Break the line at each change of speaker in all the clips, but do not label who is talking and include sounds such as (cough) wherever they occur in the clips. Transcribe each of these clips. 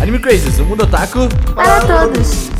Anime Crazes, o mundo otaku
Para todos.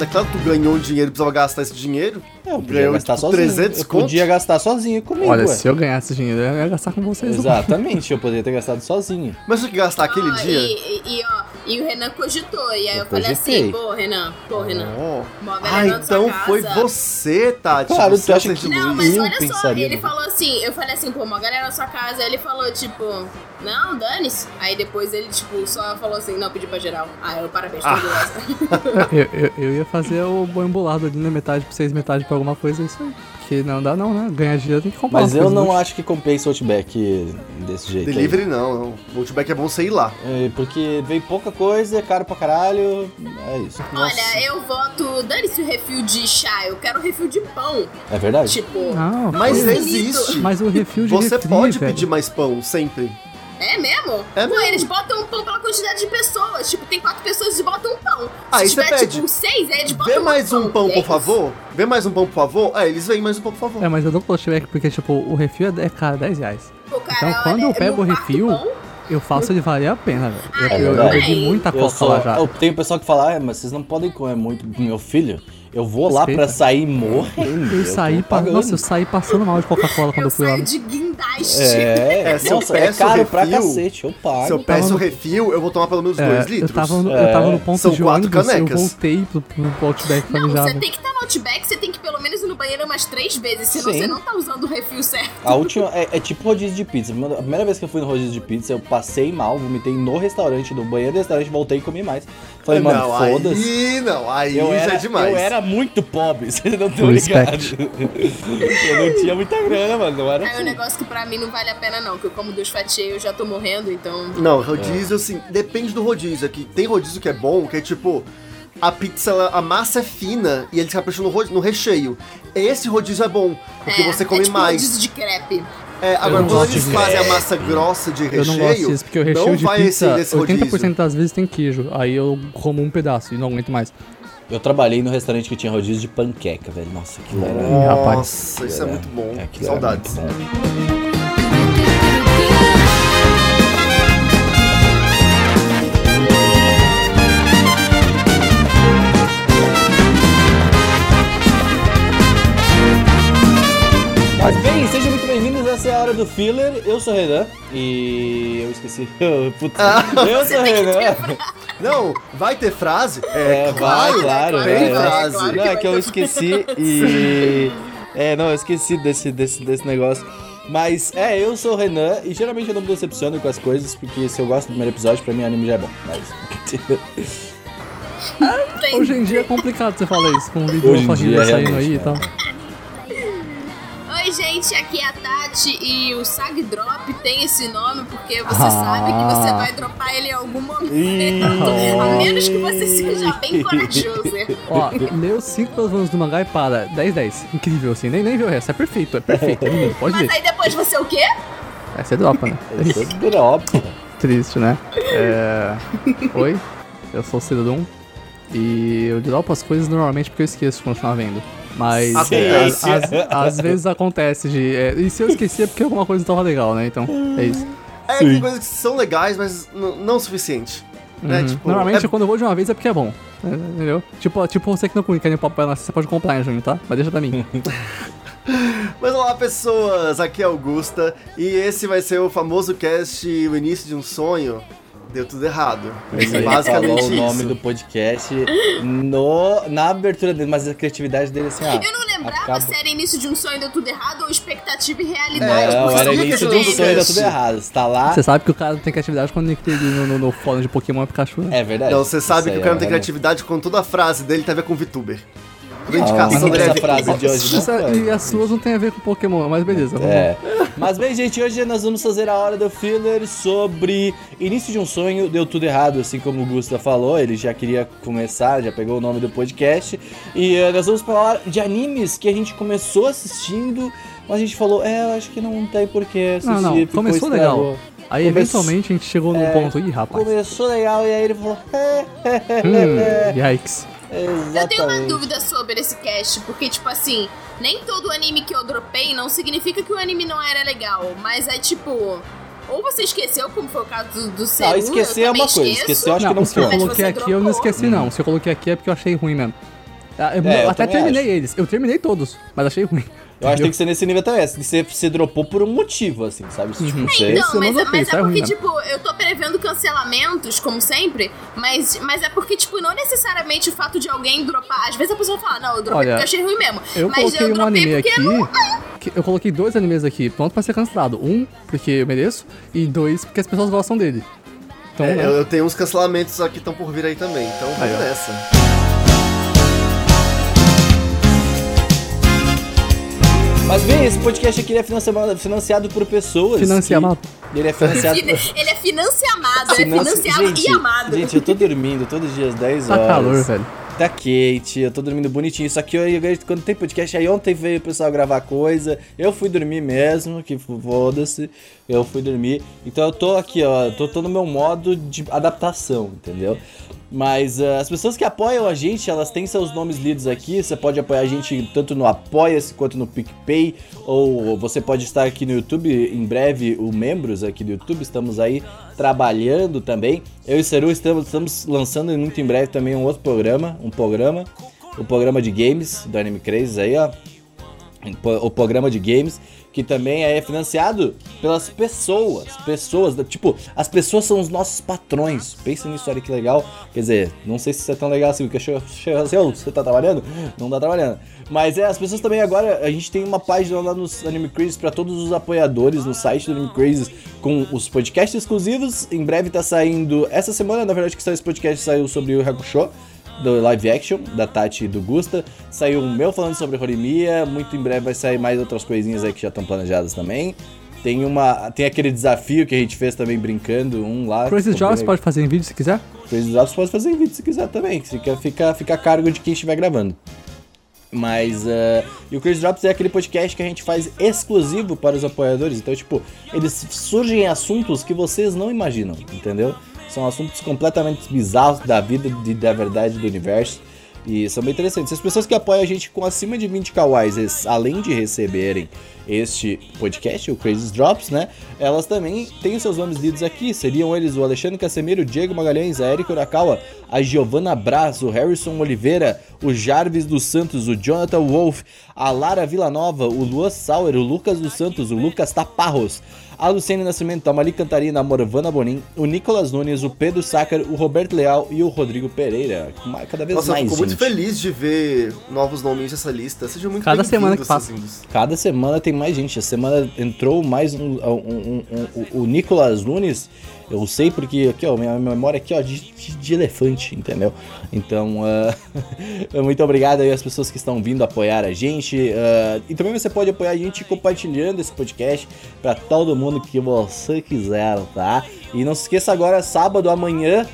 É claro que tu ganhou um dinheiro, precisava gastar esse dinheiro.
Eu podia
Ganhou,
gastar
tipo,
sozinho.
300
eu
conto?
podia gastar sozinho comigo,
Olha,
ué.
se eu ganhasse dinheiro, eu ia gastar com vocês. né?
Exatamente, eu poderia ter gastado sozinho.
Mas tinha que gastar aquele
Ó,
dia.
Ah, E, e, e, ó, e o Renan cogitou. E aí eu,
Eu
falei
cogitei.
assim, pô, Renan, pô, Renan.
Oh.
Move
Ah, então foi você, Tati.
Claro,
você
tu acha
acendeu
que-
Não,
luz.
mas
Eu
olha só,
pensaria
ele
no-
falou assim, eu falei assim, pô, uma galera na sua casa, ele falou, tipo, não, dane-se. Aí depois ele, tipo, só falou assim, não, pediu pra geral. Ah, eu parabéns, todo
(laughs)
mundo.
(laughs) Eu, eu- eu ia fazer o boi embolado ali na metade pra vocês, metade pra alguma coisa, é isso aí. Porque não dá não, né? Ganhar dinheiro tem que comprar. né?
Mas
umas
eu
coisas
não
úteis.
acho que compensa o Outback desse jeito. aí.
Delivery não, não. O Outback é bom sei lá.
É, Porque veio pouca coisa, é caro pra caralho. É isso. Nossa.
Olha, eu voto, dane-se o refil de chá, eu quero refil de pão.
É verdade?
Tipo,
Ah.
Não,
Mas
mas,
existe.
mas o refil de
Você
refri,
pode
velho.
pedir mais pão, sempre.
é mesmo?
É
pô,
mesmo.
eles botam um pão pela quantidade de pessoas. Tipo, tem quatro pessoas e botam um pão.
Ah, Aí
Se
você
tiver,
pede.
tipo, seis, aí eles botam
Vê mais um pão, por
Dez?
favor. Vê mais um pão, por favor. Ah, eles vêm mais um pão, por favor.
É, mas eu dou flashback porque, tipo, o refil é, é cara, 10 reais.
Pô, cara,
Então, quando
olha,
eu pego
no
o
quarto
refil,
pão,
eu faço ele valer a pena, velho.
Ah,
Eu- eu, eu
é
bebi
verdade.
muita
Eu
coca
sou.
lá já.
Eu tenho pessoal que fala, ah, mas vocês não podem comer muito do meu filho. Eu vou lá
Respeita.
pra sair morrendo.
Eu saí,
tô
pa...
pagando.
Nossa, eu saí passando mal de Coca-Cola quando
eu
eu fui lá.
saio de guindaste.
É,
É, se eu
nossa, é
peço
caro pra
refil,
cacete, eu pago.
Se eu
É, tava
peço
no-
refil, eu vou tomar pelo menos
É,
dois litros.
eu, tava no, eu tava no ponto
São
de
quatro
ônibus, eu
canecas.
voltei pro, pro Outback pra
(laughs) Não,
mijar,
você
velho.
tem que estar no Outback, você tem que pelo menos ir no banheiro umas três vezes, senão
Sim.
você não tá usando o refil certo.
A última. É, é tipo rodízio de pizza. A primeira vez que eu fui no rodízio de pizza, eu passei mal, vomitei no restaurante, no banheiro do restaurante, voltei e comi mais. Falei, mano,
É, não,
foda-se.
aí não, aí
Eu
já
era,
é demais.
eu era muito pobre, (laughs) vocês não estão ligados.
Respect.
eu não tinha muita grana, mano. Não era
É um
assim.
negócio que pra mim não vale a pena não, que eu como duas fatias e eu já tô morrendo, então...
Não, rodízio, assim, depende do rodízio aqui. Tem rodízio que é bom, que é tipo, a pizza, ela- a massa é fina e eles capricham no, ro- no recheio. Esse rodízio é bom, porque
é,
você come
é tipo
mais.
rodízio de crepe.
É, agora,
não
quando
gosto
eles
disso.
fazem a massa grossa de recheio,
Eu não gosto disso, porque o recheio
não
de
vai
pizza,
esse, desse
80%
rodízio.
das vezes tem queijo. Aí eu como um pedaço e não aguento mais.
Eu trabalhei no restaurante que tinha rodízio de panqueca, velho. Nossa, aquilo era.
Ih, rapaz.
Nossa, isso é muito bom.
É, aquilo era
Saudades.
muito bom. Mas bem, sejam muito bem-vindos. Essa é a hora do filler. Eu sou o Renan e eu esqueci. (laughs) Puta.
Ah,
eu sou o Renan.
Não, vai ter frase?
É, vai,
claro,
claro. vai,
tem frase.
Claro não, é que eu esqueci e. É, não, eu esqueci desse, desse, desse negócio. Mas é, eu sou o Renan e geralmente eu não me decepciono com as coisas, porque se eu gosto do primeiro episódio, pra mim anime já é bom. Mas. (laughs)
Tem...
Hoje em dia é complicado você falar isso, com um vídeo
Hoje em
novo
dia,
família saindo
realmente,
aí e
é.
tal.
Oi, gente, aqui é a Tati e o Sag Drop tem esse nome porque você
Ah.
sabe que você vai dropar ele em algum momento.
Ih.
(laughs) a menos que você seja bem corajoso.
(laughs) Ó, leu 5 pelos anos do mangá e para. 10, 10. Incrível, assim. Nem, nem viu o resto. É perfeito,
(laughs)
é perfeito. É lindo, pode
Mas
ver.
aí depois você o quê?
Essa é dropa, né? É
Eu sou
isso.
drop.
Triste, né? É... Oi, eu sou o Cidadum. E eu dropo as coisas normalmente porque eu esqueço de continuar vendo. Mas
Sim.
é, às- às- às vezes acontece de. é, e se eu esqueci é porque alguma coisa não tava legal, né? Então, é isso.
É, tem coisas que são legais, mas n- não o suficiente. Né?
Uhum.
Tipo,
Normalmente,
é-
quando eu vou de uma vez é porque é bom. É, Entendeu? Tipo, tipo você que não cuida, que papai na você pode comprar, hein, Júnior, tá? Mas deixa
(laughs)
pra mim.
Mas olá pessoas, aqui é Augusta e esse vai ser o famoso cast O Início de um Sonho. Deu tudo errado.
Ele
Basicamente
É falou o nome
isso.
do podcast no, na abertura dele, mas a criatividade dele assim, ah.
Eu não lembrava
Acaba.
se era início de um sonho deu tudo errado ou expectativa e
É,
realidade.
Não,
porque
era
sabia que
início de
esse
um
nome
sonho, deu
existe.
tudo errado. Você tá lá.
Você sabe que o cara não tem criatividade quando ele cria no, no, no fórum de Pokémon é Pikachu, né?
É verdade.
Não, você sabe
Isso
que
aí
o cara
é
não
verdade.
tem criatividade quando toda a frase dele tem a ver com VTuber. Toda
Ah,
indicação
não
dele é
essa
VTuber.
frase de hoje, né? não.
Isso é- e as suas não tem a ver com Pokémon, mas beleza. Então vamos lá.
É. Mas bem, gente, hoje nós vamos fazer a hora do filler sobre início de um sonho, deu tudo errado, assim como o Gusta falou, ele já queria começar, já pegou o nome do podcast. E eh, nós vamos falar de animes que a gente começou assistindo, mas a gente falou, é, eu acho que não tem porquê assistir.
Não, não,
ficou
começou
estragou.
legal. Aí
Come-
eventualmente a gente chegou
É.
num ponto. Ih, rapaz.
Começou legal e aí ele falou. "É,
Hum, yikes.
Exatamente.
Eu tenho uma dúvida sobre esse cast, porque, tipo assim, nem todo anime que eu dropei não significa que o anime não era legal, mas é tipo. Ou você esqueceu, como foi o caso do, do Seru,
Não, esquecer
eu
é
também
uma coisa,
esqueço.
esquecer eu acho que
Não,
não
os que eu
foi.
conta.
coloquei
Mas
aqui
você
eu não
dropou.
esqueci, não. Se eu coloquei aqui é porque eu achei ruim mesmo. Ah, Eu,
É, eu
até
também
terminei
acho.
eles. Eu terminei todos, mas achei ruim.
Eu acho que tem que ser nesse nível também. Assim, Você, você dropou por um motivo, assim, sabe? Tipo,
Uhum.
você-
Esse eu
Não, mas,
não dropei,
mas
tá
é porque,
ruim, né?
tipo, eu tô prevendo cancelamentos, como sempre, mas, mas é porque, tipo, não necessariamente o fato de alguém dropar. Às vezes a pessoa fala, não, eu dropei
Olha,
porque eu achei ruim mesmo.
Eu
mas
coloquei
eu
um
dropei
anime
porque
aqui.
não.
que- eu coloquei dois animes aqui, pronto pra ser cancelado. Um, porque eu mereço, e dois, porque as pessoas gostam dele.
(laughs)
Então,
É,
né?
eu, eu tenho uns cancelamentos aqui que estão por vir aí também, então
Aí,
vamos
ó.
nessa.
Mas bem, esse podcast aqui ele é financiado, financiado por pessoas.
Financiado.
que- Ele é financiado.
Ele é financiamado, ele é
Financi-
financiado e amado.
Gente, eu tô dormindo todos os dias 10
Tá
horas.
calor, velho.
Tá quente, eu tô dormindo bonitinho. Só que eu, eu- quando tem podcast, aí ontem veio o pessoal gravar coisa. Eu fui dormir mesmo, que foda-se. Eu fui dormir. Então eu tô aqui, ó. Tô, tô no meu modo de adaptação, entendeu? Mas ah, as pessoas que apoiam a gente, elas têm seus nomes lidos aqui. Você pode apoiar a gente tanto no Apoia-se quanto no PicPay. Ou você pode estar aqui no YouTube em breve, o membros aqui do YouTube. Estamos aí trabalhando também. Eu e Seru estamos, estamos lançando muito em breve também um outro programa, um programa, o programa de games do Anime Crazes aí, ó. Um po- O programa de games, que também é financiado pelas pessoas. Pessoas, da- tipo, as pessoas são os nossos patrões. Pensa nisso, olha que legal. Quer dizer, não sei se isso é tão legal assim, porque chega- chega (laughs) assim, "Ô, você tá trabalhando? Não tá trabalhando. Mas é, as pessoas também agora, a gente tem uma página lá no Anime Crazes pra todos os apoiadores no site do Anime Crazes com os podcasts exclusivos. Em breve tá saindo, essa semana, na verdade, que saiu esse podcast, saiu sobre o Hakusho. Do live action, da Tati e do Gusta. Saiu o meu falando sobre Horimiya. Muito em breve vai sair mais outras coisinhas aí que já estão planejadas também. Tem uma. Tem aquele desafio que a gente fez também brincando, um lá.
Crazy
que ficou bem
Jobs
legal.
pode fazer em vídeo se quiser.
Fez os dados, pode fazer em vídeo se quiser também, que fica, fica, fica a cargo de quem estiver gravando. Mas, eh, e o Chris Drops é aquele podcast que a gente faz exclusivo para os apoiadores. Então, tipo, eles surgem assuntos que vocês não imaginam, entendeu? São assuntos completamente bizarros da vida, de, da verdade, do universo. E são bem interessantes. As pessoas que apoiam a gente com acima de 20 kawais, eles, além de receberem este podcast, o Crazy Drops, né? Elas também têm os seus nomes lidos aqui. Seriam eles o Alexandre Casemiro, o Diego Magalhães, a Erika Urakawa, a Giovanna Braz, o Harrison Oliveira, o Jarvis dos Santos, o Jonathan Wolf, a Lara Villanova, o Luan Sauer, o Lucas dos Santos, o Lucas Taparros, a Luciane Nascimento, a Mali Cantarina, a Morvana Bonin, o Nicolas Nunes, o Pedro Sácar, o Roberto Leal e o Rodrigo Pereira. Ma- Cada vez
Nossa, eu
mais,
fico muito
gente.
feliz de ver novos nomes nessa lista. Sejam muito
Cada
bem-vindos, assim,
semana que passa.
seus lindos.
Cada semana tem mais gente. Essa semana entrou mais um, um- um- um- o- o Nicolas Nunes. Eu sei porque aqui, ó, minha memória aqui, ó, de, de- de elefante, entendeu? Então, ah, (laughs) muito obrigado aí às pessoas que estão vindo apoiar a gente. ah, e também você pode apoiar a gente compartilhando esse podcast para todo mundo que você quiser, tá? E não se esqueça agora, sábado amanhã,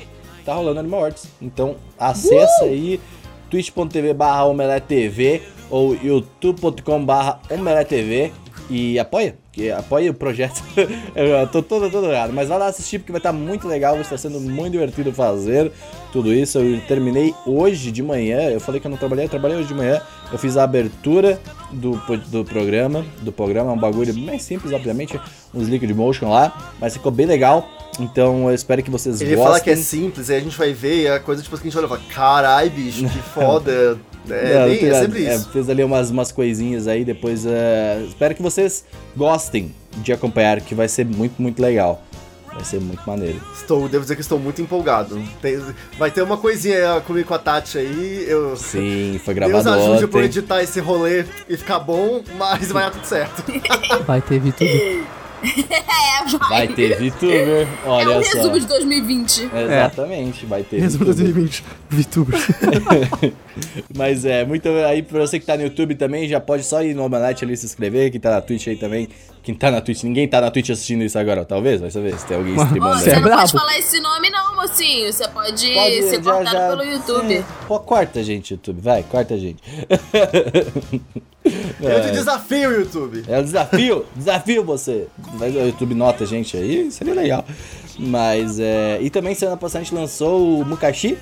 tá rolando Animal Arts. Então, acessa aí twitch.tv barra Omelete TV ou youtube.com barra Omelete TV e apoia, que apoia o projeto. (laughs) Eu tô todo, todo errado, mas vai lá assistir porque vai estar muito legal, vai estar sendo muito divertido fazer tudo isso. Eu terminei hoje de manhã, eu falei que eu não trabalhei, eu trabalhei hoje de manhã, eu fiz a abertura do, po- do programa, do programa, um bagulho bem simples, obviamente, uns liquid motion lá, mas ficou bem legal. Então eu espero que vocês
Ele
gostem.
fala que é simples, aí a gente vai ver e a coisa tipo assim, a gente olha e fala, carai, bicho,
(laughs)
que foda. É,
Não,
nem-
tem
é
nada.
sempre
É,
isso.
fez ali umas, umas coisinhas aí, depois. eh, espero que vocês gostem de acompanhar, que vai ser muito, muito legal. Vai ser muito maneiro.
Estou, devo dizer que estou muito empolgado. Tem- vai ter uma coisinha comigo com a Tati aí. Eu,
Sim, foi
Deus
gravado
ajude pra eu
ontem.
editar esse rolê e ficar bom, mas vai dar tudo certo.
Vai
(laughs)
ter VTuber.
É,
Vai
vai.
ter VTuber,
É
olha
um
só.
resumo de 2020.
Exatamente, vai ter
Resumo
VTuber.
2020. VTuber.
Mas é, muito aí pra você que tá no YouTube também, já pode só ir no Omelete ali se inscrever, quem tá na Twitch aí também. Quem tá na Twitch, ninguém tá na Twitch assistindo isso agora, ó, talvez, vai saber se tem
(laughs)
alguém
Ó,
streamando
Você
você
é
não
brabo.
pode falar esse nome não, mocinho. Você pode,
Pode,
ser
já,
é cortado
já.
pelo YouTube.
Pô, corta a gente, YouTube. Vai, corta a gente.
Eu te desafio, YouTube.
É um desafio, desafio você. Mas o YouTube nota a gente aí, seria legal. Mas é. E também semana passada a gente lançou o Mukashi,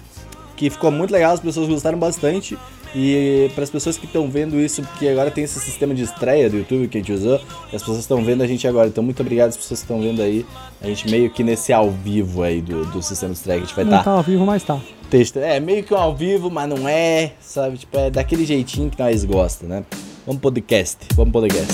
que ficou muito legal, as pessoas gostaram bastante. E para as pessoas que estão vendo isso, porque agora tem esse sistema de estreia do YouTube que a gente usou, e as pessoas estão vendo a gente agora. Então, muito obrigado às pessoas que estão vendo aí. A gente meio que nesse ao vivo aí do, do sistema de estreia que a gente vai estar
Não tá ao vivo, mas tá.
texto. É meio que um ao vivo, mas não é, sabe? Tipo, é daquele jeitinho que nós gosta, né? Vamos podcast, vamos podcast.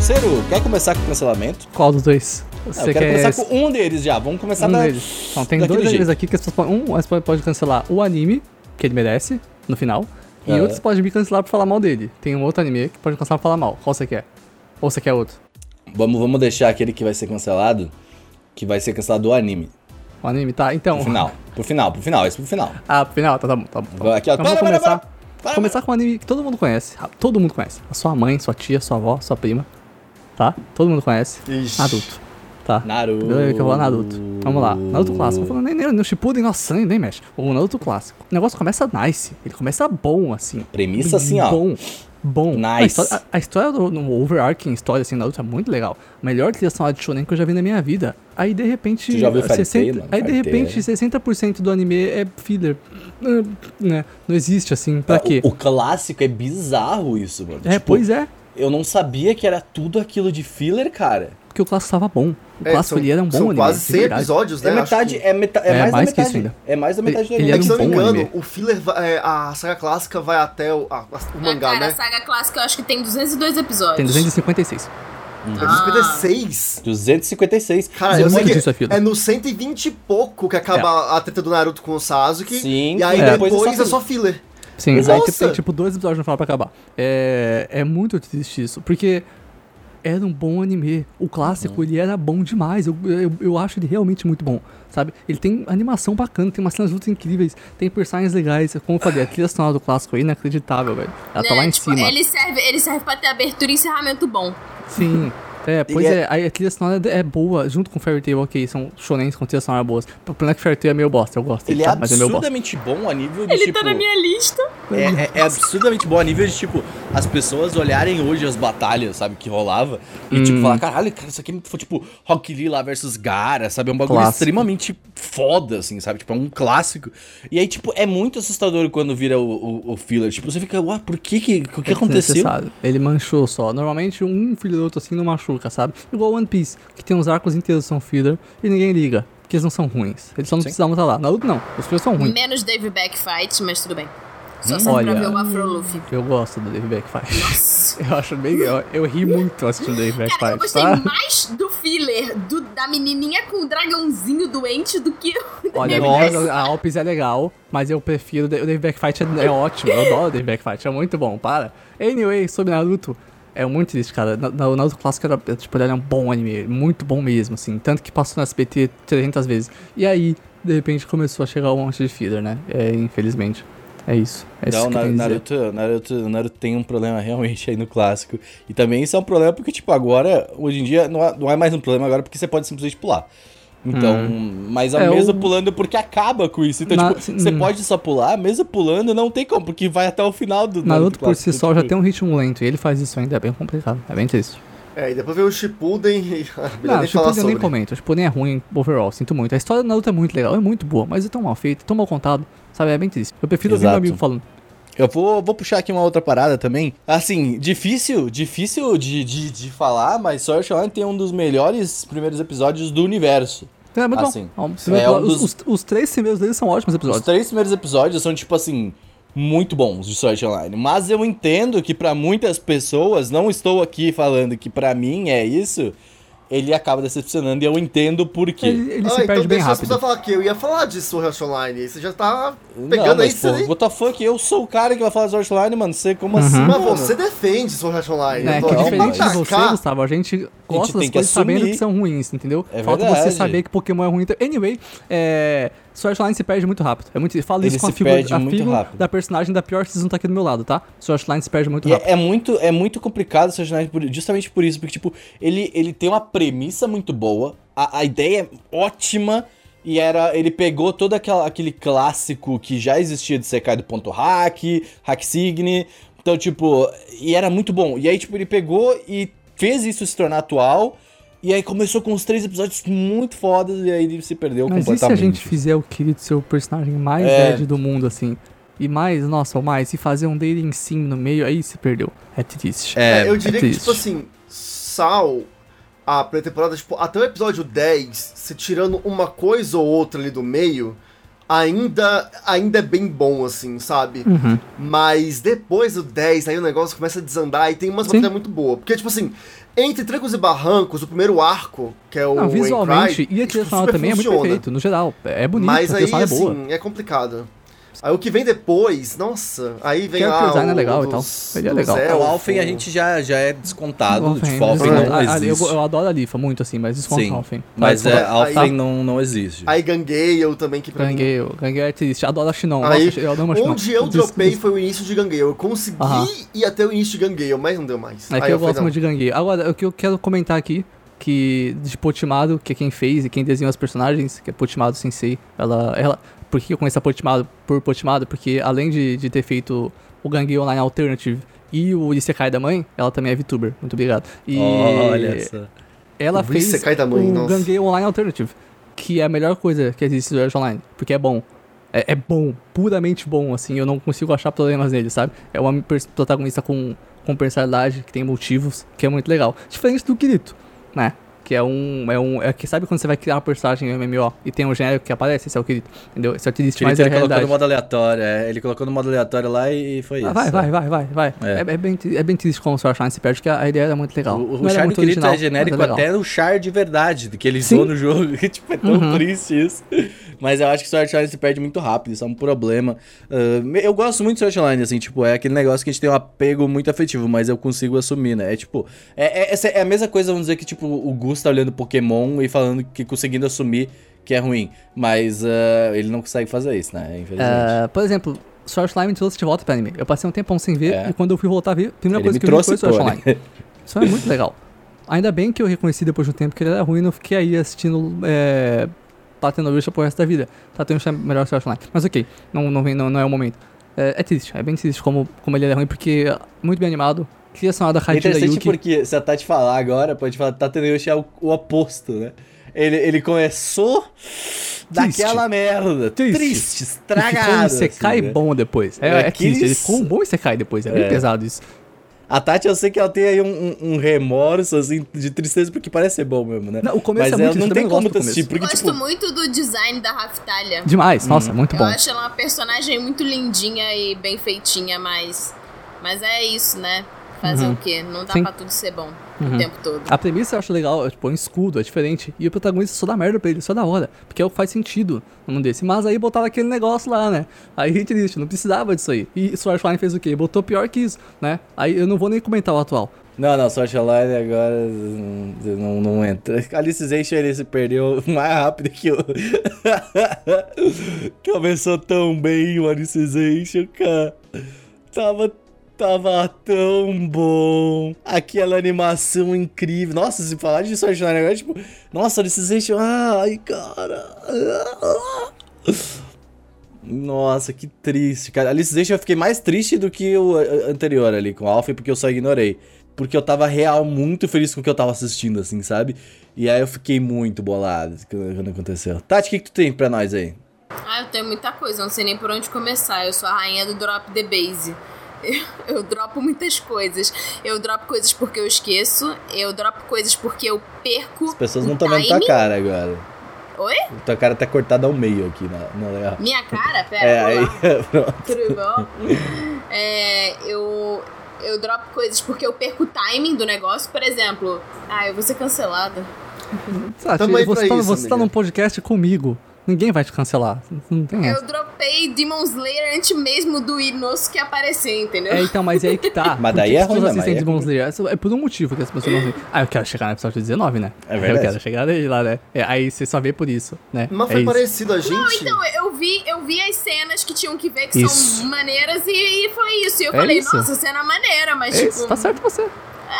Ciro, quer começar com o cancelamento?
Qual dos dois?
Ah, eu quero começar com um deles já. Vamos começar
um
da-
deles. Então, tem
daquele
dois
jeito.
deles aqui que as pessoas podem, um, as pessoas podem cancelar o anime, que ele merece, no final. E
É.
outros podem me cancelar por falar mal dele. Tem um outro anime que pode cancelar por falar mal. Qual você quer? Ou você quer outro?
Vamos, vamos deixar aquele que vai ser cancelado, que vai ser cancelado do anime.
O anime, tá? Então.
Pro final, pro final, pro final, esse pro final.
Ah, pro final, tá, tá bom, tá bom. Tá bom.
Aqui, ó.
Então, vamos
Para, para,
começar.
para, para.
Começar com um anime que todo mundo conhece. Ah, Todo mundo conhece. A sua mãe, sua tia, sua avó, sua prima. Tá? Todo mundo conhece.
Ixi.
Naruto. Tá.
Naruto.
Eu que eu vou Naruto. Vamos lá. Naruto clássico. Falando nem, nem, nem o Shippuden, nossa, nem, nem mexe. O Naruto clássico. O negócio começa nice. Ele começa bom, assim.
Premissa assim, ó.
Bom. Bom.
Nice.
A história, a- a história do no overarching história, assim, Naruto é muito legal. Melhor trilha sonora de shonen que eu já vi na minha vida. Aí, de repente...
Tu já viu Fairy Tail,
60
mano?
Aí, de
Fairy Tail,
repente,
né?
60% do anime é filler. Ah, Né? Não existe, assim. Pra quê?
É, O, o clássico é bizarro isso, mano.
É,
Tipo,
pois é.
Eu não sabia que era tudo aquilo de filler, cara.
Porque o clássico tava bom. O
É,
clássico,
são-
ele era um bom
São
anime.
quase
de
100
verdade.
episódios, né?
É
Acho
metade,
que-
é, meta, é,
É,
mais,
mais
da
que
metade.
isso ainda.
É mais da
Ele-
metade do
ele
anime.
É
era
que, se eu
um
não me
bom
engano,
anime.
o filler, va- é, a saga clássica vai até o, a- a- o mangá,
cara, a
né?
saga clássica eu acho que tem 202 episódios.
Tem 256.
É
Ah.
56.
256.
Cara,
Isso é
eu sei
muito
que
disso, é filler.
é no 120 e pouco que acaba a treta do Naruto com o Sasuke.
É. Sim,
e aí
é.
depois,
depois é
é,
só
só filler.
Sim,
Nossa!
aí tipo, tem tipo dois episódios no final pra acabar. É, é muito triste isso, porque era um bom anime. O clássico, ele era bom demais. Eu, eu, eu acho ele realmente muito bom, sabe? Ele tem animação bacana, tem umas cenas de luta incríveis, tem personagens legais. Como eu falei, a trilha sonora do clássico é inacreditável, velho. Ela tá
Né,
lá em
tipo,
cima.
Ele serve, ele serve pra ter abertura e encerramento bom.
Sim. É, pois
Ele
é, aí a trilha sonora é boa, junto com Fairy Tail, ok, são shonens com trilha sonora boas. O problema é que Fairy Tail é meio bosta, eu gosto,
Ele é
tá? mas é meio bosta.
absurdamente bom a nível de
Ele
tipo.
tá na minha lista.
É, é- é absurdamente bom a nível de, tipo, as pessoas olharem hoje as batalhas, sabe, que rolava. E,
Hum.
tipo, falar, caralho, cara, isso aqui é muito foda", tipo Rock Lee lá versus Gara, sabe? É um bagulho
Clássico.
extremamente foda, assim, sabe? Tipo, é um clássico. E aí, tipo, é muito assustador quando vira o, o, o filler. Tipo, você fica, ué, por que que, o que
É
aconteceu?
desnecessário. Ele manchou só. Normalmente um filho do outro assim não machuca, sabe? Igual One Piece, que tem uns arcos inteiros que são filler e ninguém liga. Porque eles não são ruins. Eles só não precisavam estar lá. Naruto não. Os filhos são ruins.
Menos Dave Back Fight, mas tudo bem. Só serve
olha.
pra ver o Afro Luffy.
Eu gosto do Dave Back Fight. (laughs) Eu acho bem. Eu, eu ri muito assistindo Dave Back
Cara,
Fight,
eu gostei
tá?
mais do filler do- da menininha com o dragãozinho doente do que o do
Olha,
Dave Back
a Alpes é legal, mas eu prefiro. O Dave Back Fight é, é ótimo. Eu adoro o Dave Back Fight, é muito bom, para. Anyway, sobre Naruto. É muito triste, cara. Na- na- O Naruto clássico era, tipo, ele era um bom anime, muito bom mesmo, assim. Tanto que passou no SBT 300 vezes. E aí, de repente, começou a chegar um monte de filler, né? É, infelizmente. É isso. É isso
Não,
que eu
Na-
tenho a dizer.
Naruto, Naruto, Naruto tem um problema (laughs) realmente aí no clássico. E também isso é um problema porque, tipo, agora, hoje em dia, não é, não é mais um problema agora porque você pode simplesmente pular. Então, mas a
É,
mesa
o-
pulando porque acaba com isso. Então,
Na-
tipo, você
hum.
pode só pular, a mesa pulando não tem como, porque vai até o final do
Naruto por si
clássico,
só
tipo,
já tem um ritmo lento e ele faz isso ainda, é bem complicado. É bem triste.
É, e depois veio o Shippuden e... (laughs) ah,
Não,
nem
o
falar
Shippuden eu
sobre.
nem comento. O Shippuden é ruim overall, sinto muito. A história da luta é muito legal, é muito boa, mas é tão mal feito, tão mal contado, sabe? É bem triste. Eu prefiro ouvir meu
Exato.
amigo falando.
Eu vou, vou puxar aqui uma outra parada também. Assim, difícil, difícil de, de, de falar, mas Sword Art Online tem um dos melhores primeiros episódios do universo.
É muito
Assim,
bom. Os,
é um
os-
dos-
os- os três primeiros deles são ótimos
Os
episódios.
três primeiros episódios são, tipo assim, muito bons de Sword Art Online. Mas eu entendo que pra muitas pessoas, não estou aqui falando que pra mim é isso, ele acaba decepcionando e eu entendo por quê.
Ele, ele
Ah,
se perde
então
bem
deixa as
rápido.
pessoas falar que eu ia falar de Sword Art Online. Você já tá pegando aí, você nem...
what the fuck, eu sou o cara que vai falar de Sword Art Online, mano, você como assim,
Uhum.
Mas
mano?
você defende Sword Art Online.
É,
Não,
eu tô
que
aqui pra
diferente de você,
atacar.
Gustavo, a gente gosta
Então, tem
das
que
coisas sabendo
assumir.
que são ruins, entendeu?
É
Falta você
verdade.
saber que Pokémon é ruim. então- Anyway, é, Sword Line se perde muito rápido. É muito, falo
Ele
isso com a
se
figura,
perde
a
muito
figura
rápido.
da personagem da pior season tá aqui do meu lado, tá? Sword Line se perde muito
E
rápido.
é, é muito, é muito complicado essa jornada por- justamente por isso, porque, tipo, ele, ele tem uma premissa muito boa, a, a ideia é ótima, e era. Ele pegou todo aquela, aquele clássico que já existia de Sekai do ponto hack, hack signe. Então, tipo, e era muito bom. E aí, tipo, ele pegou e fez isso se tornar atual. E aí começou com os três episódios muito fodas, e aí ele se perdeu
Mas e se a
completamente.
gente fizer o querido ser o personagem mais
É.
Ed do mundo, assim? E mais, nossa, o mais, e fazer um dating sim no meio, aí se perdeu. É triste.
É, eu diria que,
triste.
tipo assim, Sal, a primeira temporada, tipo, até o episódio 10, se tirando uma coisa ou outra ali do meio, ainda, ainda é bem bom, assim, sabe?
Uhum.
Mas depois do 10, aí o negócio começa a desandar e tem umas
Sim.
matérias muito boas. Porque, tipo assim, entre Trancos e Barrancos, o primeiro arco, que é o.
Não,
Wayne
visualmente,
Cry,
e a
tipo,
trilha sonora
super
também é muito
funciona.
perfeito, no geral. É bonito,
Mas
a
aí,
trilha sonora é boa.
assim, é complicado. Aí o que vem depois, nossa, aí vem
Character
lá
design
o,
é legal e
dos-
tal. Ele é
dos
legal.
É, o
elfos.
Alfen a gente já, já é descontado,
Alphen,
tipo, Alfen
desconto.
não
Ah,
existe.
ali, eu, eu adoro a Lifa muito, assim, mas desconto
Sim,
Alfen.
Mas é,
desconto.
Alfen
Aí-
não, não existe.
Aí Gangueio também, que pra mim
Gangueio, gangueio é triste. Adoro a Shinon.
Aí,
Nossa, eu adoro a Shinon.
Onde eu
(laughs) Des-
dropei
des-
foi o início de Gangueio. Eu consegui
Aham.
ir até o início de Gangueio, mas não deu mais.
É que
Aí falei,
eu gosto muito de gangueio. Agora, o que eu quero comentar aqui, que de Potimado, que é quem fez e quem desenhou os personagens, que é Potimado Sensei, ela. ela por que eu conheço a Potimado por Potimado? Porque além de, de ter feito o Gangueio Online Alternative e o Isekai da mãe, ela também é VTuber. Muito obrigado. E
Olha só.
ela
O
fez
Isekai da mãe,
o
nossa.
Gangueio Online Alternative, que é a melhor coisa que existe no Jorge Online, porque é bom. É, é bom, puramente bom, assim, eu não consigo achar problemas nele, sabe? É uma pers- protagonista com, com personalidade, que tem motivos, que é muito legal. Diferente do Kirito, né? Que é um. É um é que sabe quando você vai criar uma personagem em MMO e tem um genérico que aparece? Esse é o Kirito, entendeu? Esse é o Kirito,
Ele,
mas é a
ele colocou
realidade.
no modo aleatório, é, ele colocou no modo aleatório lá e, e foi
Ah,
isso.
vai,
é.
vai, vai, vai, vai. É,
É.
é bem, tri- é bem triste como o Sword Art se perde, porque a a ideia era muito legal.
O,
Não
o
era
char do
muito
Kirito é
original, Então, mas
genérico
legal.
até o char de verdade, do que ele
Sim.
usou no jogo. (laughs) tipo, é tão
Uhum.
triste isso. Mas eu acho que Sword Art Online se perde muito rápido, isso é um problema. Ah, me- eu gosto muito de Sword Art Online, assim, tipo, é aquele negócio que a gente tem um apego muito afetivo, mas eu consigo assumir, né? É tipo, é, é- essa é a mesma coisa, vamos dizer, que tipo, o Gus tá olhando Pokémon e falando que conseguindo assumir que é ruim. Mas ah, ele não consegue fazer isso, né? Infelizmente.
Ah, por exemplo, Sword Art Online me trouxe de volta pra anime. Eu passei um tempão sem ver
É.
e quando eu fui voltar a ver, a primeira
Ele
coisa
me
que eu vi
trouxe
foi Sword Art
pô, né?
Online. Isso é muito legal. Ainda bem que eu reconheci depois de um tempo que ele era ruim e não fiquei aí assistindo é, Tatenovisha pro resto da vida. Tatenovisha é melhor Sword Art Online. Mas ok, não, não, vem- não, não é o momento. É, é triste, é bem triste como, como ele é ruim, porque é muito bem animado. Cria sonora da
É
Hajira
interessante
Yuki.
porque se a Tati falar agora, pode falar, Tati Yoshi é o, o oposto, né? Ele, ele começou daquela merda.
Triste.
Triste, estragado.
Você cai
assim, né?
bom depois. É,
É
é
aqueles-
triste, ele ficou um bom e você cai depois. É, bem
É.
pesado isso.
A Tati, eu sei que ela tem aí um, um- um remorso, assim, de tristeza, porque parece ser bom mesmo, né?
Não, o começo
Mas
é muito
ela
triste, eu
não
também
tem
gosto
como
do
assistir,
começo.
porque,
Gosto
tipo,
muito do design da Raftalha.
Demais, nossa,
Hum.
muito
Eu
bom.
acho ela uma personagem muito lindinha e bem feitinha, mas. Mas é isso, né? Fazer
Uhum.
o quê? Não dá
Sim.
pra tudo ser bom
Uhum.
o tempo todo.
A premissa eu acho legal, é, tipo, é um escudo, é diferente. E o protagonista só dá merda pra ele, só da hora. Porque é o que faz sentido num desse. Mas aí botava aquele negócio lá, né? Aí triste, não precisava disso aí. E Sword Line fez o quê? Botou pior que isso, né? Aí eu não vou nem comentar o atual.
não, não, Sword Art Online agora hum, não, não entra. Alice Zation, ele se perdeu (laughs) mais rápido que eu. Começou tão bem o Alice Zation, cara. Tava, tava tão bom. Aquela animação incrível. Nossa, se falar de Sword Art Online agora, tipo... Nossa, Alice Zation, ai, cara... Nossa, que triste, cara. Alice Zation eu fiquei mais triste do que o eh, anterior ali com o Alf, porque eu só ignorei. Porque eu tava real muito feliz com o que eu tava assistindo, assim, sabe? E aí eu fiquei muito bolado quando quando aconteceu. Tati, o que, que tu tem pra nós aí?
Ah, eu tenho muita coisa, eu não sei nem por onde começar. Eu sou a rainha do drop the base. (laughs) Eu, eu dropo muitas coisas. Eu dropo coisas porque eu esqueço. Eu dropo coisas porque eu perco.
As pessoas
o
não estão vendo tua
timing.
cara agora.
Tá Oi?
Tua cara tá cortada ao meio aqui né? na, na é legal.
Minha cara? Pera,
É,
vamos
aí. (laughs)
lá. Tudo bom? (laughs) É, eu, eu dropo coisas porque eu perco o timing do negócio. Por exemplo, ah, eu vou ser cancelada.
Sabe,
Tamo aí pra
você tá,
isso,
você tá
amiga.
num podcast comigo. Ninguém vai te cancelar. Não tem essa.
Eu dropei dropei Demon Slayer antes mesmo do Inosso que aparecer, entendeu?
É, então, mas é aí que
(laughs)
tá.
Mas
Por
daí
que
é
as
ruim,
pessoas
né?
assistem
Mas é
Demon
ruim.
Slayer? Essa- É por um motivo que as pessoas não veem. Ah, eu quero chegar no episódio 19, né?
É verdade.
Eu quero chegar desde lá, né? É, aí você só vê por isso, né?
Mas
é
foi
isso.
parecido a gente.
Não, então, eu vi, eu vi as cenas que tinham que ver, que
Isso.
são maneiras, e, e foi isso. E eu
É
falei,
isso.
nossa, cena maneira, mas
É
tipo,
isso, tá certo você.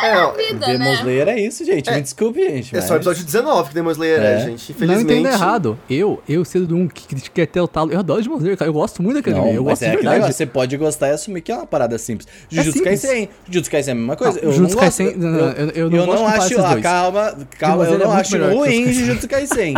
é, ó,
vida,
Demon
né?
Slayer é isso, gente.
É.
Me desculpe, gente.
é só o
mas-
episódio 19 que Demon Slayer é,
É.
gente.
Não
Infelizmente.
entenda errado. Eu, eu sendo de um que critica até o talo. Eu adoro Demon Slayer, cara. Eu gosto muito daquele anime.
Não,
Eu
mas
gosto
é
de
aquele
verdade.
negócio, você pode gostar e assumir que é uma parada simples. Jujutsu
simples.
Kaisen, Jujutsu Kaisen é a mesma coisa.
Não,
eu
Jujutsu
não gosto,
Kaisen- não, não, eu- eu não gosto de comparar
acho,
esses
ah,
dois.
calma,
Demon
calma, eu
Slayer é
não
muito
acho
melhor que
ruim
Jujutsu
Jujutsu
(laughs)
Kaisen.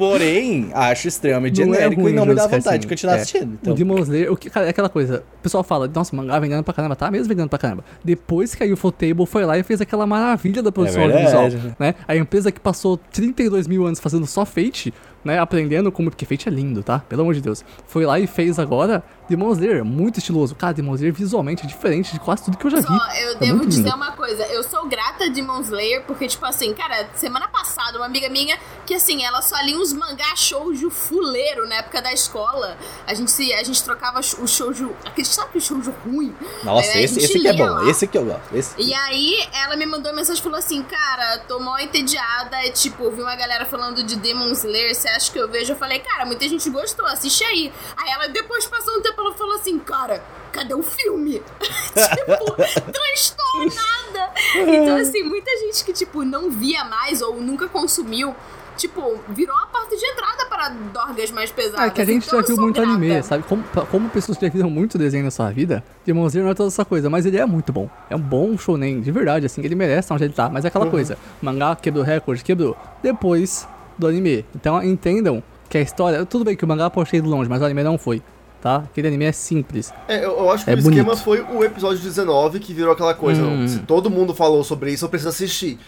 Porém, acho extremamente
Não é
genérico
ruim
e não me dá
Jujutsu
vontade
Kaisen,
de continuar
é.
assistindo.
O
Então,
Demon Slayer, o que, cara, é aquela coisa. O pessoal fala, nossa, o mangá vendendo pra caramba, tá mesmo vendendo pra caramba. Depois que a Ufotable foi lá e fez aquela maravilha da produção
É verdade.
audiovisual, né? A empresa que passou 32 mil anos fazendo só Fate, né? Aprendendo como... Porque Fate é lindo, tá? Pelo amor de Deus. Foi lá e fez agora Demon Slayer, muito estiloso. Cara, Demon Slayer visualmente é diferente de quase tudo que eu já vi.
Só, eu
é
devo
muito
dizer
lindo.
uma coisa, eu sou grata de Demon Slayer, porque, tipo assim, cara, semana passada, uma amiga minha, que assim, ela só lia uns mangá shoujo fuleiro na época da escola. A gente, se- a gente trocava o shoujo, aquele sabe que shoujo ruim?
nossa,
É,
esse,
a gente
esse que é
lia
bom,
lá.
esse que eu gosto. Esse.
E aí, ela me mandou uma mensagem e falou assim: Cara, tô mó entediada. É tipo, ouvi uma galera falando de Demon Slayer. Você acha que eu vejo? Eu falei: Cara, muita gente gostou, assiste aí. Aí ela, depois passou um tempo, ela falou assim: Cara, cadê o filme? (laughs) tipo, transtornada. Então, assim, muita gente que, tipo, não via mais ou nunca consumiu. Tipo, virou a porta de entrada para dorgas mais pesadas.
Ah, que a gente
Então,
já
eu
viu
sou
muito
grata.
anime, sabe? Como, pra- como pessoas que já viram muito desenho na sua vida, Demon Slayer não é toda essa coisa, mas ele é muito bom. É um bom shonen, de verdade, assim, ele merece estar onde ele tá. Mas é aquela coisa, mangá quebrou recorde, quebrou depois do anime. Então entendam que a história... Tudo bem que o mangá pode ter ido longe, mas o anime não foi, tá? Aquele anime é simples.
É, eu, eu acho que
É
o
bonito.
esquema foi o episódio 19 que virou aquela coisa.
Hum.
Se todo mundo falou sobre isso, eu preciso assistir.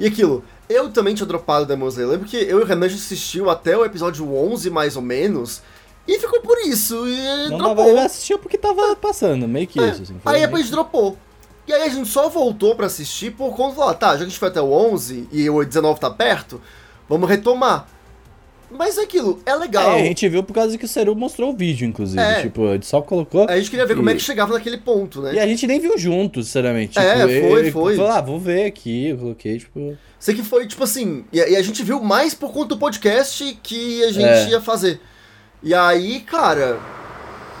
E aquilo, eu também tinha dropado Demon Slayer. Eu Lembro que eu e o Renan a gente assistiu até o episódio 11, mais ou menos, e ficou por isso. E
Não tava,
dropou.
eu assistia porque tava passando, meio que
É.
isso. Assim, foi
Aí
meio-
depois dropou. E aí a gente só voltou pra assistir por conta de falar, tá, já que a gente foi até o 11 e o 19 tá perto, vamos retomar. Mas é aquilo, é legal.
É, a gente viu por causa que o Seru mostrou o vídeo, inclusive.
É.
Tipo, ele só colocou.
A gente queria ver como é
E-
que chegava naquele ponto, né?
E a gente nem viu junto, sinceramente.
É,
Tipo,
foi,
ele
foi.
Falou, ah, vou ver aqui, eu coloquei, tipo.
Sei que foi, tipo assim, e a, e a gente viu mais por conta do podcast que a gente
É.
ia fazer. E aí, cara.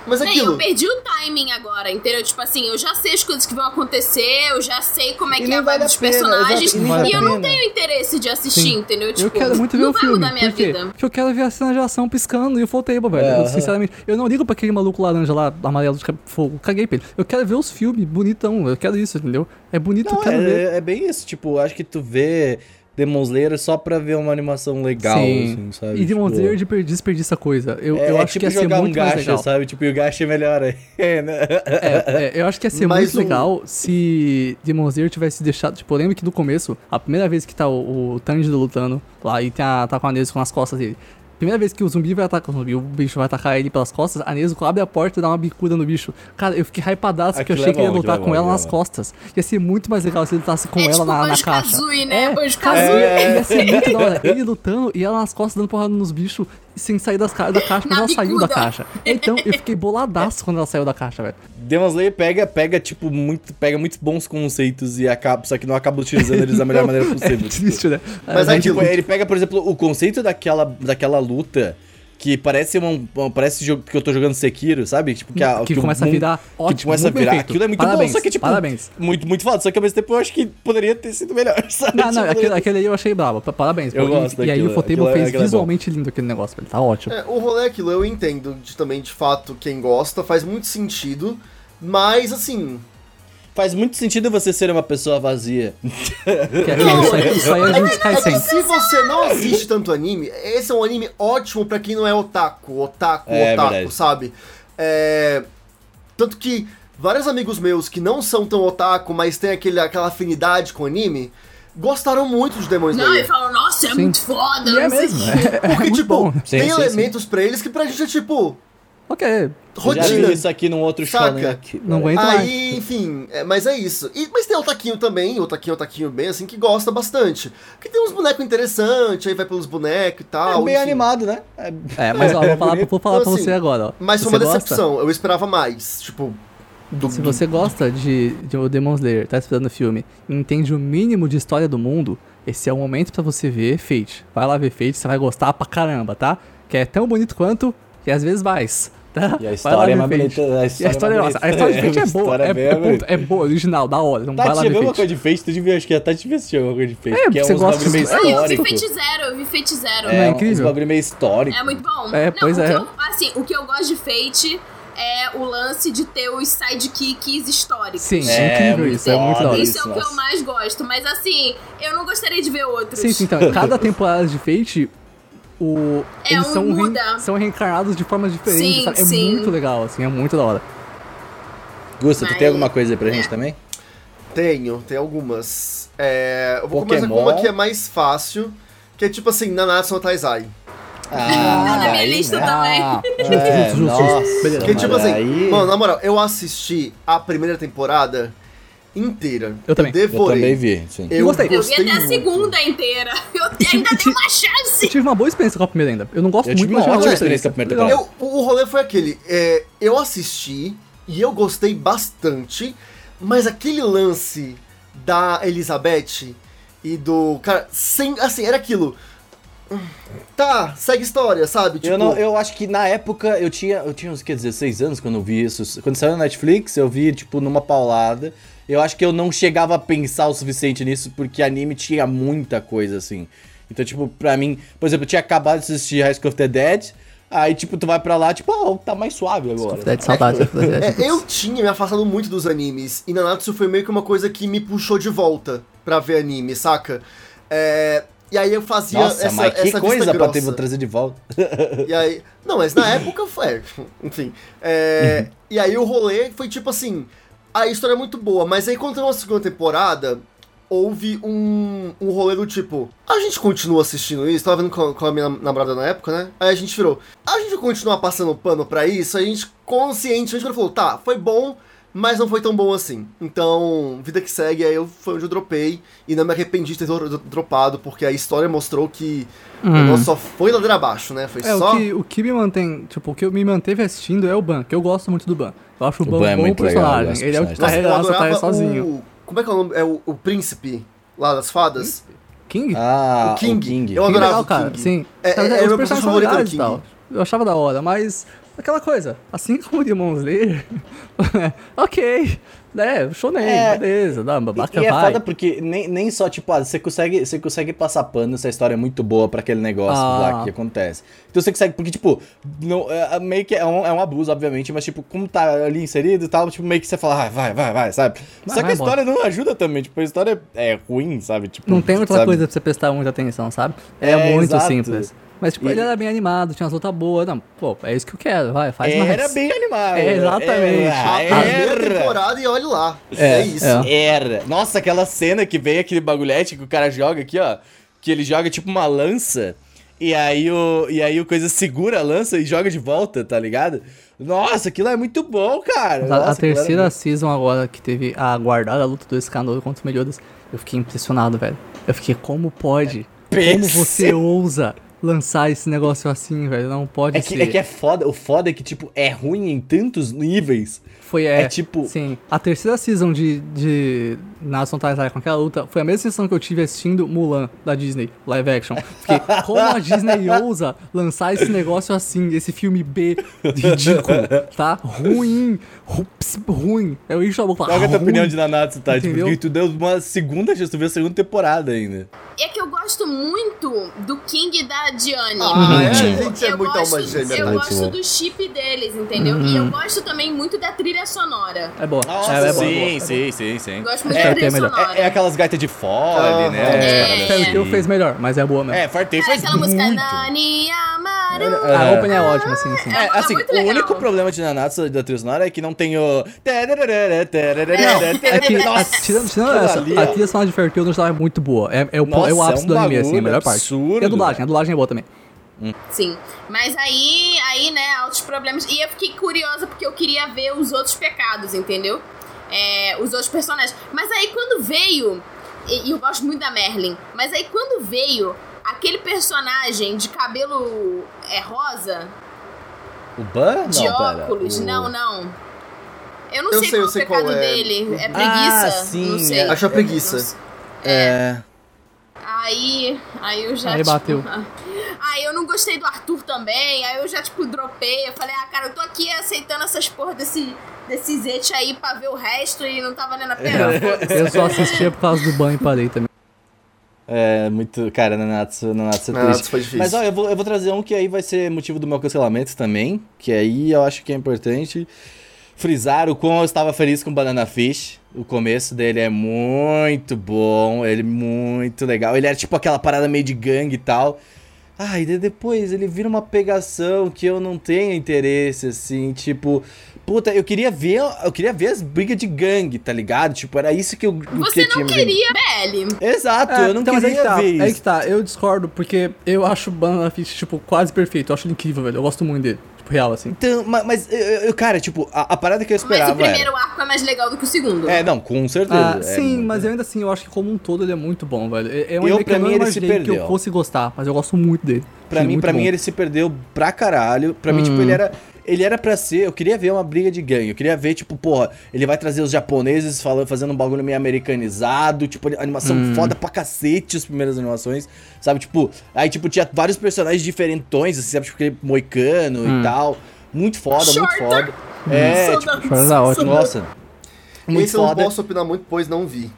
Mas é
Não, e eu
aquilo.
perdi o timing agora, entendeu? Tipo assim, eu já sei as coisas que vão acontecer, eu já sei como é
E
que
nem
é a
vale
vibe
a
dos
pena,
personagens.
exato, e
nem
e
vale
eu
a
não
pena.
tenho interesse de assistir,
Sim.
entendeu?
eu
Tipo,
quero muito ver
não
o
vai
filme,
mudar minha
por quê?
vida.
Porque eu quero ver a cena de ação piscando e o Fotable, velho.
É,
Eu,
aham.
sinceramente, eu não ligo pra aquele maluco laranja lá, amarelo de cab- fogo, caguei pra ele. Eu quero ver os filmes bonitão, eu quero isso, entendeu? É bonito, eu
Não,
quero ver.
é, é bem isso, tipo, acho que tu vê Demon Slayer só pra ver uma animação legal,
Sim.
assim, sabe?
E Demon
Tipo,
Slayer de perdi- desperdiça coisa. Eu,
é,
eu
é
acho
tipo
que ia ser
jogar
muito
um
mais
gacha,
legal.
sabe? Tipo, e o gacha é melhor aí. É, (laughs) né?
É, é, eu acho que ia ser
Mais
muito
um-
legal se Demon Slayer tivesse deixado. Tipo, eu lembro que no começo, a primeira vez que tá o, o Tanjiro lutando lá e tem a, tá com a Nezuko nas costas dele. Primeira vez que o zumbi vai atacar o zumbi, o bicho vai atacar ele pelas costas, a Nezuko abre a porta e dá uma bicuda no bicho. Cara, eu fiquei hypadaço porque eu
Aquilo
achei
é
que ele ia
bom,
lutar
aquilo é
com
bom,
ela
aquilo é
nas
bom.
costas. Ia ser muito mais legal se ele lutasse com
é
ela
tipo
na, na
Banjo
caixa.
Kazooie, né? Banjo Kazooie.
É, ia ser
tá
muito da hora. Ele lutando e ela nas costas dando porrada nos bichos sem sair das ca- da caixa, mas
Na
ela saiu da
bicuda.
caixa. Então eu fiquei boladaço quando ela saiu da caixa, velho.
Demon Slayer pega, pega, tipo, muito, pega muitos bons conceitos e acaba, só que não acaba utilizando eles da
(laughs)
melhor maneira possível. tipo.
É triste, né?
Mas
Mas
é
aí, tipo,
aquilo.
ele pega, por exemplo, o conceito daquela, daquela luta que parece uma, uma- parece jogo que eu tô jogando Sekiro, sabe? Tipo, que, a,
Que
o
começa a
mundo-
virar
que
ótimo,
começa a
muito bem
virar.
feito.
Aquilo é muito
Parabéns,
bom, só que, tipo,
parabéns.
(laughs) muito, muito foda. Só que ao mesmo tempo eu acho que poderia ter sido melhor, (laughs) sabe?
Não, é- não,
Tipo,
aquele, aquele aí eu achei brabo. pa- Parabéns.
Eu
pô. E-
gosto
e, aí
daquilo,
o Fotable
aquilo é-
fez
aquilo é bom.
visualmente lindo aquele negócio, velho. Tá ótimo.
É, o rolê é aquilo, eu entendo de, também, de fato, quem gosta, faz muito sentido. Mas assim.
Faz muito sentido você ser uma pessoa vazia.
Que é- isso, aí, isso
(laughs)
aí é Jujutsu
É que
Kaisen.
se você não assiste tanto anime, esse é um anime ótimo pra quem não é otaku, otaku,
É,
otaku,
verdade.
sabe? É, Tanto que vários amigos meus que não são tão otaku, mas têm aquele, aquela afinidade com anime, gostaram muito de Demon
Não,
Slayer.
ele falou, nossa, é
Sim.
muito foda.
E é
não sei
(laughs)
o
mesmo.
quê.
É, é
Porque,
muito
tipo,
bom.
Sim, sim,
tem elementos pra eles que pra gente é tipo.
Ok.
Eu já
Rotina.
vi isso aqui num outro
Saca?
shonen aqui.
Não aguento mais.
Aí, enfim, é, mas é isso. E- mas tem o Taquinho também, o Taquinho, o Taquinho bem, assim, que gosta bastante. Que tem uns bonecos interessantes, aí vai pelos bonecos e
É
tal.
bem
enfim.
animado, né? É-
É, mas
(laughs)
ó, vou falar,
bonito.
vou falar
Então,
pra
assim,
você agora, ó.
Mas
Se
foi uma
você gosta-
decepção, eu esperava mais. Tipo, do,
Se você gosta de, de o Demon Slayer, tá esperando o filme, e entende o mínimo de história do mundo, esse é o momento pra você ver Fate. Vai lá ver Fate, você vai gostar pra caramba, tá? Que é tão bonito quanto e às vezes mais, tá?
E a
Vai lá
história é
ver
mais
Fate.
bonita. A
E a história é
mais
nossa. A história de
bonita.
Fate é boa,
história
é,
bem
é, ponto,
bonita.
é boa, original, da hora. Então vai lá
Tati,
ver
viu uma
Fate.
coisa de Fate? Tu devia, acho que a Tati devia assistir alguma coisa de Fate,
É,
que é
você
uns
gosta
bagulho meio
disso.
Ah, eu vi
histórico.
Fate Zero, eu vi Fate Zero.
Não é
um-
incrível?
uns bagulho meio histórico.
É muito bom.
É,
Não,
pois
o que
é.
eu- assim, o que eu gosto de Fate é o lance de ter os sidekicks históricos.
Sim,
É,
é incrível
muito
isso, é muito
foda
da hora.
Isso é o
isso,
que eu
nossa.
mais gosto, mas assim, eu não gostaria de ver outros.
Sim, sim, então, cada temporada de Fate, o,
É,
eles
um
são, rein-
muda.
são reencarnados de formas diferentes,
Sim,
sabe? É
sim.
muito legal, assim, é muito da hora.
Gusta, tu
Mas-
tem alguma coisa aí pra gente também?
Tenho, tem algumas. É, eu vou começar com
Pokémon.
uma que é mais fácil, que é tipo assim, Nanatsu no Taizai.
Tá na minha
aí,
lista
Ah, né?
também.
Ah, justo,
É,
justo, justo,
nossa,
justo. Beleza.
Porque,
mano,
tipo assim,
aí-
mano, na moral, eu assisti a primeira temporada inteira.
Eu também.
Eu
devorei.
também vi, sim.
Eu gostei.
Eu vi até a
muito.
segunda inteira. (laughs) Eu ainda dei uma
Eu
chance.
tive uma boa experiência com a primeira ainda. Eu não gosto
Eu
muito,
tive
mas
uma
eu
ótima
gostei.
experiência com a primeira
Não,
temporada.
Eu- Então, o o rolê foi aquele. é, eu assisti e eu gostei bastante, mas aquele lance da Elizabeth e do. Cara, sem. Assim, era aquilo. Hum, Tá, segue história, sabe? Tipo,
Eu, não, eu acho que na época eu tinha, eu tinha uns que, 16 anos quando eu vi isso. Quando saiu na Netflix, eu vi, tipo, numa paulada. Eu acho que eu não chegava a pensar o suficiente nisso, porque anime tinha muita coisa, assim. Então, tipo, pra mim, por exemplo, eu tinha acabado de assistir High School of the Dead. Aí, tipo, tu vai pra lá, tipo, ah, tá mais suave agora.
Dá de saudade.
(laughs)
É, eu tinha me afastado muito dos animes e Nanatsu foi meio que uma coisa que me puxou de volta pra ver anime, saca? É, e aí eu fazia
Nossa,
essa,
mas que
essa
coisa
vista
pra
grossa.
ter, vou trazer de
(laughs)
volta.
E aí. Não, mas na época foi. é, Enfim. É, e aí o rolê foi tipo assim. A história é muito boa, mas aí quando teve uma segunda temporada, houve um, um rolê do tipo. A gente continua assistindo isso, tava vendo com, com a minha namorada na época, né? Aí a gente virou. A gente vai continuar passando pano pra isso, a gente conscientemente falou, tá, foi bom. Mas não foi tão bom assim. Então, vida que segue, aí eu foi onde eu dropei. E não me arrependi de ter dro- dropado, porque a história mostrou que o
Uhum.
negócio só foi ladeira abaixo, né? Foi
É,
só.
o que, o que me mantém, tipo, o que me manteve assistindo é o Ban, que eu gosto muito do Ban. Eu acho o
O
Ban
Ban é
um bom
muito legal, eu
personagem.
gosto do
Ele é o que
personagem
carrega a nossa tarefa sozinho.
Tipo, o... Como é que é o nome? É o, o príncipe lá das fadas?
King?
Ah,
o King. Eu
King
adorava
legal,
o
cara.
King.
Sim.
É-
Sabe,
é-
os
é meu
personagens são
personagem favorito,
legais e
é o
tal. Eu achava da hora, mas aquela coisa, assim (laughs) como o Demon Slayer, (laughs) ok, né, shonen,
É.
beleza, dá,
E-
babaca
E é
vai.
foda porque nem, nem só, tipo, ah, você consegue, você consegue passar pano se a história é muito boa pra aquele negócio
Ah.
lá que acontece. Então você consegue, porque, tipo, não, é, é meio que é um, é um abuso, obviamente, mas, tipo, como tá ali inserido e tal, tipo, meio que você fala, ah, vai, vai, vai, sabe?
Vai,
só que
vai,
a história não ajuda também, tipo, a história é ruim, sabe? Tipo,
Não tem outra
sabe?
coisa pra você prestar muita atenção, sabe? É,
É,
muito
exato.
simples. Mas, tipo,
E-
ele era bem animado, tinha umas lutas boas. Não, pô, é isso que eu quero, vai, faz mais.
Era bem animado.
É, exatamente.
Era,
a primeira
era.
temporada e olha lá.
É,
É, isso.
é.
Era. Nossa, aquela cena que vem aquele bagulhete que o cara joga aqui, ó. Que ele joga tipo uma lança. E aí o, e aí o coisa segura a lança e joga de volta, tá ligado? Nossa, aquilo é muito bom, cara.
Mas
Nossa,
a, a
aquilo era
terceira
muito-
season agora que teve a guardada luta do Escanor contra o Meliodas, eu fiquei impressionado, velho. Eu fiquei, como pode? Como
Péssimo.
você ousa lançar esse negócio assim, velho? Não pode
É
ser.
que, é que é foda. O foda é que, tipo, é ruim em tantos níveis.
Foi, é,
é tipo-
Sim. A terceira season de, de Nação Taizai com aquela luta foi a mesma sessão que eu tive assistindo Mulan, da Disney, live action. Fiquei, como a Disney (laughs) ousa lançar esse negócio assim, esse filme B ridículo, tá? Ruim. Ru- ps- Ruim. Eu encho a boca e falo, "Ah,
Qual que é a tua
"Ruim".
opinião de Nanatsu, tá? Tipo,
Entendeu?
porque tu deu uma segunda chance, tu viu a segunda temporada ainda.
É que eu gosto muito do King e da Diane.
Ah, é,
Uhum.
gente, é
eu
muito
gosto,
alma gêmea.
eu
né?
Muito
gosto
bom.
do chip deles, entendeu? E
Uhum.
eu gosto também muito da trilha sonora.
É boa.
Nossa,
é, é boa, é boa.
sim, sim, sim, sim.
Gosto muito
É,
da
é
trilha
melhor.
sonora.
É, é aquelas gaitas de fole,
Aham.
né? Umas
É,
paradas
é.
Fairy Tail
assim.
fez melhor, mas é boa mesmo.
É, Fire Tail
Cara,
fez
aquela música
muito.
Nani Amaru.
É.
A open é ótima, sim, sim.
É,
É
assim,
muito
o
legal.
único problema de Nanatsu da trilha sonora é que não tem o...
É que, a-
Nossa,
tirando, tirando
aquilo
essa,
ali,
a
ó.
trilha sonora de Fairy Tail não estava muito boa. É, é, o,
Nossa,
é o
é
ápice
um
do anime, assim, a
bagulho
melhor parte. E a
absurdo,
dublagem,
velho.
a dublagem é boa também.
Sim. Mas aí, aí, né, altos problemas. E eu fiquei curiosa porque eu queria ver os outros pecados, entendeu? É, os outros personagens. Mas aí quando veio. E, e eu gosto muito da Merlin. Mas aí quando veio aquele personagem de cabelo é, rosa,
O Ban?
de
Não, pera.
óculos.
O-
Não, não. Eu não
Eu
sei,
sei,
qual
eu sei
é o pecado
qual é.
dele. É
Ah,
preguiça?
sim,
não sei.
é.
Acho a preguiça.
Não sei.
É.
Aí, aí eu já.
Aí
tipo, (laughs)
bateu.
Aí eu não gostei do Arthur também. Aí eu já, tipo, dropei. Eu falei, ah, cara, eu tô aqui aceitando essas porra desse, desse zete aí pra ver o resto e não tá valendo a pena.
(laughs)
foda-se.
É, Eu só assistia por causa do banho e parei também.
É, muito. Cara, Nanatsu, Nanatsu é
Nanatsu
triste.
foi difícil.
Mas ó, eu vou, eu vou trazer um que aí vai ser motivo do meu cancelamento também. Que aí eu acho que é importante frisar o quão eu estava feliz com Banana Fish. O começo dele é muito bom, ele é muito legal. Ele era tipo aquela parada meio de gangue e tal. Ah, e daí depois ele vira uma pegação que eu não tenho interesse, assim, tipo. Puta, eu queria ver. Eu queria ver as brigas de gangue, tá ligado? Tipo, era isso que eu.
Você
tinha
não
me vendido.
queria BL.
Exato, eu não
então, mas
queria
aí que tá,
ver isso.
Aí que tá, eu discordo, porque eu acho o Banana Fish, tipo, quase perfeito. Eu acho ele incrível, velho. Eu gosto muito dele. Tipo, real, assim.
Então, ma- mas, eu- eu- cara, tipo, a, a parada que eu
Mas
esperava
o primeiro arco é mais legal do que o segundo.
era... É, não, com certeza.
Ah,
é
sim,
muito-
mas eu ainda assim, eu acho que como um todo ele é muito bom, velho. É é um
Eu,
anime que
pra
eu não
mim, ele se
imaginei que
perdeu.
eu fosse gostar, mas eu gosto muito dele.
Pra
Ele é
mim,
muito
pra mim,
bom. Hum.
ele se perdeu pra caralho. Pra mim, tipo, ele era... Ele era pra ser... Eu queria ver uma briga de gangue. Eu queria ver, tipo, porra, ele vai trazer os japoneses falando, fazendo um bagulho meio americanizado. Tipo, animação
Hum.
foda pra cacete, as primeiras animações. Sabe, tipo... Aí, tipo, tinha vários personagens diferentões, assim, sabe? Tipo, aquele moicano
Hum.
e tal. Muito foda, muito
Shorter.
foda. É,
Sou
tipo,
da- é
Shorter era ótimo.
sou da-
nossa. Muito
Esse eu não
foda.
posso opinar muito, pois não vi.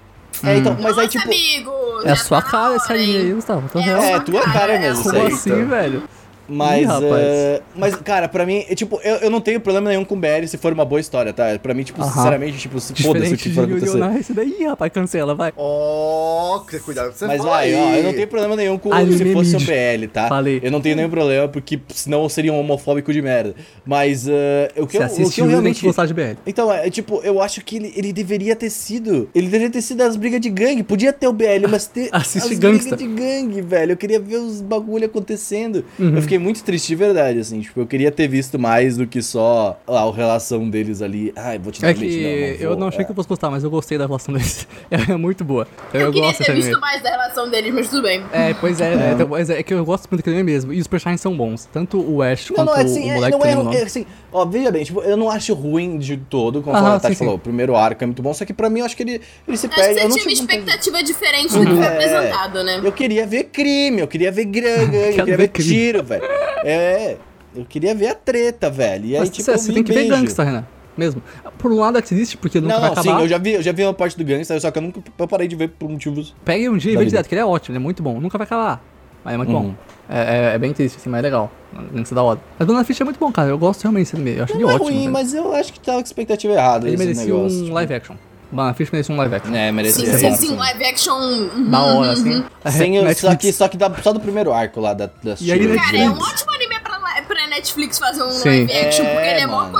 É, então, mas aí,
Nossa,
tipo...
amigo,
É
já
a sua
tá na
cara
hora,
esse anime aí,
hein?
Gustavo. Tá
É,
real?
a
É,
sua
tua cara mesmo, isso
sua
Como
aí,
assim,
então.
velho?
Mas,
Ih, rapaz.
eh, mas, cara, pra mim, é, tipo, eu, eu não tenho problema nenhum com BL se for uma boa história, tá? Pra mim, tipo,
Aham.
sinceramente, tipo, se- foda-se o
Diferente
que
de
for
Yuri
acontecer.
on Ice, daí, rapaz, cancela, vai.
Ó, que cuidado que você
Mas
fala
vai,
aí.
ó, eu não tenho problema nenhum com
Anime
se fosse um
mídia.
BL, tá?
Falei.
Eu não tenho nenhum problema, porque senão eu seria um homofóbico de merda. Mas eh, o, que eu,
Se
o que eu
assistiu, eu nem
realmente.
gostar de BL.
Então, é tipo, eu acho que ele, ele deveria ter sido. Ele deveria ter sido as brigas de gangue. Podia ter o BL, mas
(laughs)
ter
Ah, Assiste
as
Gangsta.
brigas de gangue, velho. Eu queria ver os bagulho acontecendo.
Uhum.
Eu fiquei muito triste de verdade, assim. Tipo, eu queria ter visto mais do que só ah, a relação deles ali. Ai, vou te dar
É
leite,
que
vou.
eu não achei
É.
que eu fosse gostar, mas eu gostei da relação deles. (laughs) É muito boa. Eu,
Eu queria
gosto desse
ter visto
anime.
mais da relação deles, mas tudo bem.
É, pois é, né? Então, pois é, é que eu gosto muito daquele anime mesmo. E os personagens são bons. Tanto o Ash
Não,
quanto
não, é assim,
o
é,
moleque
não
que eu
é,
não lembro o nome.
é assim, ó, veja bem, tipo, eu não acho ruim de todo, como
Aham,
a Tati
sim, sim.
falou, o primeiro arco é muito bom, só que pra mim eu acho que ele, ele se
Acho que
perde. eu
você
não
tinha uma
tive vontade de-
expectativa diferente do que foi apresentado, né?
Eu queria ver crime, eu queria ver
(laughs)
granga, eu queria
Quero
ver,
ver crime.
tiro, velho. É, eu queria ver a treta, velho. E aí,
Mas
tipo,
você,
eu
você
me
tem que ver
beijo.
Gangsta, Renan. Mesmo. Por um lado é triste, porque nunca
Não,
vai
não, sim,
acabar.
eu já vi, eu já vi uma parte do Gangsta, só que eu nunca eu parei de ver por motivos.
Pegue um dia e
Da
vê
vida.
direto, que ele é ótimo, ele é muito bom. Nunca vai acabar. Mas é muito
Uhum.
bom. É, é- é bem triste, assim, mas é legal. Gangsta da hora. Mas Dona Ficha é muito bom, cara. Eu gosto realmente desse anime. Eu acho ele
Não é
ótimo.
ruim,
velho.
mas eu acho que tava com expectativa errada.
Ele
esse
merecia
negócio,
um
tipo.
live action. Banana Fish merecia um live action.
É, merecia.
Sim,
é
sim,
bom,
sim, live action. uhum,
Da hora,
uhum.
assim.
Sem,
É,
o- só,
Netflix.
que, só que da- só do primeiro arco lá da, da
E aí,
Shira,
Cara, é
né?
um ótimo anime pra, li- pra Netflix fazer um
Sim.
live action, porque
É,
ele é mó
mano.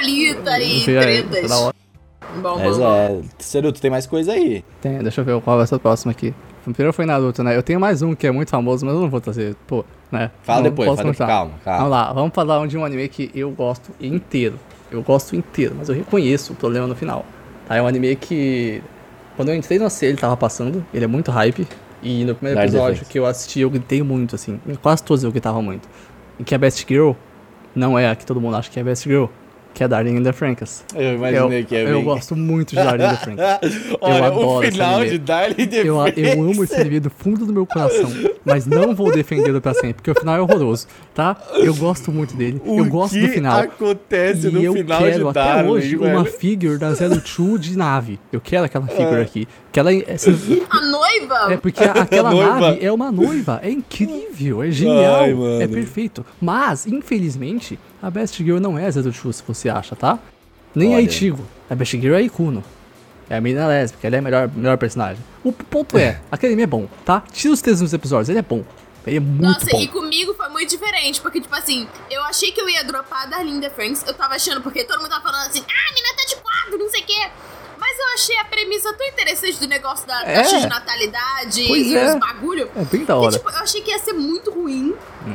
cosmopolita e
Fica aí, tá
tretas.
da hora.
Bom,
Mas
bom.
é, Ceruto, tem mais coisa aí.
Tem, deixa eu ver qual vai ser o próximo aqui. O primeiro foi Naruto, né? Eu tenho mais um que é muito famoso, mas eu não vou trazer, pô, né?
Fala
Não
depois,
posso
fala depois.
contar.
Calma, calma.
Vamos lá, vamos falar de um anime que eu gosto inteiro. Eu gosto inteiro, mas eu reconheço o problema no final. Tá? É um anime que. Quando eu entrei na série, ele tava passando, ele é muito hype. E no primeiro
Dark
episódio
Defense.
que eu assisti, eu gritei muito, assim. Em quase todos eu gritava muito. E que a Best Girl não é a que todo mundo acha que é a Best Girl, que é a Darling in the Frankas.
Eu imaginei
eu,
que é ia vir.
Eu gosto muito de Darling in the Frankas.
(laughs) Olha, o
adoro esse
final
anime.
de Darling the
Eu, eu amo esse anime do fundo do meu coração, mas não vou defendê-lo pra sempre, porque o final é horroroso, tá? Eu gosto muito dele,
O
eu gosto do
que
final.
acontece
E
no
eu
final
quero
de
até
Darwin,
hoje
velho?
uma figure da Zero Two de nave. Eu quero aquela figure aqui. Que ela é, essa-
A noiva?
é
(laughs)
porque a- aquela
Noiva.
nave é uma noiva. É incrível, é genial,
Ai, mano.
é perfeito. Mas, infelizmente, a Best Girl não é a Zero Two, se você acha, tá? Nem é
Olha.
Ichigo. A Best Girl é a Ikuno. É a menina lésbica, ela é a melhor, melhor personagem. O
(laughs)
ponto é, aquele anime é bom, tá? Tira os textos dos episódios, ele é bom. Ele é muito
Nossa,
bom.
e comigo foi muito diferente, porque, tipo assim, eu achei que eu ia dropar a Darlene The Franks, eu tava achando, porque todo mundo tava falando assim, ah, a menina tá de quadro, não sei o quê. Mas eu eu achei a premissa tão interessante do negócio da
É.
taxa de natalidade
Pois
e
é.
os bagulho.
É bem da
Que,
hora. Uhum.
tipo, eu achei que ia ser muito ruim.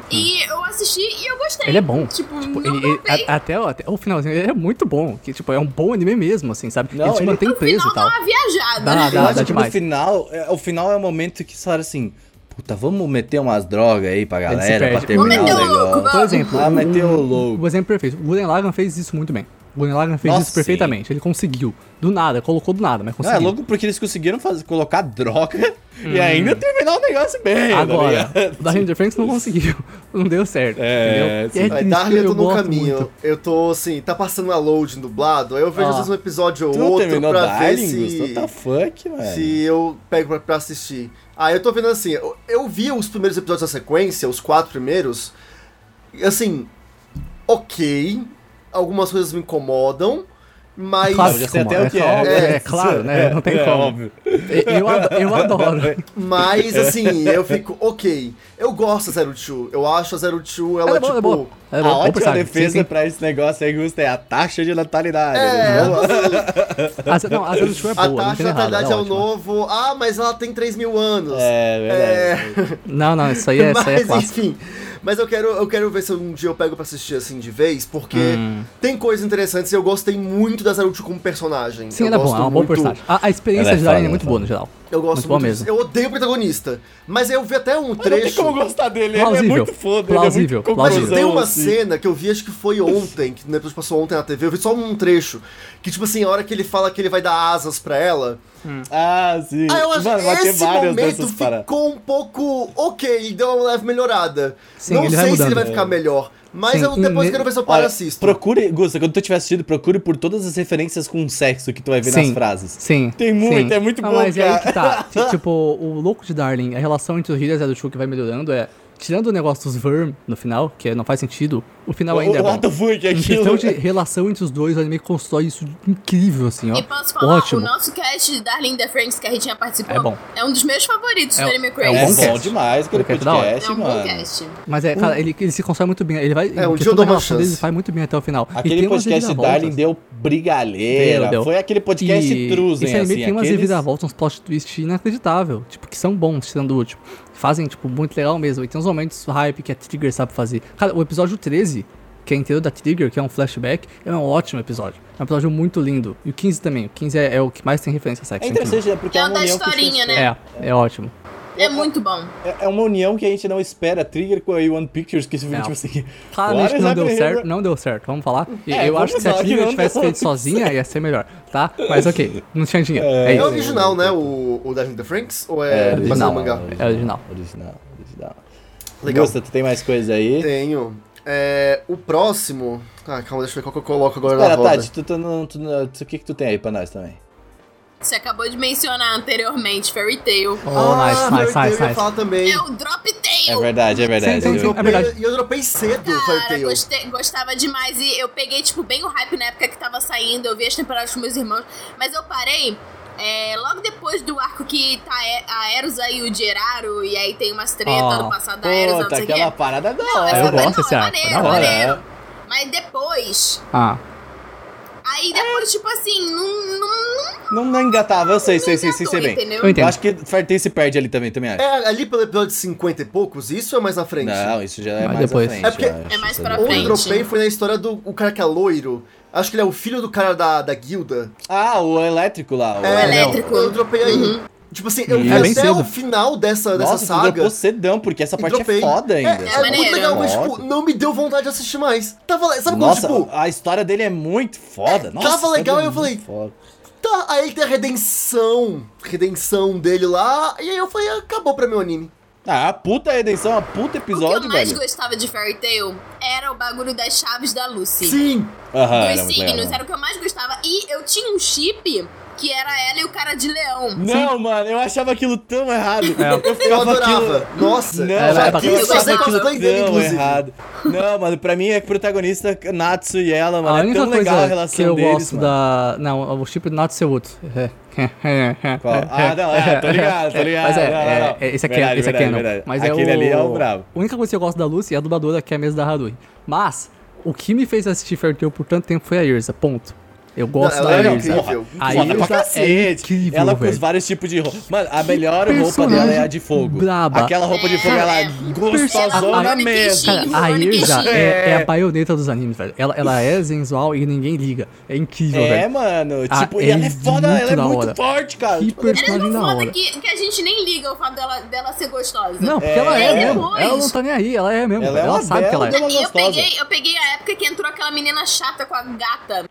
E eu assisti e eu gostei.
Ele é bom.
Tipo,
Tipo,
não
ele- ele-
dropei.
a- até, o- até o finalzinho ele é muito bom. Que, tipo, é um bom anime mesmo, assim, sabe?
Não,
ele te
ele-
mantém
No
preso
final
e tal.
dá uma viajada. né?
Dá,
Eu
dá,
acho que no
demais.
final, é, o final é o momento que falaram assim, puta, vamos meter umas drogas aí pra
se
galera, pra
perde.
Vamos
terminar o
meter o
negócio.
louco,
Por exemplo,
Ah,
o-
meteu o
o
louco.
exemplo perfeito. O Gurren Lagann fez isso muito bem. O Gurren Lagann fez
Nossa,
isso perfeitamente. Ele conseguiu. Do nada, colocou do nada,
Não,
mas
é
conseguiu.
louco porque eles conseguiram fazer, colocar droga e ainda terminar o negócio bem. tá (laughs)
Hum. Agora,
ligado?
o da Ranger Franks não conseguiu. (laughs) Não deu certo.
É,
entendeu? E
sim.
é
Aí,
triste,
Darling, eu tô
eu
no
gosto
caminho.
muito.
Eu tô assim, tá passando a load dublado, aí eu vejo
Ah.
às vezes um episódio ou
tu
outro
Tipo, terminou Tá
pra ver
Darling, Gusto?
se,
What the fuck, mano?
se eu pego pra, pra assistir. Aí eu tô vendo assim, eu, eu vi os primeiros episódios da sequência, os quatro primeiros, e assim, ok, algumas coisas me incomodam, mas.
Claro,
Eu já sei até o que é.
claro,
é,
é claro, né? Não tem
é,
como.
Óbvio.
Eu ado-
(laughs)
eu adoro.
tipo, Mas assim, eu fico, ok. Eu gosto da Zero Two. Eu acho a Zero Two, ela,
Ela é
tipo.
boa, ela é boa. Ela é
A
boa, bom
ótima
personagem, sim,
defesa
sim.
pra esse negócio aí, Gusto, é a taxa de natalidade.
É,
Boa.
As- Não, a Zero Two é
A
boa, não
taxa
tem
de
errado.
natalidade é,
ela é
o
ótima.
novo. Ah, mas ela tem 3 mil anos.
É, verdade.
Não, não, isso (laughs) aí é, isso aí é
mas
clássico.
enfim. Mas eu quero, eu quero ver se um dia eu pego pra assistir assim de vez, porque
Hum.
tem coisas interessantes e eu gostei muito da Zero Two como personagem.
Sim,
eu
ela é
gosto
boa, é uma boa
muito-
personagem. A, a
Ela
experiência
é
de Darling
foda,
é muito
ela é
boa no geral.
Eu gosto muito,
Muito boa mesmo.
Eu odeio o protagonista. Mas eu vi até um
Mas Não tem
trecho.
como gostar dele, ele é
Plausível.
muito foda, ele é
Plausível,
muito
plausível.
Mas
conclusão,
tem uma
assim.
cena que eu vi, acho que foi ontem, que depois passou ontem na TV, eu vi só um trecho. Que, tipo assim, a hora que ele fala que ele vai dar asas pra ela.
Ah, sim.
Ah, eu acho
Mano, vai
que
ter
esse
várias
momento
dessas paradas.
ficou um pouco ok, deu uma leve melhorada.
Sim,
Não
ele vai
sei se ele
mudando.
vai ficar melhor, mas
Sim,
eu depois
ne-
quero ver se eu paro e
Olha,
assisto.
procure, Gusta, quando tu tiver assistido, procure por todas as referências com sexo que tu vai ver nas
Sim,
frases.
Sim.
Tem muito,
sim.
é muito
Não,
bom,
Mas é aí
cara.
que
(laughs)
tá. T- Tipo, o louco de Darling, a relação entre o Hilliard e a do Chu que vai melhorando é. Tirando o negócio dos Verm no final, que não faz sentido, o final ainda é
o
bom.
what the fuck é
Em
aquilo?
questão de relação entre os dois, o anime constrói isso de incrível, assim, ó.
E posso falar,
Ótimo.
o nosso cast de Darling the Friends que a Ritinha participou
É bom.
é um dos meus favoritos
É-
do Anime
é
Crazy.
um
É
bom
bom
cast.
demais aquele
Podcast da hora.
podcast,
É um bom
mano.
cast.
Mas é, cara, ele, ele se constrói muito bem. Ele vai. em
dia eu
questão
dou
da
uma
relação dele,
chance.
ele vai muito bem até o final. E tem
Aquele
umas
podcast de
reviravoltas. assim.
Darling deu brigalheira.
Deu, deu.
Foi aquele podcast
E
Truzen,
Esse anime
assim.
tem umas
aqueles-
reviravoltas, uns plot twist inacreditável. Tipo, que são bons, tirando o último. Fazem, tipo, muito legal mesmo. E tem uns momentos hype que a Trigger sabe fazer. Cara, o episódio 13, que é inteiro da Trigger, que é um flashback, é um ótimo episódio. É um episódio muito lindo. E o 15 também. O 15 é, é o que mais tem referência a sexo.
É interessante, né? Porque é,
É o
uma
da
união que a gente
historinha,
não
né?
É, é ótimo.
É muito bom.
espera. É é uma união que a gente não espera. Trigger com a A1 Pictures, que se viu,
Não.
tipo assim.
(laughs) Claramente
what
que
is
não deu
happening
certo,
here?
não deu certo, vamos falar. E
É,
eu
vamos
acho que se a
falar que
Trigger
não
tivesse
deu
feito sozinha, ia ser melhor, tá? Mas ok, não tinha dinheiro. É,
É,
É o
isso.
original, né? O, o da Gente Franks? Ou é, baseado
original.
no mangá?
É original.
Original, original.
Legal.
Gusta, tu tem mais coisa aí?
Tenho. É, o próximo. Ah, calma, deixa eu ver qual que eu coloco agora na
Pera,
roda.
Tati, tu, tu, não- tu, não- tu- o que que tu tem aí pra nós também?
Você acabou de mencionar anteriormente Fairy Tail.
Oh,
ah,
nice,
Fairy
nice,
Tail
nice,
eu ia
nice.
falar também.
É o Drop
É
Tail!
verdade, é verdade.
sim,
eu-
sim.
Eu
É verdade.
dropei- E eu dropei cedo o Fairy
Cara,
Tail.
gostei- gostava demais e eu peguei, tipo, bem o hype na época que tava saindo, eu vi as temporadas com meus irmãos, mas eu parei é, logo depois do arco que tá a- a Erusa e o Geraro, e aí tem umas treta
Ah,
no passado da Erusa, não
Puta,
sei o que.
aquela parada é da
Não,
hora.
Eu
essa
gosto
não,
desse
é
arco, é da
maneiro,
hora.
maneiro. Mas depois,
Ah,
aí depois, tipo assim, não, não, não
Não, não engatava, eu sei, sei, sei, sei, sei
é engatou,
bem.
entendeu?
Eu entendo.
Eu acho que Fartei se perde ali também, também acho.
É ali pelo episódio 50 e poucos, isso ou é mais na frente?
Não, isso já é
Mas
mais
depois.
pra frente.
É porque-
eu acho,
É mais
isso
pra
já-
Onde eu
frente.
dropei foi na história do o cara que é loiro. Acho que ele é o filho do cara da, da guilda.
Ah, o elétrico lá. O
É,
elétrico. Uhum.
Eu dropei aí. Tipo assim, eu
Hum.
vi
É bem
até
cedo.
o final dessa,
Nossa,
dessa
tu dropou
saga.
cedão, porque essa
e
parte é
dropei.
foda ainda.
É,
É
é muito
maneiro.
legal, mas tipo,
Foda.
não me deu vontade de assistir mais. Tava, le- sabe
Nossa,
quando, tipo,
a história dele é muito foda. Nossa, a
tava
história
legal,
é
eu falei,
muito foda.
tá, aí tem a redenção, redenção dele lá, e aí eu falei, acabou pra meu anime.
Ah, a puta redenção, a puta
o que
episódio,
eu mais
velho.
gostava de Fairy Tail era o bagulho das chaves da Lucy.
Sim,
Aham, era
Dos
muito
signos,
legal. né?
era o que eu mais gostava. E eu tinha um chip que era ela e o cara de leão.
Não, mano, eu achava aquilo tão errado.
É,
Eu
eu
ficava
adorava.
aquilo.
Nossa,
Não,
Era-
eu
era
aquilo- eu
bacana.
achava aquilo
Cosplay dele,
tão
inclusive.
errado. Não, mano, pra mim é protagonista Natsu e ela, mano.
a
é
única
tão
coisa
legal a
que
relação
eu
deles,
gosto
mano.
da. Não, é o chip do Natsu (laughs) Sewuto.
Qual? Ah, não, é, tô ligado, tô ligado.
Mas é,
Não, não,
é,
não.
é, esse aqui
Verdade,
é, esse aqui é
verdade,
não.
verdade.
Mas
Aquele
é o...
ali é o brabo.
A única coisa que eu gosto da Lucy é a dubladora, que é a mesma da Harui. Mas, o que me fez assistir Fairy Tail por tanto tempo foi a Irza, ponto. Eu gosto
Não,
da
ela é
Elsa.
incrível.
A
Foda pra
Elsa é
cacete.
incrível,
ela com
velho.
os vários tipos de roupa. Mano, a melhor roupa
personagem
dela é a de fogo.
braba.
Aquela roupa de fogo,
É.
ela é
Persona
gostosona mesmo.
Cara, a
Rony
Elsa
Kenshin.
é, é a baioneta dos animes, velho. Ela, ela é sensual e ninguém liga. É incrível,
É,
velho.
mano.
Ah,
Tipo, e ela
é
é foda,
muito
ela é
da
muito
hora.
forte, cara.
Que
Tipo,
Ela é
personagem
tão
da
foda
hora.
que, que a gente nem liga o fato dela, dela ser gostosa.
Não, porque ela é,
É,
mesmo.
depois.
Ela não tá nem aí, ela é mesmo.
Ela
Ela,
é uma
ela sabe que ela
bela
é.
dela
Eu
gostosa.
peguei, eu peguei a época que entrou aquela menina chata com a gata.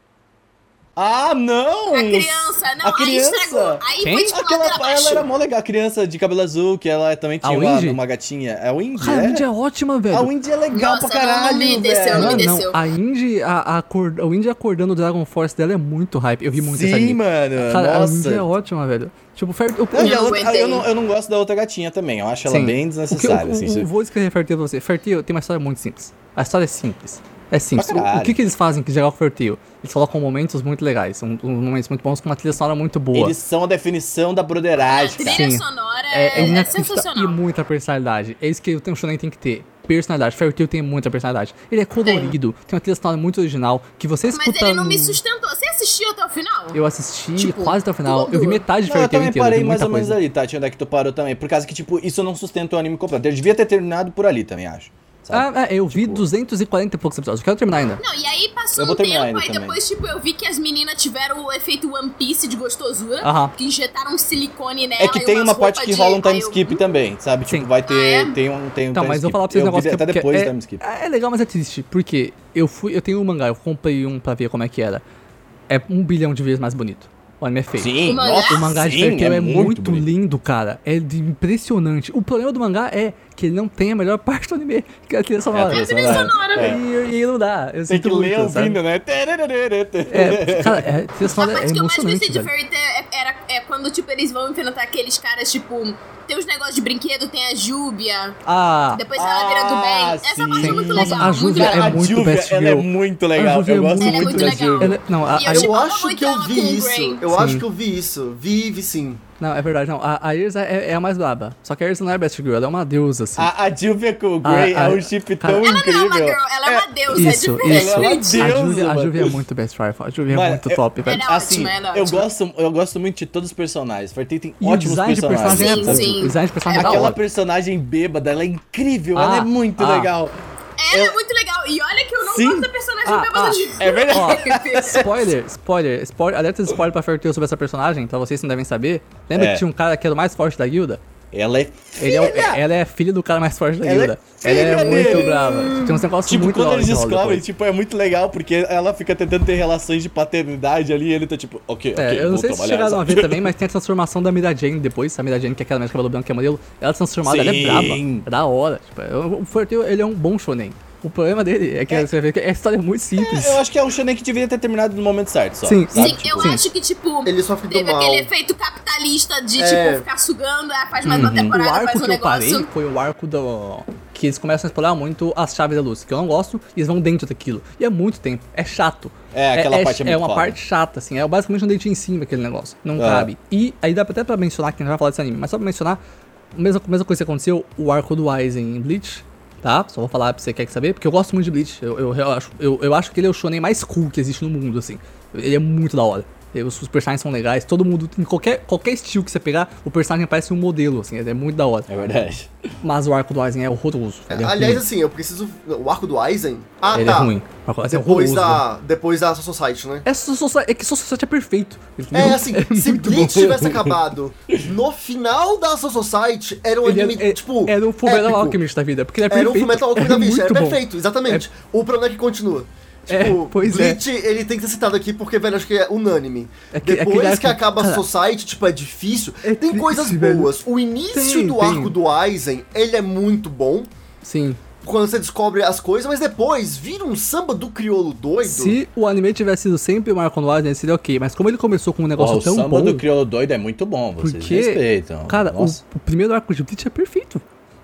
Ah, não!
A criança, não,
a criança.
aí estragou. Aí
Quem?
foi tipo
Aquela,
ladeira abaixo.
ela era mó legal, a criança de cabelo azul, que ela também
A
tinha uma,
Windy?
uma gatinha. É o Indy,
Cara, a Indy
é?
é ótima, velho.
A Indy é legal
Nossa,
pra caralho,
não me desceu,
velho.
não
Mano,
me
não,
desceu.
a Indy, a, a, acor- o Indy acordando o Dragon Force dela é muito hype. Eu ri muito dessa
Sim,
anime.
mano.
Cara, a Indy
nossa.
é ótima, velho. Tipo, Fair... o,
Não, e
o-
a
Não
outra-
aguentei.
eu, não, eu não gosto da outra gatinha também. Eu acho ela
Sim.
bem
O
desnecessária.
que, o-
assim,
o-
se-
eu vou escrever Fairtail pra você. Fairtail tem uma história muito simples. A história é simples. É simples.
Pra
O- O,
caralho.
que, que eles fazem que geral com Fairtail? Eles colocam momentos muito legais, um- uns momentos muito bons com uma trilha sonora muito boa.
Eles são a definição da
A
broderagem, cara.
trilha
Sim.
sonora
É, é
é, é
inacreditável.
sensacional.
E muita personalidade. É isso que o Shonen tem que ter. Personalidade. Fairytale tem muita personalidade. Ele é colorido, tem uma trilha sonora muito original, que você
Mas
escuta
ele não me
no-
sustentou. Você assistiu até o final?
Eu assisti
Tipo,
quase até o final. Eu vi
tudo.
metade de
Não, eu
Fairytale
também
inteiro, eu
parei
vi
mais
muita
ou menos
coisa.
ali, Tati, onde é que tu parou também. Por causa que, tipo, isso não sustenta o anime completo. Eu devia ter terminado por ali também, acho. Sabe? Tipo-
Ah, é, eu vi 240 e poucos episódios. Eu quero terminar ainda.
Não, e aí passou
Eu vou
um
terminar
tempo,
ele
aí
também.
depois, tipo, eu vi que as meninas tiveram o efeito One Piece de gostosura,
Aham.
que injetaram silicone nela.
é que
e
tem
umas
uma parte
roupas
que
de-
rola um time
aí eu-
skip também, sabe? Tipo,
Sim.
vai ter.
Ah,
Tem um, tem um
Então,
time
mas eu
skip.
vou falar pra vocês um
vi
negócio que
até
porque
depois tá,
é,
do time skip.
É legal, mas é triste, porque eu fui, eu tenho um mangá, eu comprei um pra ver como é que era. É um bilhão de vezes mais bonito. O anime é feio.
Sim,
O mangá-
nossa,
O mangá de
sim,
Fairytale é, muito
bonito.
lindo, cara. É de- impressionante. O problema do mangá é que ele não tem a melhor (laughs) parte do anime, que é a trilha sonora.
trilha
E-
Trilha
sonora.
sonora,
É.
E, e não dá. Eu
Tem
sinto
que ler
muito, sabe?
ouvindo, né?
É, cara, é, a trilha
A
sonora é
parte que eu mais gostei
emocionante,
de
velho.
Fairy Tail é, era, é quando, tipo, eles vão enfrentar aqueles caras, tipo, tem os negócios de brinquedo, tem a Júbia,
Ah,
depois ela vira né, do bem.
ah,
Essa
sim.
parte é
sim.
muito
Nossa,
legal.
a
muito
Júlia
legal.
é
A
muito
Júlia,
best
ela é
girl.
muito
A
legal.
Júlia
Eu
é
gosto
muito
muito da
legal.
Júlia.
ela- é, não, a,
E
a-
eu
Eu
Tipo,
acho
como
que eu
aquela
vi
com
isso.
Grey.
Eu
Sim.
acho que eu vi isso. Vi, vi sim.
não, é verdade, não. A, a Irza é, é a mais braba. Só que a Irza não é Best Girl, ela é uma deusa, assim.
A, a Júlia com o Grey
Ah,
é
ah,
um chip
cara.
tão
Ela
Ela não é uma
incrível.
girl, ela é uma deusa,
isso,
é
isso.
diferente.
Ela é uma
a
deusa,
Júlia a
mano.
Júlia é muito best rival. A Júlia é
Mano,
muito
eu-
top, velho.
Ela é
Assim,
ótima, ela é
eu
ótima.
gosto, eu gosto muito de todos os personagens. Fartei tem
E o
ótimos
design de
personagens.
personagem é
Sim,
bom.
sim.
O design de personagem é da
Aquela (laughs)
hora.
personagem bêbada, ela é incrível,
Ah,
ela é muito
ah.
legal.
Ela é
Eu-
muito legal. E olha que eu não
Sim.
gosto da personagem
Ah,
bêbada
ah,
de
é verdade.
Spoiler, spoiler, spoiler, alerta de spoiler pra Fairytale sobre essa personagem, pra vocês que não devem saber. Lembra
É.
que tinha um cara que era o mais forte da guilda?
(laughs) Ela é
Ele é, o- ela é filha do cara mais forte da
Ela é
guilda. Ela
filha
é muito
dele.
brava. Tem uns negócios
Tipo,
muito
quando
da hora
eles
que rola
descobrem,
depois.
tipo, é muito legal, porque ela fica tentando ter relações de paternidade ali, e ele tá tipo, ok,
É,
ok,
eu não
vou
sei se
trabalhar,
chegaram a
sabe?
ver também, mas tem a transformação da Mira Jane depois. A Mira Jane, que é aquela mesma de cabelo branco que é modelo, ela transformada, ela é
Sim.
brava. É da hora. Tipo, é- o Forteu, ele é um bom shonen. O problema dele é que você vai ver que a história é muito simples.
Eu acho que é um shonen que deveria ter terminado no momento certo, só.
Sim.
sabe?
Sim,
Tipo,
eu
Sim.
acho que, tipo,
Ele sofre do
teve
mal.
aquele efeito capitalista de,
É. Uhum.
tipo, ficar sugando, ah, faz mais uma
O
temporada,
arco
faz um
que eu parei
negócio.
foi o arco do. Que eles começam a explorar muito as chaves da luz, que eu não gosto, e eles vão dentro daquilo. E é muito tempo, é chato.
É, aquela parte é muito
uma
foda.
parte chata, assim. É basicamente um dente em cima aquele negócio. Não
É.
cabe. E aí dá até pra mencionar, que a gente vai falar desse anime, mas só pra mencionar, mesma, mesma coisa que aconteceu, o arco do Aizen em Bleach, tá? Só vou falar pra você que quer saber, porque eu gosto muito de Bleach. Eu, eu, eu acho, eu, eu acho que ele é o shonen mais cool que existe no mundo, assim. Ele é muito da hora. E Os, os personagens são legais, todo mundo, em qualquer, qualquer estilo que você pegar, o personagem parece um modelo, assim, é muito da hora.
É verdade.
Mas o arco do Aizen é horroroso. Ele é
Aliás,
ruim.
assim, eu preciso. O arco do Aizen? Ah,
ele
tá.
é ruim. O arco do Aizen é
Depois
horroroso. né?
da, depois da Soul Society, né?
É, só, só- só- é que só Society é perfeito. entendeu?
É
(laughs)
assim, se
muito
Bleach
bom. (laughs)
tivesse acabado no final da Soul Society, era um
Ele
anime,
é, é,
tipo.
era um Fullmetal
épico.
Alchemist da vida, porque ele é
Era
perfeito.
um Fullmetal Alchemist da Bleach, era
muito bom.
perfeito, exatamente. O problema é que continua.
É,
Tipo,
pois é.
Bleach, ele tem que ser citado aqui porque, velho, acho que é unânime.
É que- é que
Depois
ele é-
que acaba a
cara,
Society, tipo, é difícil.
é
tem
triste,
coisas
velho.
boas. O início
Tem,
do
tem.
arco do Aizen, ele é muito bom.
Sim.
Quando você descobre as coisas, mas depois vira um samba do crioulo doido.
Se o anime tivesse sido sempre o Marco Noir, ele seria ok. Mas como ele começou com um
Ó,
negócio
o
tão
samba
bom...
do crioulo doido é muito bom, vocês
porque,
respeitam.
cara, o,
Nossa.
o primeiro arco de Bleach é perfeito.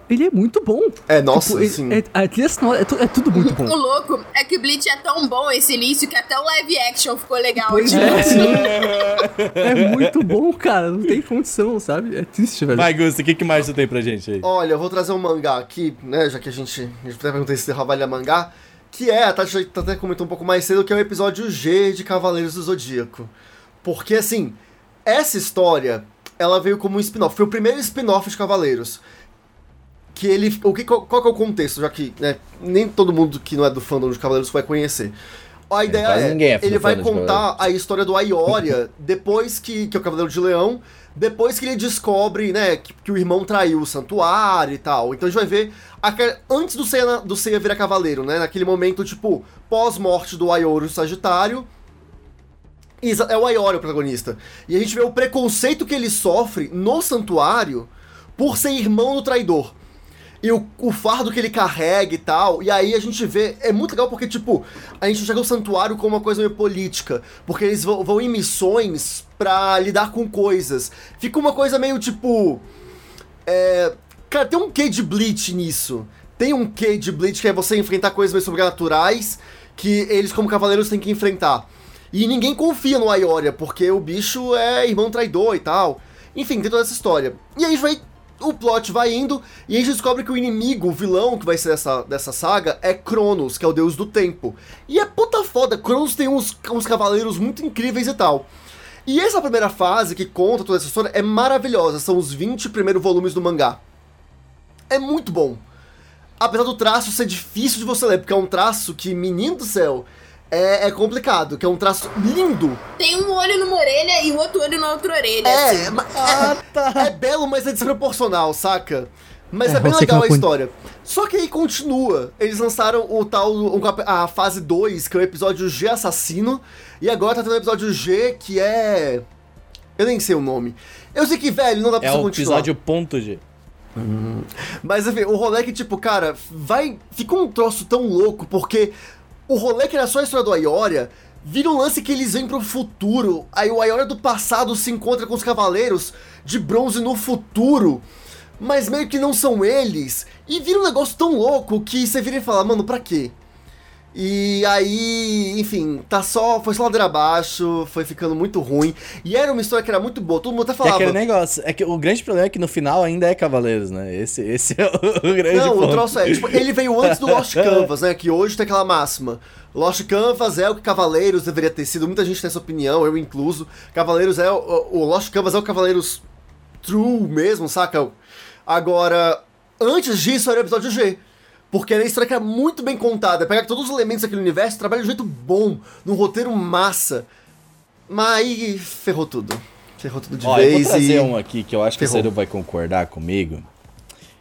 Ele é muito bom.
É, nossa,
Tipo, ele-
sim.
é- a trilha sonora, é, tu- é tudo muito bom.
O louco é que Bleach é tão bom esse início que até o live action ficou legal.
Pois
tipo,
(laughs) é, sim. (laughs) é muito bom, cara. Não tem condição, sabe? É triste, velho.
Vai, Gusto, o que, que mais tu tem pra gente aí?
Olha, eu vou trazer um mangá aqui, né? Já que a gente. A gente até perguntei se trabalha mangá. Que é, a Tati já até comentou um pouco mais cedo, que é o episódio G de Cavaleiros do Zodíaco. Porque, assim, essa história, ela veio como um spin-off. Foi o primeiro spin-off de Cavaleiros. Que ele. O que, qual, qual que é o contexto, já que né, nem todo mundo que não é do fandom de Cavaleiros vai conhecer. A ideia
quase
é,
ninguém é fã
ele
do
vai
fandom de
contar a história
(laughs)
do Aioria depois que. que é o Cavaleiro de Leão. Depois que ele descobre, né, que, que o irmão traiu o santuário e tal. Então a gente vai ver aque- antes do Seiya, do Seiya virar cavaleiro, né? Naquele momento, tipo, pós-morte do Aioro Sagitário. Exa- É o Aiori o protagonista. E a gente vê o preconceito que ele sofre no santuário por ser irmão do traidor. E o, o fardo que ele carrega e tal. E aí a gente vê. É muito legal porque, tipo, a gente enxerga o santuário como uma coisa meio política. Porque eles vão, vão em missões pra lidar com coisas. Fica uma coisa meio tipo. É, cara, tem um quê de Bleach nisso. Tem um quê de Bleach que é você enfrentar coisas meio sobrenaturais que eles, como cavaleiros, têm que enfrentar. E ninguém confia no Aioria, porque o bicho é irmão traidor e tal. Enfim, tem toda essa história. E aí vai. O plot vai indo, e a gente descobre que o inimigo, o vilão que vai ser dessa, dessa saga, é Cronos, que é o deus do tempo. E é puta foda, Cronos tem uns, uns cavaleiros muito incríveis e tal. E essa primeira fase que conta toda essa história é maravilhosa. São os 20 primeiros volumes do mangá. É muito bom. Apesar do traço ser difícil de você ler, porque é um traço que, menino do céu, é, é complicado, que é um traço lindo.
Tem um olho numa orelha e o outro olho na outra orelha. assim.
É, ma- é, é belo, mas é desproporcional, saca? Mas é,
É,
bem
você que
legal
não
a
conhe-
histó- história. Só que aí continua. Eles lançaram o tal. o cap- a fase 2, que é o episódio G Assassino. E agora tá tendo o episódio G, que é. Eu nem sei o nome. Eu sei que, velho, não dá pra
É
você
o
continuar.
episódio ponto G.
Mas enfim, o rolê que, tipo, cara, vai. Ficou um troço tão louco, porque o rolê é que era só a história do Aioria vira um lance que eles vêm pro futuro. Aí o Aioria do passado se encontra com os cavaleiros de bronze no futuro. Mas meio que não são eles. E vira um negócio tão louco que você vira e fala, mano, pra quê? E aí, enfim, tá só. Foi só ladeira abaixo, foi ficando muito ruim. E era uma história que era muito boa, todo mundo até
Que é
falava.
aquele negócio. É que o grande problema é que no final ainda é Cavaleiros, né? Esse, esse é o, (laughs) o grande
Não,
ponto.
o troço é, tipo, ele veio antes do
(laughs)
Lost Canvas, né? Que hoje tem aquela máxima. Lost Canvas é o que Cavaleiros deveria ter sido. Muita gente tem essa opinião, eu incluso. Cavaleiros é o, o Lost Canvas é o Cavaleiros True mesmo, saca? Agora, antes disso era o episódio G. Porque era a história que era muito bem contada. Pegar todos os elementos daquele universo, trabalha de um jeito bom, num roteiro massa. Mas aí ferrou tudo. Ferrou tudo é de
Ó, eu vou
vez
trazer
e.
um aqui que eu acho que o
ferrou.
Seru vai concordar comigo.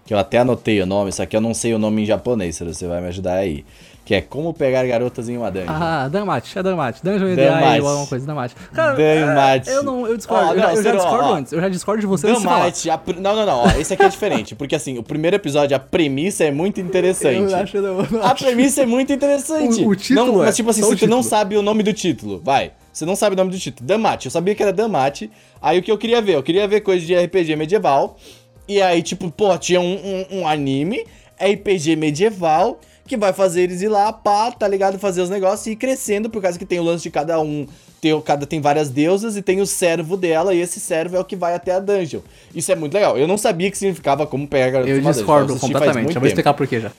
Que eu até anotei o nome, só que eu não sei o nome em japonês, Seru, você vai me ajudar aí. Que é Como Pegar Garotas em uma Dungeon.
Ah, Danmate, é Danmate. Dungeon
Danmate.
EDI ou alguma coisa, Danmate. Cara, é,
Danmate.
eu não, eu discordo.
Ó,
eu, já-
não,
eu já
Ciro,
discordo
ó.
antes. Eu já discordo de você antes de falar.
Damate, a pr- não, não, não, ó, esse aqui é diferente, porque assim, o primeiro episódio, a premissa é muito interessante.
(laughs) Eu acho, não, não
A
acho.
premissa é muito interessante.
O- o título
não,
é,
Mas tipo assim,
só
se
o
tu não
título.
sabe o nome do título, vai. Você não sabe o nome do título. Damate. Eu sabia que era Damate. Aí o que eu queria ver? Eu queria ver coisa de RPG medieval. E aí, tipo, pô, tinha um, um, um anime, RPG medieval, que vai fazer eles ir lá, pá, tá ligado? Fazer os negócios e ir crescendo, por causa que tem o lance de cada um. Tem, o- cada, tem várias deusas e tem o servo dela, e esse servo é o que vai até a dungeon. Isso é muito legal. Eu não sabia que significava como pegar garoto
Eu discordo completamente. Eu vou explicar por quê já.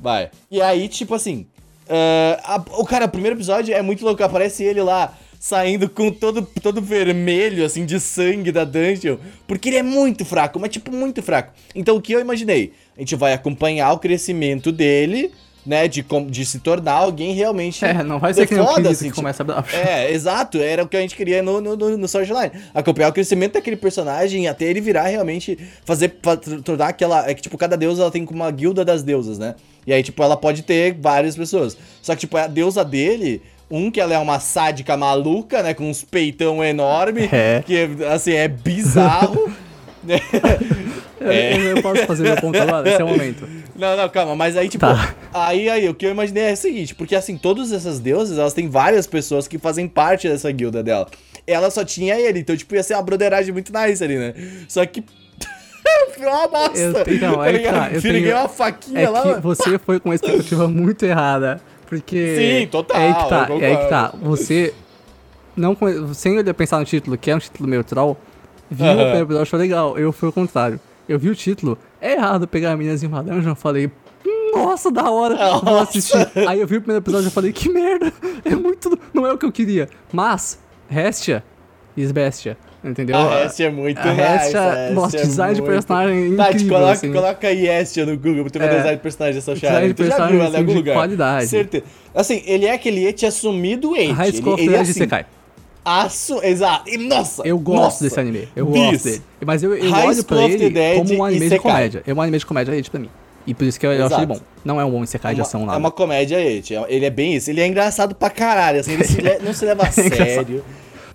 Vai. E aí, tipo assim. ah, a- o cara, o primeiro episódio é muito louco. Aparece ele lá saindo com todo, todo vermelho, assim, de sangue da dungeon. Porque ele é muito fraco, mas, tipo, muito fraco. Então, o que eu imaginei? A gente vai acompanhar o crescimento dele, né? De, com- de se tornar alguém realmente.
É, não vai ser que nem o
foda,
Kids
assim,
que
tipo,
começa a...
é, exato, era o que a gente queria no, no, no, no Sword Line. Acompanhar o crescimento daquele personagem até ele virar realmente fazer fa- tr- tornar aquela. É que, tipo, cada deusa ela tem como uma guilda das deusas, né? E aí, tipo, ela pode ter várias pessoas. Só que, tipo, a deusa dele. Um que ela é uma sádica maluca, né? Com uns peitão enorme.
É.
Que, assim, é bizarro. (laughs) né?
Eu-
é.
(laughs) Eu, eu posso fazer meu ponto agora? Esse é o momento.
Não, não, calma, mas aí, tipo,
Tá.
aí, aí, o que eu imaginei é o seguinte, porque assim, todas essas deuses, elas têm várias pessoas que fazem parte dessa guilda dela. Ela só tinha ele, então, tipo, ia ser uma broderagem muito nice ali, né? Só que. (laughs) Virou uma bosta.
Eu tenho- não, aí
ligado?
tá, eu
Virou
tenho-
uma faquinha
É
lá.
que você foi com uma expectativa muito errada. Porque.
Sim, total,
É aí que tá,
eu
é aí que tá. Você. Não, conhe- sem olhar pensar no título, que é um título meio troll, viu o
Aham.
primeiro episódio, achou legal. Eu fui o contrário. Eu vi o título, é errado pegar meninas em uma dungeon, eu falei. Hum, nossa, da hora, vou assistir. Aí eu vi o primeiro episódio e falei, que merda, é muito, não é o que eu queria. Mas, Restia is Bestia, entendeu?
A Hestia é muito
A
nice.
Hestia,
a
nossa,
Hestia é
design de
muito-
personagem
Tati,
incrível,
coloca,
assim.
coloca aí Hestia no Google pra tu ver
É.
o design de personagem dessa
Design
Sharon.
de
Tu já
personagem,
viu ela em
assim,
algum
de
lugar.
qualidade.
Certeza. Assim, ele é aquele ete assumido ete.
High
ele,
School of
ele é
Legends
assim,
Sekai.
Aço, exato. E, nossa!
Eu gosto
nossa.
desse anime. Eu
Bis.
gosto dele. Mas eu, eu
High
olho pra
School of the
ele
Dead
como um
e
anime de
Isekai.
comédia. É um anime de comédia hate pra mim. E por isso que eu, eu acho ele bom.
Exato.
Não é um bom Isekai de
uma-
ação
É
nada.
uma comédia ete. Ele é bem isso. Ele é engraçado pra caralho. Assim, ele se le- não se
(laughs)
leva a sério.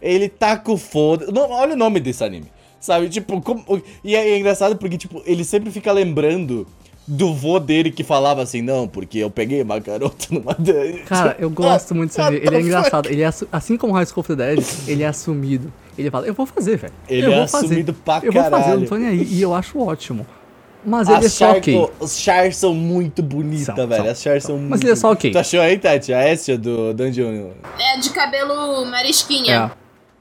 Ele tá com foda. Não, olha o nome desse anime. Sabe? Tipo, como- e é engraçado porque, tipo, ele sempre fica lembrando do vô dele que falava assim, não, porque eu peguei uma garota numa (laughs) dan-"
Cara, eu gosto muito desse
(laughs) What
anime. Ele
the
é
fuck?
engraçado. Ele é, assu- assim como High School of the Dead, ele é assumido. Ele fala, eu vou fazer, velho.
Ele
eu
é
vou fazer.
assumido pra
Eu vou fazer, eu não
caralho.
tô nem aí. E eu acho ótimo. Mas ele é
As
só
char,
ok.
Os chars são muito bonitas,
São,
velho.
são,
As chars são muito.
Mas ele é só ok.
Tu achou aí, Tati? A Estia do Dungeon.
É de cabelo marisquinha.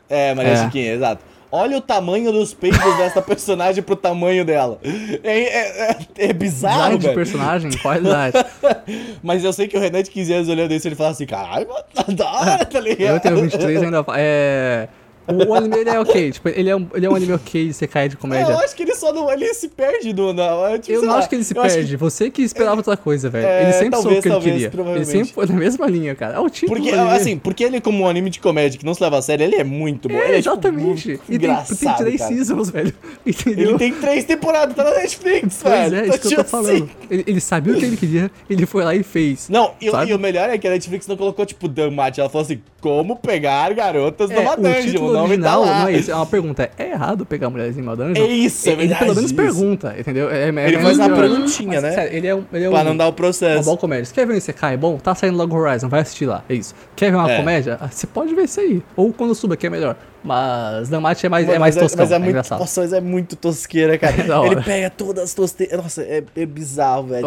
É.
É, Maria
É.
Chiquinha, exato. Olha o tamanho dos peitos dessa personagem pro tamanho dela. É, é- é- é bizarro,
Design de
velho.
personagem, qualidade.
(laughs) Mas eu sei que o Renan de 15 anos olhando isso, ele fala assim, caralho, mano, tá da hora, tá ligado?
É. Eu tenho 23 e ainda. fa- É. O o anime ele é ok. Tipo, ele é um, ele é um anime ok de Isekai de
É,
comédia.
eu acho que ele só não, ele se perde do... Não, é, tipo,
Eu
sei
não
lá,
acho que ele se
eu acho que-
perde. Você que esperava outra coisa, velho.
É,
ele sempre soube o que ele
talvez,
queria.
talvez,
Ele sempre foi na mesma linha, cara. É o título
Porque,
do anime.
assim, porque ele como um anime de comédia que não se leva a sério, ele é muito bom.
(laughs) É,
ele é, tipo,
exatamente.
muito
e tem,
engraçado,
tem três
cara.
seasons, velho. (laughs) Entendeu?
Ele tem três temporadas, tá na Netflix,
Pois
velho.
é,
Então,
isso que eu
tipo
tô
assim,
falando. Ele, ele sabia o que ele queria, ele foi lá e fez.
Não, e,
Sabe?
e o melhor é que a Netflix não colocou, tipo, Damate. Ela falou assim, como pegar garotas
é,
numa
o
dungeon. O
título
nome tá
original
lá.
não é isso. É uma pergunta. É errado pegar mulheres em uma dungeon?
É isso, é
Ele
verdade,
pelo menos
isso.
pergunta, entendeu? É, é,
Ele
é
faz uma
melhor.
perguntinha,
Mas,
né?
sério, ele é um... Ele é
Pra
um-
não dar o
Uma boa
processo.
comédia. Você quer ver um Isekai bom? Tá saindo logo Horizon, vai assistir lá. É isso. Quer ver uma
É.
comédia? Ah, Você pode ver isso aí. Ou quando suba, que é melhor. Mas Damate é mais, é
Mano,
mais
mas
toscão,
Mas é,
é,
muito,
engraçado.
Nossa, mas é muito tosqueira, cara.
É (laughs) da hora.
Ele pega todas as tosteiras. Nossa, é, é bizarro, velho.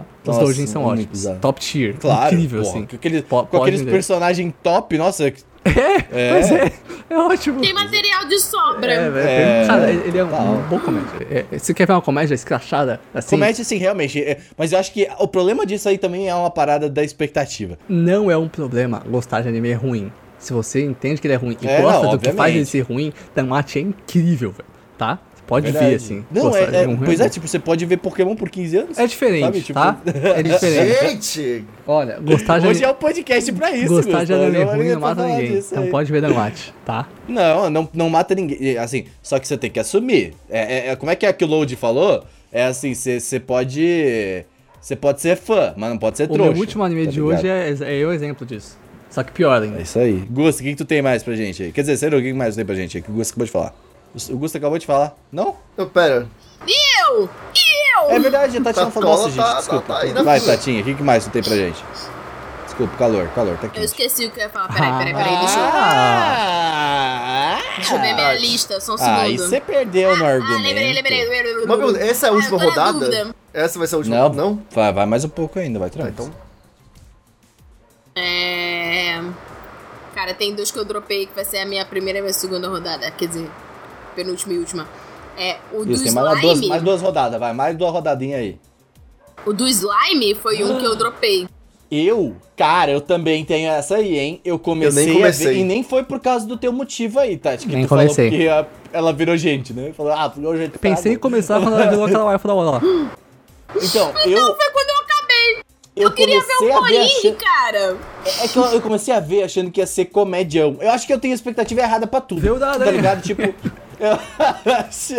E-
os
Nossa,
doujins são
é muito
ótimos.
bizarro.
Top tier.
Claro,
incrível,
pô,
assim.
Com aqueles,
Po-
com aqueles
podem ver.
personagens top, nossa.
(laughs) É,
É.
mas é. É ótimo.
Tem material de sobra.
É, velho.
É.
Cara, ele é um,
Tá.
um bom comédia. É, é, você quer ver uma comédia escrachada? Assim,
Comédia, assim, realmente. é- mas eu acho que o problema disso aí também é uma parada da expectativa.
não é um problema gostar de anime ruim. Se você entende que ele é ruim e
É,
gosta
não,
do que faz ele
obviamente.
ser ruim, Damate é incrível, velho. Tá? Você pode ver, assim.
Não,
gostar
é,
de
é-
um ruim
pois
bom.
é, tipo, você pode ver Pokémon por 15 anos.
É diferente,
Sabe, tipo-
tá?
(laughs)
É diferente.
Gente!
Olha, gostar de,
Hoje é
anime-
o podcast pra isso,
gostar de
Gustavo.
anime
Eu
ruim
ia
não mata
falar
ninguém.
disso
Então
aí.
pode ver Damate,
(laughs)
tá?
Não, não, não mata ninguém. E, Assim, só que você tem que assumir. É, é- é- como é que é que o Load falou? É assim, você você pode. Você pode ser fã, mas não pode ser
O
trouxa.
meu último anime
tá
de
ligado?
hoje é, é eu exemplo disso. Só que pior ainda.
É isso aí. Gusta, o que, que tu tem mais pra gente aí? Quer dizer, sério, o que que mais tu tem pra gente aí? Que o Gusta acabou de falar. O- O Gusta acabou de falar. Não?
Não, pera.
Eu! E
É
eu!
verdade, a Tati não falou. Nossa,
Tatola tá-
gente, desculpa.
tá- tá aí na
Vai,
fila.
Tatinha, o que, que mais tu tem pra gente? Desculpa, calor, calor, tá aqui.
Eu esqueci o que eu ia falar. Peraí, peraí, peraí. Deixa eu,
Ah!
deixa eu ver minha lista, só um
Ah,
segundo.
Aí
é
você perdeu no
Ah,
argumento.
lembrei, lembrei. lembrei.
Uma pergunta, essa é a
Ah, eu
última
tô na
rodada?
dúvida.
Essa vai ser a última
Não,
rodada? Não?
Vai, vai mais um pouco ainda, vai
Tá,
tranquilo.
então.
É... Cara, tem dois que eu dropei que vai ser a minha primeira e minha segunda rodada. Quer dizer, penúltima e última. É, o do
Isso, tem mais,
slime.
uma- duas, mais duas rodadas, vai, mais duas rodadinhas aí.
O do slime foi um que eu dropei.
Eu, cara, eu também tenho essa aí, hein? Eu comecei,
Eu nem comecei.
a ver, e nem foi por causa do teu motivo aí, Tati, que
Nem
tu
comecei.
falou que a- ela virou gente, né? Falou, ah, virou gente.
Pensei em
como...
começar quando
(laughs)
ela virou aquela wife da hora lá.
Então, eu,
Foi quando eu acabei. Eu,
eu
queria ver
comecei
o
a ver
Corinne,
achando...
cara.
É que eu, eu comecei a ver achando que ia ser comedião. Eu acho que eu tenho expectativa errada pra tudo.
Verdade,
Tá
né?
ligado? Tipo. (laughs) Eu acho,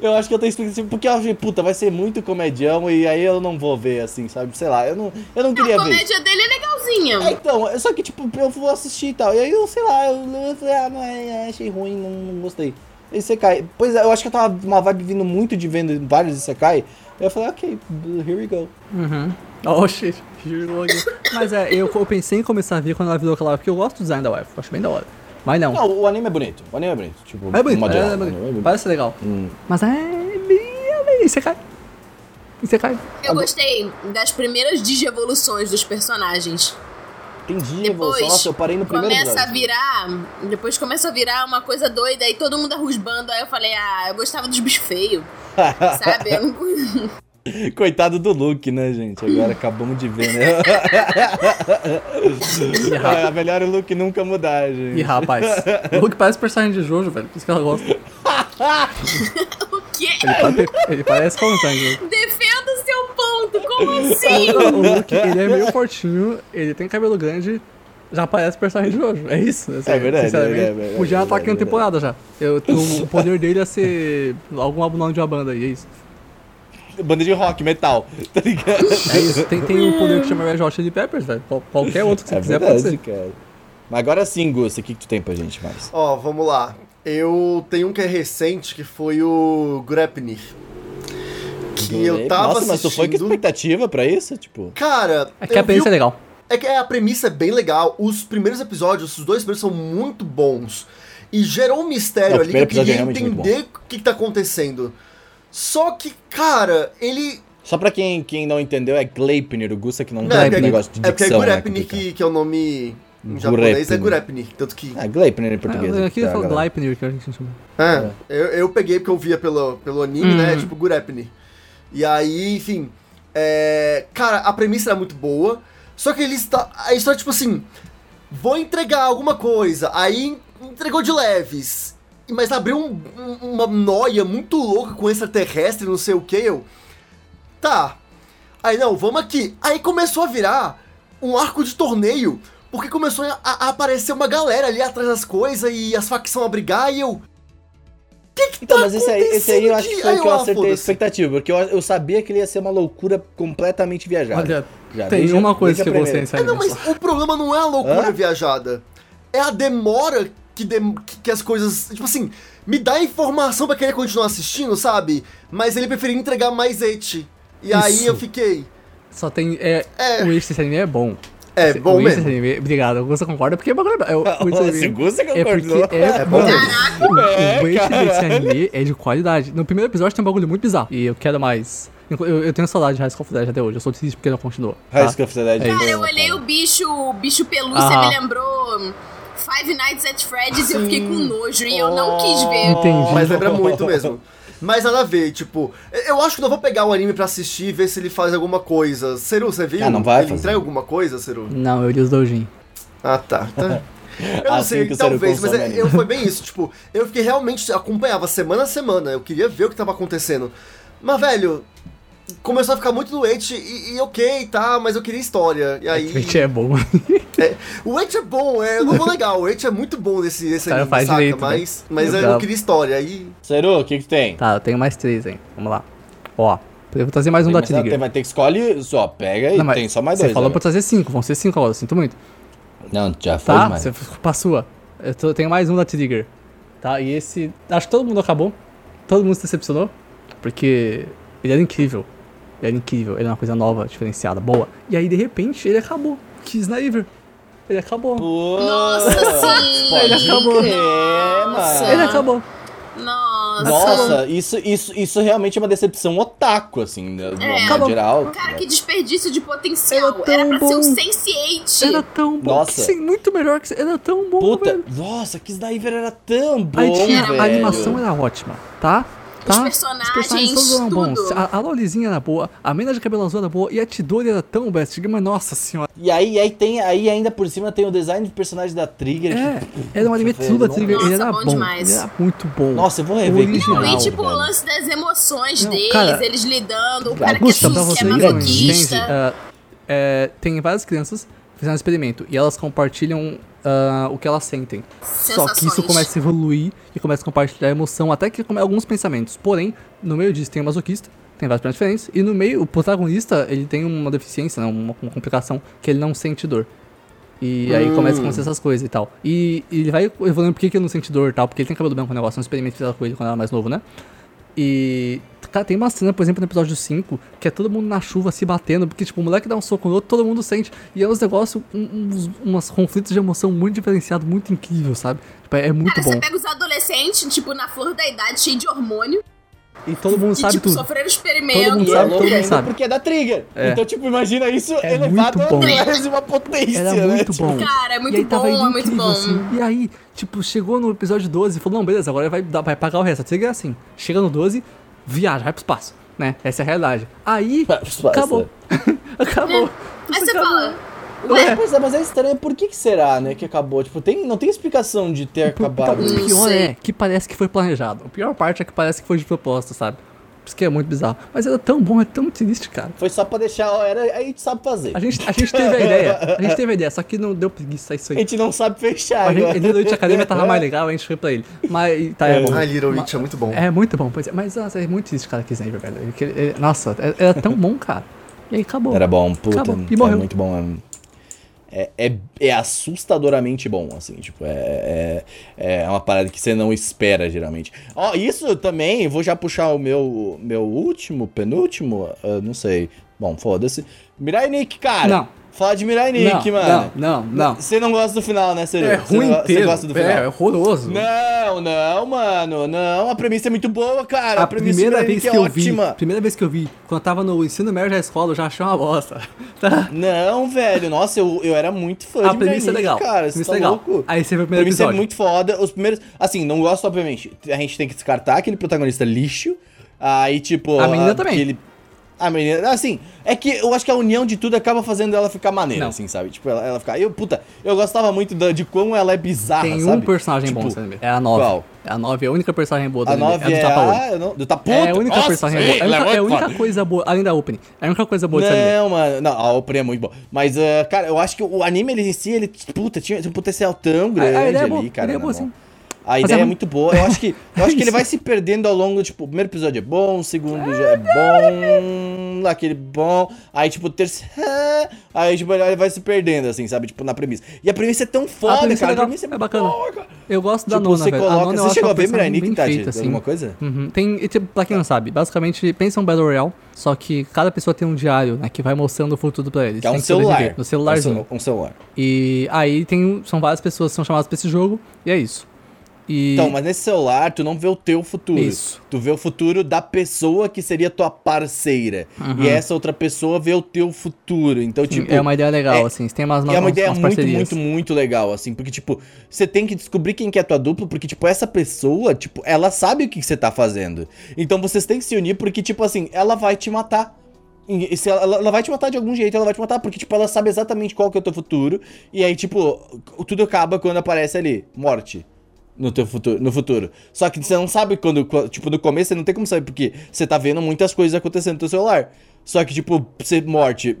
eu acho que eu tenho expectativa. Porque eu achei, puta, vai ser muito comedião e aí eu não vou ver, assim, sabe? Sei lá, eu não, eu não
A
queria ver.
comédia dele é legalzinha.
É, então, é só que, tipo, eu vou assistir e tal. E aí eu, sei lá, eu, eu falei, ah, não, é, achei ruim, não, não gostei. E você cai. Pois é, eu acho que eu tava uma vibe vindo muito de vendo vários e você cai. Eu falei, ok, here we go.
Uhum. Oh, shit. Juro aqui. Mas é, eu, eu pensei em começar a ver quando ela virou aquela wife, porque eu gosto do design da wife, eu acho bem da hora. Mas não.
Não, o anime é bonito. O anime é bonito. Tipo,
É bonito,
modo geral,
é, é
o anime
bonito. Parece ser legal.
Hum.
Mas é meio. Você cai. Você cai.
Eu gostei das primeiras digievoluções dos personagens.
Entendi,
Depois,
evolução. Nossa, eu parei no primeiro
começa a
episódio.
virar. Depois começa a virar uma coisa
(laughs)
doida e todo mundo arrusbando. Aí eu falei, ah, eu gostava dos bichos feios. sabe? Eu não... (laughs)
Coitado do Luke, né, gente? Agora acabamos de ver, né? (laughs) é, melhor o Luke nunca mudar, gente.
Ih, rapaz. O Luke parece personagem de Jojo, velho. Por isso que ela gosta. Ele,
O quê?
pare- ele parece com o Tango.
Defenda o seu ponto, como assim?
O Luke, ele é meio fortinho, ele tem cabelo grande, já parece personagem de Jojo. É isso. assim,
É verdade,
Sinceramente,
é verdade, é
podia
verdade,
estar aqui na
é
temporada já. Eu,
(laughs)
o, o poder dele é ser algum abunão de uma banda aí, é isso.
Banda de rock, metal, tá ligado?
É isso. Tem, tem um poder que chama Red Hot Chili Peppers, velho. Qual- qualquer outro que você
É
quiser pode
verdade,
ser.
cara. Mas agora sim, Gusta, o que, que tu tem pra gente mais?
Ó, vamos lá. Eu tenho um que é recente, que foi o Grepnir. Que eu tava
Nossa, mas tu foi com
assistindo...
expectativa pra isso? Tipo,
Cara,
É que a
eu vi o
aparência é legal.
É que a premissa é bem legal. Os primeiros episódios, os dois primeiros são muito bons. E gerou um mistério
Não, o
ali que
primeiro
eu
episódio é
queria
realmente muito
entender o que, que tá acontecendo. Só que, cara, ele.
só pra quem, quem não entendeu, é Gleipnir, o Gusta que não,
Não, é
tem
porque-
um negócio de
É porque é
dicção, né?
Gurepni
complicado.
que, que é o nome em japonês, é
Gurepnir.
Gurepni. Tanto que.
Ah, Gleipnir em português.
É, aqui
tá,
fala
galera.
Gleipnir, que a gente chama.
É, eu, eu peguei porque eu via pelo, pelo anime,
Hum.
né? Tipo Gurepni. E aí, enfim. é, cara, a premissa era muito boa. Só que ele está. A história, tipo assim. Vou entregar alguma coisa. Aí entregou de leves. Mas abriu um- um- uma noia muito louca com extraterrestre, não sei o que. Eu. Tá. Aí não, vamos aqui. Aí começou a virar um arco de torneio. Porque começou a, a aparecer uma galera ali atrás das coisas e as facções a brigar e eu.
Então,
tá
mas esse aí, esse aí eu acho que
acontecendo
foi o que eu
de- Ai, ó,
acertei a
foda-se.
expectativa, porque eu, eu sabia que ele ia ser uma loucura completamente viajada.
Olha,
já
tem
deixa-
uma coisa
deixa
que eu
pra ele.
gostei
(laughs)
nesse
É,
anime.
não, mas o problema não é a loucura
Hã?
viajada. É a demora que, dem- que, que as coisas. Tipo assim, me dá informação pra querer continuar assistindo, sabe? Mas ele preferia entregar mais et. E aí
Isso.
eu fiquei.
Só tem. É,
É.
O East desse anime é bom.
É,
Se-
bom
o East
mesmo.
desse anime, obrigado. Você concorda? Porque o bagulho é bom. É, o-
Ah,
o East desse
Se o
anime-
Gusta
é
concordou. (laughs)
porque é,
É bom
bom.
mesmo.
O
É,
East desse
caralho.
anime é de qualidade. No primeiro episódio tem um bagulho muito bizarro. E eu quero mais. Eu, eu tenho saudade de High School of the Dead até hoje. Eu sou triste porque não continua. tá?
High School of the Dead.
É
né,
Cara, eu
cara?
olhei o bicho, o bicho pelúcia
Aham.
me lembrou hum, Five Nights at Freddy's e eu
Sim.
fiquei com nojo e eu não quis ver.
Entendi.
Mas lembra muito mesmo. Mas nada a ver, tipo, eu acho que não vou pegar o anime pra assistir e ver se ele faz alguma coisa. Seru, você viu?
Ah, não vai
ele
fazer.
entrega alguma coisa, Seru?
Não, eu li os doujin.
Ah, tá.
(laughs)
tá. Eu não
Assim que o Seru
sei, talvez, mas
consome
é-
anime.
eu foi bem isso, tipo, eu fiquei realmente acompanhava semana a semana, eu queria ver o que tava acontecendo. Mas velho, começou a ficar muito doente e, e ok, tá, mas eu queria história. E
(laughs)
aí,
Twitch é bom.
o It é bom, é, eu não vou legal, o It é muito bom nesse, nesse
Cara,
anime,
faz
saca?
direito, né?
mas mas
Eu
eu, não
tava-
queria história, aí
Seru, o que que tu tem?
Tá, eu tenho mais três, hein. Vamos lá. Ó, eu vou trazer mais um
Tem
da
mais-
Trigger.
Vai ter que escolher, só pega
Não,
e
mas
tem só mais
Você
dois. né?
falou pra
agora.
trazer cinco, vão ser cinco agora, eu sinto muito.
Não, já foi
Tá?
mais.
Você passou. Eu tô- tenho mais um da Trigger. Tá? E esse. Acho que todo mundo acabou. Todo mundo se decepcionou. Porque ele era incrível. Ele era incrível. Ele era uma coisa nova, diferenciada, boa. E aí, de repente, ele acabou. Que Sniver. Ele acabou.
Nossa, sim!
Ele acabou.
É,
Nossa.
Ele
mano.
acabou.
Nossa!
Nossa, isso, isso, isso realmente é uma decepção otaku, assim, né, no
É.
no geral.
Cara, que desperdício de potencial.
Era tão
Era, pra ser um
bom.
sense
Era tão bom.
Nossa.
Que sim, muito melhor que. Era tão bom.
Puta,
velho.
nossa, que Sniper era tão bom,
Aí tinha-
velho.
a animação é- era ótima, tá? Tá?
Os personagens,
eram bons. Ah,
tudo.
A, a Lolizinha era boa, a Mena de cabelo azul era boa e a Tidori era tão best mas nossa senhora.
E aí, e aí tem, aí ainda por cima tem o design de personagem da Trigger.
É,
que-
era um anime
Nossa,
tudo da
velho,
Trigger, ele
nossa,
era
bom
bom,
demais.
ele era muito bom.
Nossa, eu vou rever aqui
Original.
no
Não, e
final,
tipo o
velho.
lance das emoções
Não,
deles,
cara,
eles lidando, o
pra
cara que é,
Gusta, pra
sus, que
você que
é
não entende,
masoquista.
ah, é, tem várias crianças que fizeram um experimento e elas compartilham ah, o que elas sentem. Só que isso
Sensações.
começa a evoluir e começa a compartilhar emoção, até que come alguns pensamentos. Porém, no meio disso tem o masoquista, tem vários personagens diferentes, e no meio o protagonista ele tem uma deficiência, né, uma, uma complicação, que ele não sente dor. E aí
Hum.
começa a acontecer essas coisas e tal. E, e ele vai evoluindo por que que ele não sente dor e tal, porque ele tem cabelo branco, um negócio, é um experimento que fizeram com ele quando era mais novo, né? E. Cara, tem uma cena, por exemplo, no episódio 5, que é todo mundo na chuva se batendo, porque, tipo, o moleque dá um soco no outro, todo mundo sente. E é uns negócios, um, uns umas conflitos de emoção muito diferenciado, muito incrível, sabe? Tipo, é, é muito
Cara,
bom.
você pega os adolescentes, tipo, na flor da idade, cheio de hormônio,
E todo mundo
que,
sabe
tipo,
tudo.
sofreram experimento.
Todo mundo
E é
sabe,
louco
todo mundo
ainda
sabe.
porque é da Trigger.
É.
Então, tipo, imagina isso
É
elevado
muito bom.
a mais uma potência,
Era
né?
muito
Tipo,
bom.
Cara,
e
é
aí
muito
tava indo
bom, é muito
incrível,
bom.
assim. E aí, tipo, chegou no episódio 12 e falou, não, beleza, agora vai, dar- vai pagar o resto. A Trigger é assim, chega no 12, viaja, vai pro espaço. né? Essa é a realidade.
(laughs)
Aí,
Passa.
acabou. (laughs) acabou.
É. Aí você
Acabou.
fala,
Ué,
Pois é, mas é estranho, por que que será, né, que acabou? Tipo, tem, não tem explicação de ter acabado.
O
Não
pior
sei.
é que parece que foi planejado. A pior parte é que parece que foi de propósito, sabe? Por isso que é muito bizarro. Mas era tão bom, é tão triste, cara.
Foi só pra deixar, ó, era, a gente sabe fazer.
A gente, a gente teve a ideia, a gente teve a ideia, só que não deu preguiça isso
A
aí.
gente não sabe fechar
A gente,
agora.
ele durante a academia
(laughs)
tava mais legal, a gente foi pra ele. Mas tá, é bom.
Ah, Little Witch é muito bom.
É muito bom, pois é. Mas nossa, é muito triste, cara, que Xavier, velho. Ele- ele- ele- nossa, é- era tão bom, cara. E aí acabou.
Era bom, puta.
Acabou. E
é
morreu.
muito bom. mano. É, é, é assustadoramente bom, assim, tipo, é, é, é uma parada que você não espera, geralmente. Ó, isso também, eu vou já puxar o meu, meu último, penúltimo, ah, não sei. Bom, foda-se. Mirai Nick, cara!
Não.
Fala de Mirai
não,
Nick, mano.
Não, não, não.
Você não gosta do final, né, Seru?
É
Você
ruim
não go- Você
inteiro.
gosta do
é,
final?
é horroroso.
Não, não, mano, não. A premissa é muito boa, cara. A,
A
premissa
primeira
do Mirai
vez
Nick é
que eu
ótima.
vi, primeira vez que eu vi, quando eu tava no ensino médio da escola, eu já achei uma bosta. (laughs) Tá?
Não, velho. Nossa, eu, eu era muito fã
A
de
premissa é
Mirai Nikki,
legal.
Cara,
a
você
premissa
tá
é legal.
louco?
Aí você vê o
A
primeiro
premissa é
episódio.
muito foda. Os primeiros. Assim, não gosto, obviamente. A gente tem que descartar aquele protagonista lixo. Aí, tipo.
A menina
ah,
também.
aquele- A menina. Assim, é que eu acho que a união de tudo acaba fazendo ela ficar maneira,
Não.
assim, sabe? Tipo, ela, ela ficar. Eu, puta, eu gostava muito da- de como ela é bizarra,
Tem
sabe?
um personagem
Tipo,
bom nesse anime. É a 9.
qual?
É a 9, é a única personagem boa do
A
anime.
nove
é
é.
do Tapaolo.
Ah, eu não. Do Taputa.
É a única
Nossa,
personagem
sim,
boa. É a
ela
única,
muito
é a única
foda. Né?
coisa boa, além da opening. É a única coisa boa desse anime.
Não, mano. Não, a Open é muito boa. Mas, ah, cara, eu acho que o anime ele em si, ele, puta, tinha um potencial tão grande
a ideia é
ali,
boa,
cara.
a ideia é
na
boa,
mão.
sim.
A
Mas é
ideia é
ruim.
muito boa. Eu
(laughs)
acho que, eu acho que ele
Isso.
vai se perdendo ao longo, tipo, o primeiro episódio é bom, o segundo já é bom, lá aquele bom, aí tipo o terceiro, (laughs) aí tipo ele vai se perdendo assim, sabe, tipo na premissa. E a premissa é tão foda,
premissa é
cara, a
legal,
premissa é,
é bacana.
boa, cara.
Eu gosto da
Tipo,
nona,
você
velho.
coloca-
a nona
você
eu acho
chegou
uma
a ver
personagem
Miranic,
bem
Tati,
feita, assim.
tipo, alguma coisa?
Uhum. Tem, e, tipo, pra quem não sabe, basicamente, pensa um Battle Royale, só que cada pessoa tem um diário, né, que vai mostrando o futuro pra eles.
Que é um
Tem sobreviver
celular.
No celularzinho.
É um ce- Um celular.
E aí tem, um, são várias pessoas que são chamadas pra esse jogo, e é isso. E...
Então, mas nesse celular, tu não vê o teu futuro.
Isso.
Tu vê o futuro da pessoa que seria tua parceira.
Uhum.
E essa outra pessoa vê o teu futuro. Então,
Sim,
tipo.
é uma ideia legal,
é-
assim. Tem umas,
e é uma
umas-
ideia
umas
muito,
parcerias.
muito, muito legal, assim. Porque, tipo, você tem que descobrir quem que é tua dupla, porque, tipo, essa pessoa, tipo, ela sabe o que que você tá fazendo. Então vocês têm que se unir, porque, tipo assim, ela vai te matar. E se ela, ela vai te matar de algum jeito, ela vai te matar, porque, tipo, ela sabe exatamente qual que é o teu futuro. E aí, tipo, tudo acaba quando aparece ali, morte. No teu futuro, no futuro. Só que você não sabe quando, qua- tipo, no começo você não tem como saber, porque você tá vendo muitas coisas acontecendo no teu celular. Só que, tipo, você morte,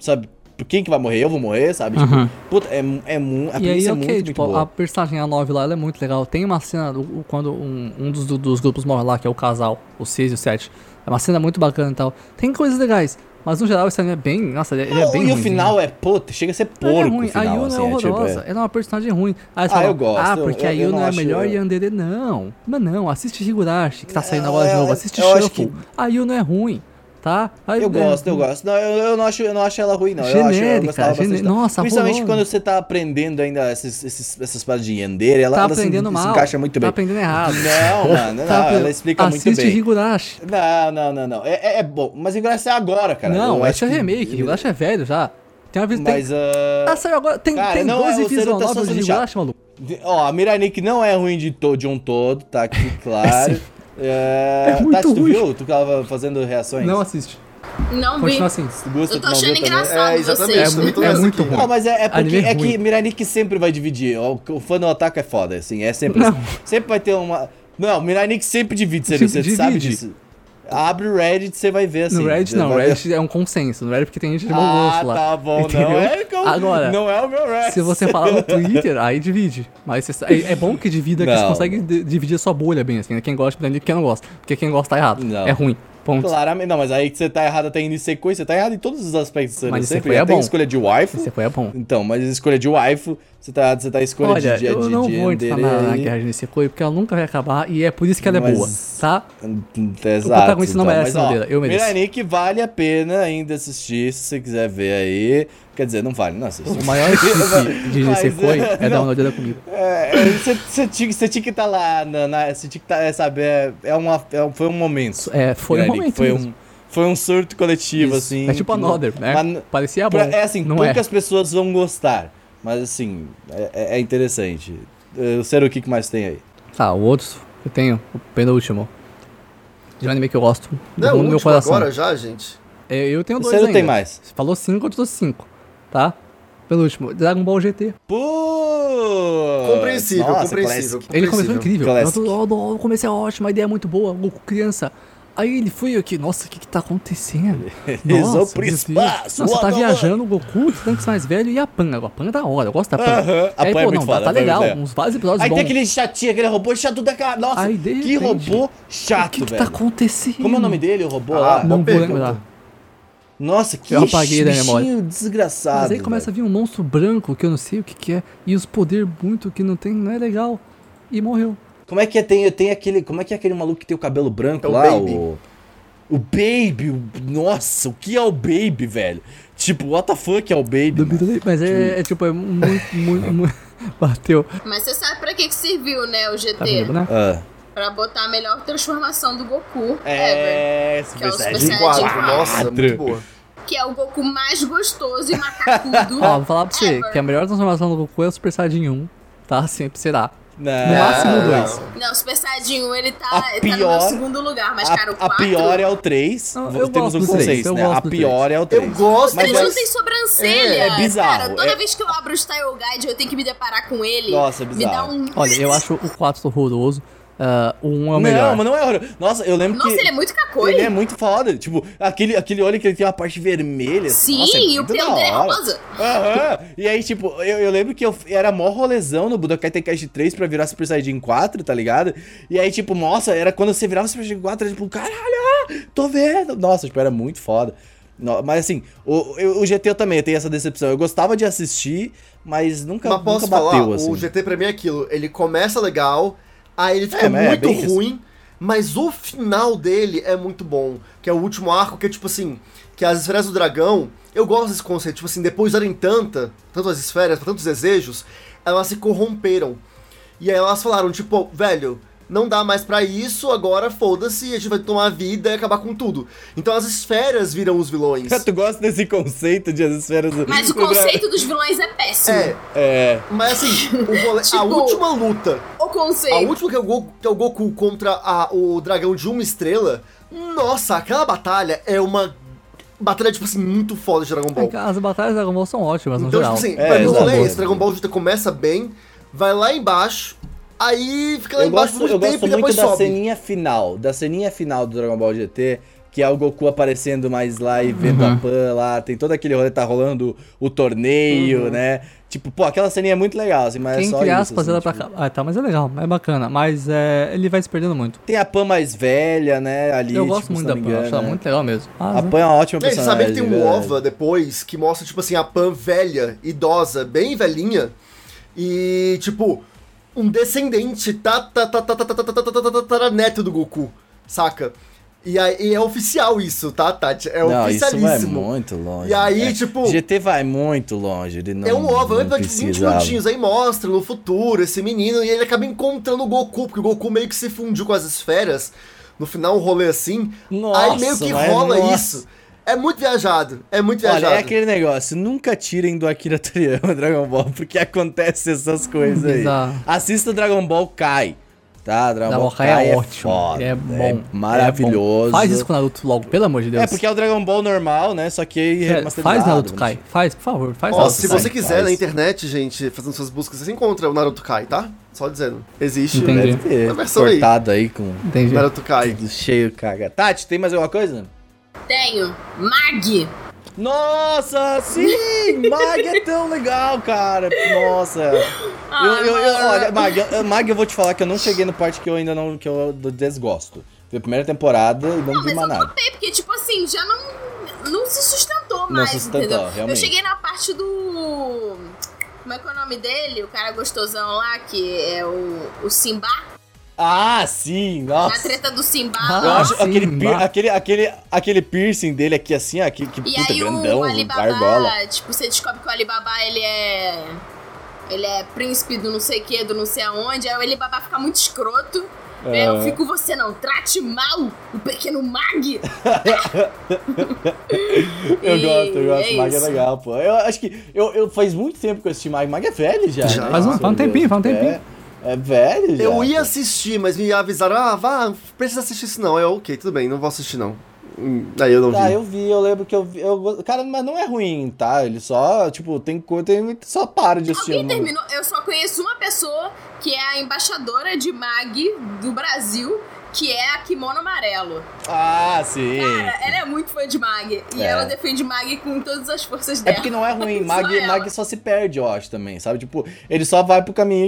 sabe? Quem que vai morrer? Eu vou morrer, sabe? Tipo,
Uhum.
puta, é, mu- é, mu- a
E
premissa
aí,
é
ok,
muito,
tipo,
muito
a
boa.
personagem A9 lá, ela é muito legal. Tem uma cena, o- o- quando um, um dos, do- dos grupos morre lá, que é o casal, o 6 e o 7. É uma cena muito bacana e tal. Tem coisas legais, mas no geral esse anime é bem... Nossa, ele, ele é
Não,
bem
e o
ruinzinho.
final é, puta, chega a ser
Ela é
porco
ruim.
o final,
a Yuna
assim,
é
é tipo,
horrorosa,
é-
ela é uma personagem ruim. Aí você
Ah,
fala,
eu gosto,
Ah,
eu-
porque a
eu- eu
Yuna
não
é
acho-
melhor e a Andere não. Mas não, assiste Higurashi, que tá saindo
Não,
agora de
É, eu-
novo. Assiste
eu acho
Shuffle. A Yuna é ruim, tá? A-
Eu
é-
gosto, eu gosto. Não, eu, eu não acho, eu não acho ela ruim, não. eu acho, eu
Genérica,
gostava bastante
gene-
dela.
Nossa,
Principalmente
rolou.
quando você tá aprendendo ainda esses, esses- essas paradas de Yandere, ela,
Tá
ela se-
aprendendo
se,
mal.
encaixa muito bem.
Tá aprendendo errado.
Não, mano,
(laughs)
(laughs)
Tá
não,
aprendendo-
ela explica muito
Assiste
bem.
Higurashi.
Não, não, não, não. É, é- é bom. Mas Higurashi é agora, cara.
Não,
Eu acho
esse é
que-
remake. Higurashi é velho já. Tem uma vez. Tem...
Mas, ah,
Ah, saiu agora. Tem,
cara,
tem
não, é,
12
o
visual
Senhor tá só
novels de
sendo chato.
Higurashi, maluco.
De- Ó, a Mirai Nikki não é ruim de, to, de um todo, tá aqui
(laughs)
claro. É,
É muito
Tati, tu
ruim.
viu? Tu tava fazendo reações?
Não assiste.
não vi.
Continua assim.
Tu gosta
Eu
tu
tô
não viu
achando
também?
engraçado
É, exatamente,
É,
vocês.
também
muito,
tô
é
nessa
muito
aqui.
ruim.
Não, mas é, é porque
Anime
é
ruim.
que Mirai Nikki sempre vai dividir. O, o fã do Otaku é foda, assim. É sempre.
Não.
Sempre vai ter uma. Não, Mirai Nikki sempre divide, Seru, você
Sempre
sabe
divide.
disso. Abre o Reddit, você vai ver assim.
no Reddit
Você
não, o
vai-
Reddit é um consenso. No Reddit porque tem gente de bom
Ah,
gosto lá.
tá bom, não
entendeu?
é, que eu-
Agora,
não é o meu Reddit.
Se você falar no Twitter, aí divide. Mas você sa- é, é bom que divida, que
Não.
você consegue di- dividir a sua bolha bem, assim. né? Quem gosta e quem não gosta. Porque quem gosta tá errado.
Não.
É ruim. Ponto.
Claramente, não, mas aí que você tá errado até indo em sequência, você tá errado em todos os aspectos, Seru.
Mas em
sempre.
sequência é
Até em
bom.
escolha de waifu.
Esse foi é bom.
Então, mas escolha de waifu, você tá, você tá escolha
Olha,
de, de,
eu
de,
não
de
vou entrar na,
Ender
na
aí.
guerra de Nisekoi, porque ela nunca vai acabar e é por isso que ela é
Mas-
boa, tá?
Exato.
protagonista não
então,
merece
mas, ó,
bandeira, eu mereço.
Miranic vale a pena ainda assistir, se você quiser ver aí. Quer dizer, não vale, não assiste. (laughs)
O maior chique de
Mas,
Nisekoi
é,
é dar
não.
uma olhada comigo.
É, é, Você você tinha você tinha que estar lá, na, na, você tinha que estar, é, sabe, é, é uma, é um- foi um momento.
É, foi um
Miranic,
momento.
Foi
mesmo.
um, foi um surto coletivo,
Isso.
assim.
É tipo
que não-
Another, né?
mas-
Parecia bom.
Pra- é assim,
não é.
poucas pessoas vão gostar, mas assim, é- é, é interessante. Eh, Eu sei o que que mais tem aí.
Tá, o outro que eu tenho, o penúltimo. de anime que eu gosto.
Não, é
do
o
fundo do meu
último
coração.
agora já, gente.
É, Eu tenho
Você
dois
não
ainda.
tem mais.
Você falou cinco, eu te dou cinco, tá? Pelo último, Dragon Ball GT.
É
Pô!
Compreensível,
Nossa,
compreensível.
classic.
Ele começou
compreensível.
incrível.
Classic.
Eu, eu, eu comecei ótimo, a ideia é muito boa, Goku criança. Aí ele foi aqui, nossa, o que que tá acontecendo?
(laughs) Eles vão
Nossa,
pro
meu Deus.
espaço,
Nossa, tá
Wonder
viajando o Goku, o Trunks mais velho e a Pan. Agora, A Pan é da hora, eu gosto da Pan.
Aham, a
Aí,
Pan é
pô,
muito
não,
foda,
tá, tá
a Pan é muito
legal,
legal.
uns vários episódios
Aí
bons.
tem aquele chatinho, aquele robô chato da cara. Nossa,
Aí, de
que
repente,
robô
O
chato,
que que
velho.
tá acontecendo?
Como é o nome dele, o robô lá?
Ah,
Não vou
Pergunta.
lembrar.
Nossa, que
Eu apaguei da memória.
bichinho desgraçado.
Mas aí começa a vir um monstro branco que eu não sei o que que é e os poderes muito que não tem, não é legal. E morreu.
velho. Como é que é, tem, tem aquele, como é que é aquele maluco que tem o cabelo branco
É o
lá?
Baby.
O, o Baby. o- Nossa, o que é o Baby, velho? Tipo, what the fuck é o Baby?
Do
mano?
Beatles, mas é, é tipo, é muito, muito, muito. (laughs) Bateu.
Mas você sabe pra que, que serviu, né, o
Tá
GT?
comigo, né?
Ah.
pra botar a melhor transformação do Goku ever.
É,
Que
Super
é o Super
Saiyajin
Saiyajin
4.
Tipo, Quatro, nossa,
quatro.
muito boa.
Que é o Goku mais gostoso e macacudo.
(laughs) Ó, vou falar pra você
Ever.
que a melhor transformação do Goku é o Super Saiyajin 1, tá? Sempre será.
Não.
máximo
Não,
dois.
não.
Não, o Super Saiyajin 1, ele tá,
A
tá no
pior-
meu segundo lugar, mas,
A,
cara, o
a
4...
pior é o 3.
Não, eu
Temos
gosto
um
do três,
consenso,
eu
né?
gosto
A
do
pior é o 3.
Eu gosto,
Mas
Eles
é-
não têm sobrancelha.
É, é bizarro,
Cara, toda
é-
vez que eu abro o Style Guide, eu tenho que me deparar com ele.
Nossa, é
Me dá
bizarro.
um...
Olha, eu acho o 4 horroroso, ah, o 1 é o melhor.
Não, mas não é horror. Nossa, eu lembro
Nossa,
que.
ele é muito cacoi.
Ele é muito foda. Tipo, aquele, aquele olho que ele tem uma parte vermelha. assim,
Sim,
nossa, é
e o
muito
pneu
da
dele é
hora.
rosa.
Aham. E aí, tipo, eu, eu lembro que eu era mó rolezão no Budokai Tenkaichi 3 pra virar Super Saiyajin 4, tá ligado? E aí, tipo, nossa, era quando você virava Super Saiyajin 4, era tipo, caralho, ah, tô vendo. Nossa, tipo, era muito foda. No- mas assim, o, eu- o GT eu também tem essa decepção. Eu gostava de assistir, mas nunca,
Mas posso
nunca bateu,
falar,
assim.
o GT pra mim é aquilo. Ele começa legal, aí ele fica
É, mas é
muito
bem isso.
ruim, mas o final dele é muito bom. Que é o último arco, que é tipo assim, que as esferas do dragão, eu gosto desse conceito, tipo assim, depois de darem tanta, tantas esferas, pra tantos desejos, elas se corromperam. E aí elas falaram, tipo, velho, não dá mais pra isso, agora foda-se, a gente vai tomar a vida e acabar com tudo. Então as esferas viram os vilões.
(laughs) Tu gosta desse conceito de as esferas do.
Mas o conceito dos vilões é péssimo.
É,
É.
mas assim, o rolê- a
Tipo-
última luta
O
A
conceito.
última que é o Goku, que é o Goku contra a- o dragão de uma estrela. Nossa, aquela batalha é uma batalha, tipo assim, muito foda de Dragon Ball.
É As batalhas da Dragon Ball são ótimas, no
então, tipo
geral.
assim,
É,
pra mim o rolê é
exato.
esse. Dragon Ball Juta começa bem, vai lá embaixo, aí fica lá
Eu
embaixo
gosto, eu
por muito tempo
gosto
e depois
muito da
sobe.
ceninha final, da ceninha final do Dragon Ball GT, que é o Goku aparecendo mais lá e vendo a
Uhum.
Pan lá, tem todo aquele rolê, tá rolando o torneio,
Uhum.
né? Tipo, pô, aquela ceninha é muito legal, assim, mas é
Quem
só
entre
isso,
aspas
assim,
era pra
tipo,
cá. Ah, tá, mas é legal, é bacana. Mas é, ele vai se perdendo muito.
Tem a Pan mais velha, né, ali,
eu
tipo,
gosto
se
muito
não
da
me
Pan, eu acho
engano,
ela
né?
muito legal mesmo. Ah,
A Pan é uma ótima
É, você
personagem, né?
sabia que tem um
verdade.
OVA depois que mostra, tipo assim, a Pan velha, idosa, bem velhinha, e tipo, um descendente, tá, tá, tá, tá, tá, tá, tá, tá, tá, tá, tá, tá, tá, tá, neto do Goku, saca? E aí e é oficial isso, tá, Tati? É
não, isso vai
oficialíssimo.
muito longe.
E aí,
né?
tipo-
GT vai muito longe, ele não
É um OVA,
não
vai de 20
precisava.
minutinhos, aí mostra no futuro esse menino, e ele acaba encontrando o Goku, porque o Goku meio que se fundiu com as esferas, no final um rolê assim, aí meio que
mas
rola
nossa.
isso. É muito viajado, é muito
Olha,
viajado.
é aquele negócio, nunca tirem do Akira Toriyama (laughs) Dragon Ball, porque acontece essas coisas aí.
Bizarro.
Assista Dragon Ball Kai, tá? Dragon
Da
Ball
Mokai
Kai
é
é
ótimo.
foda,
é bom. é
maravilhoso.
bom. Faz isso com o Naruto logo, pelo amor de Deus.
É, porque é o Dragon Ball normal, né? Só que aí né?
É, Faz Naruto Kai. Faz, por favor, faz
Ó,
Naruto
se
Kai.
você
sai,
quiser
faz.
na internet, gente, fazendo suas buscas, você encontra o Naruto Kai, tá? Só dizendo. Existe
Entendi.
né?
Deve ter
Uma versão aí.
cortado aí com
Entendi.
Naruto Kai.
tudo cheio, caga. Tati, tem mais alguma coisa?
Tenho. Mag.
Nossa, sim! Mag é tão legal, cara. Nossa. Eu, eu, eu,
mano.
olha, Mag, eu- Mag, eu vou te falar que eu não cheguei no parte que eu ainda não. que eu desgosto. Foi a primeira temporada e não
Não,
vi
Ah, mas
mais
eu
nada.
topei, porque, tipo assim, já não, não se sustentou mais,
se sustentou,
entendeu?
realmente.
Eu cheguei na parte do... Como é que é o nome dele? O cara gostosão lá, que é o, o Simba.
Ah, sim!
Na
Nossa!
treta do Simba.
Ah,
Eu
lá.
acho
sim,
aquele, pir-
bah.
aquele, aquele, aquele piercing dele aqui assim, ó, que, que
E
puta
aí
grandão,
o Alibaba, (laughs)
barbola.
tipo, você descobre que o Alibaba, ele é... Ele é príncipe do não sei o que, do não sei aonde. Aí o Alibaba fica muito escroto. né? Eu
É.
fico, você não trate mal o pequeno Mag.
Eu
E
gosto, eu gosto.
é
Mag é
isso.
legal, pô. Eu acho que. Eu, eu faz muito tempo que eu assisti Mag. Mag é velho já.
Já.
né?
Faz um-
Nossa,
faz um
meu Deus.
tempinho, faz um tempinho.
É. É velho, já.
Eu ia assistir, mas me avisaram, ah, vá, precisa assistir isso não. Aí Eu, ok, tudo bem, não vou assistir não. Hum, Aí eu não
Tá,
Ah,
vi.
eu vi, eu lembro que eu vi. eu go- Cara, mas não é ruim, tá? Ele só, tipo, tem coisa, tem, só para de assistir.
Alguém
eu não-
terminou? Eu só conheço uma pessoa que é a embaixadora de MAG do Brasil, que é a Kimono Amarelo.
Ah, sim.
Cara, ela é muito fã de MAG. E
É.
ela defende MAG com todas as forças
É
dela.
porque não é ruim,
Só
Mag,
ela.
Mag só se perde, eu acho, também, sabe? Tipo, ele só vai pro caminho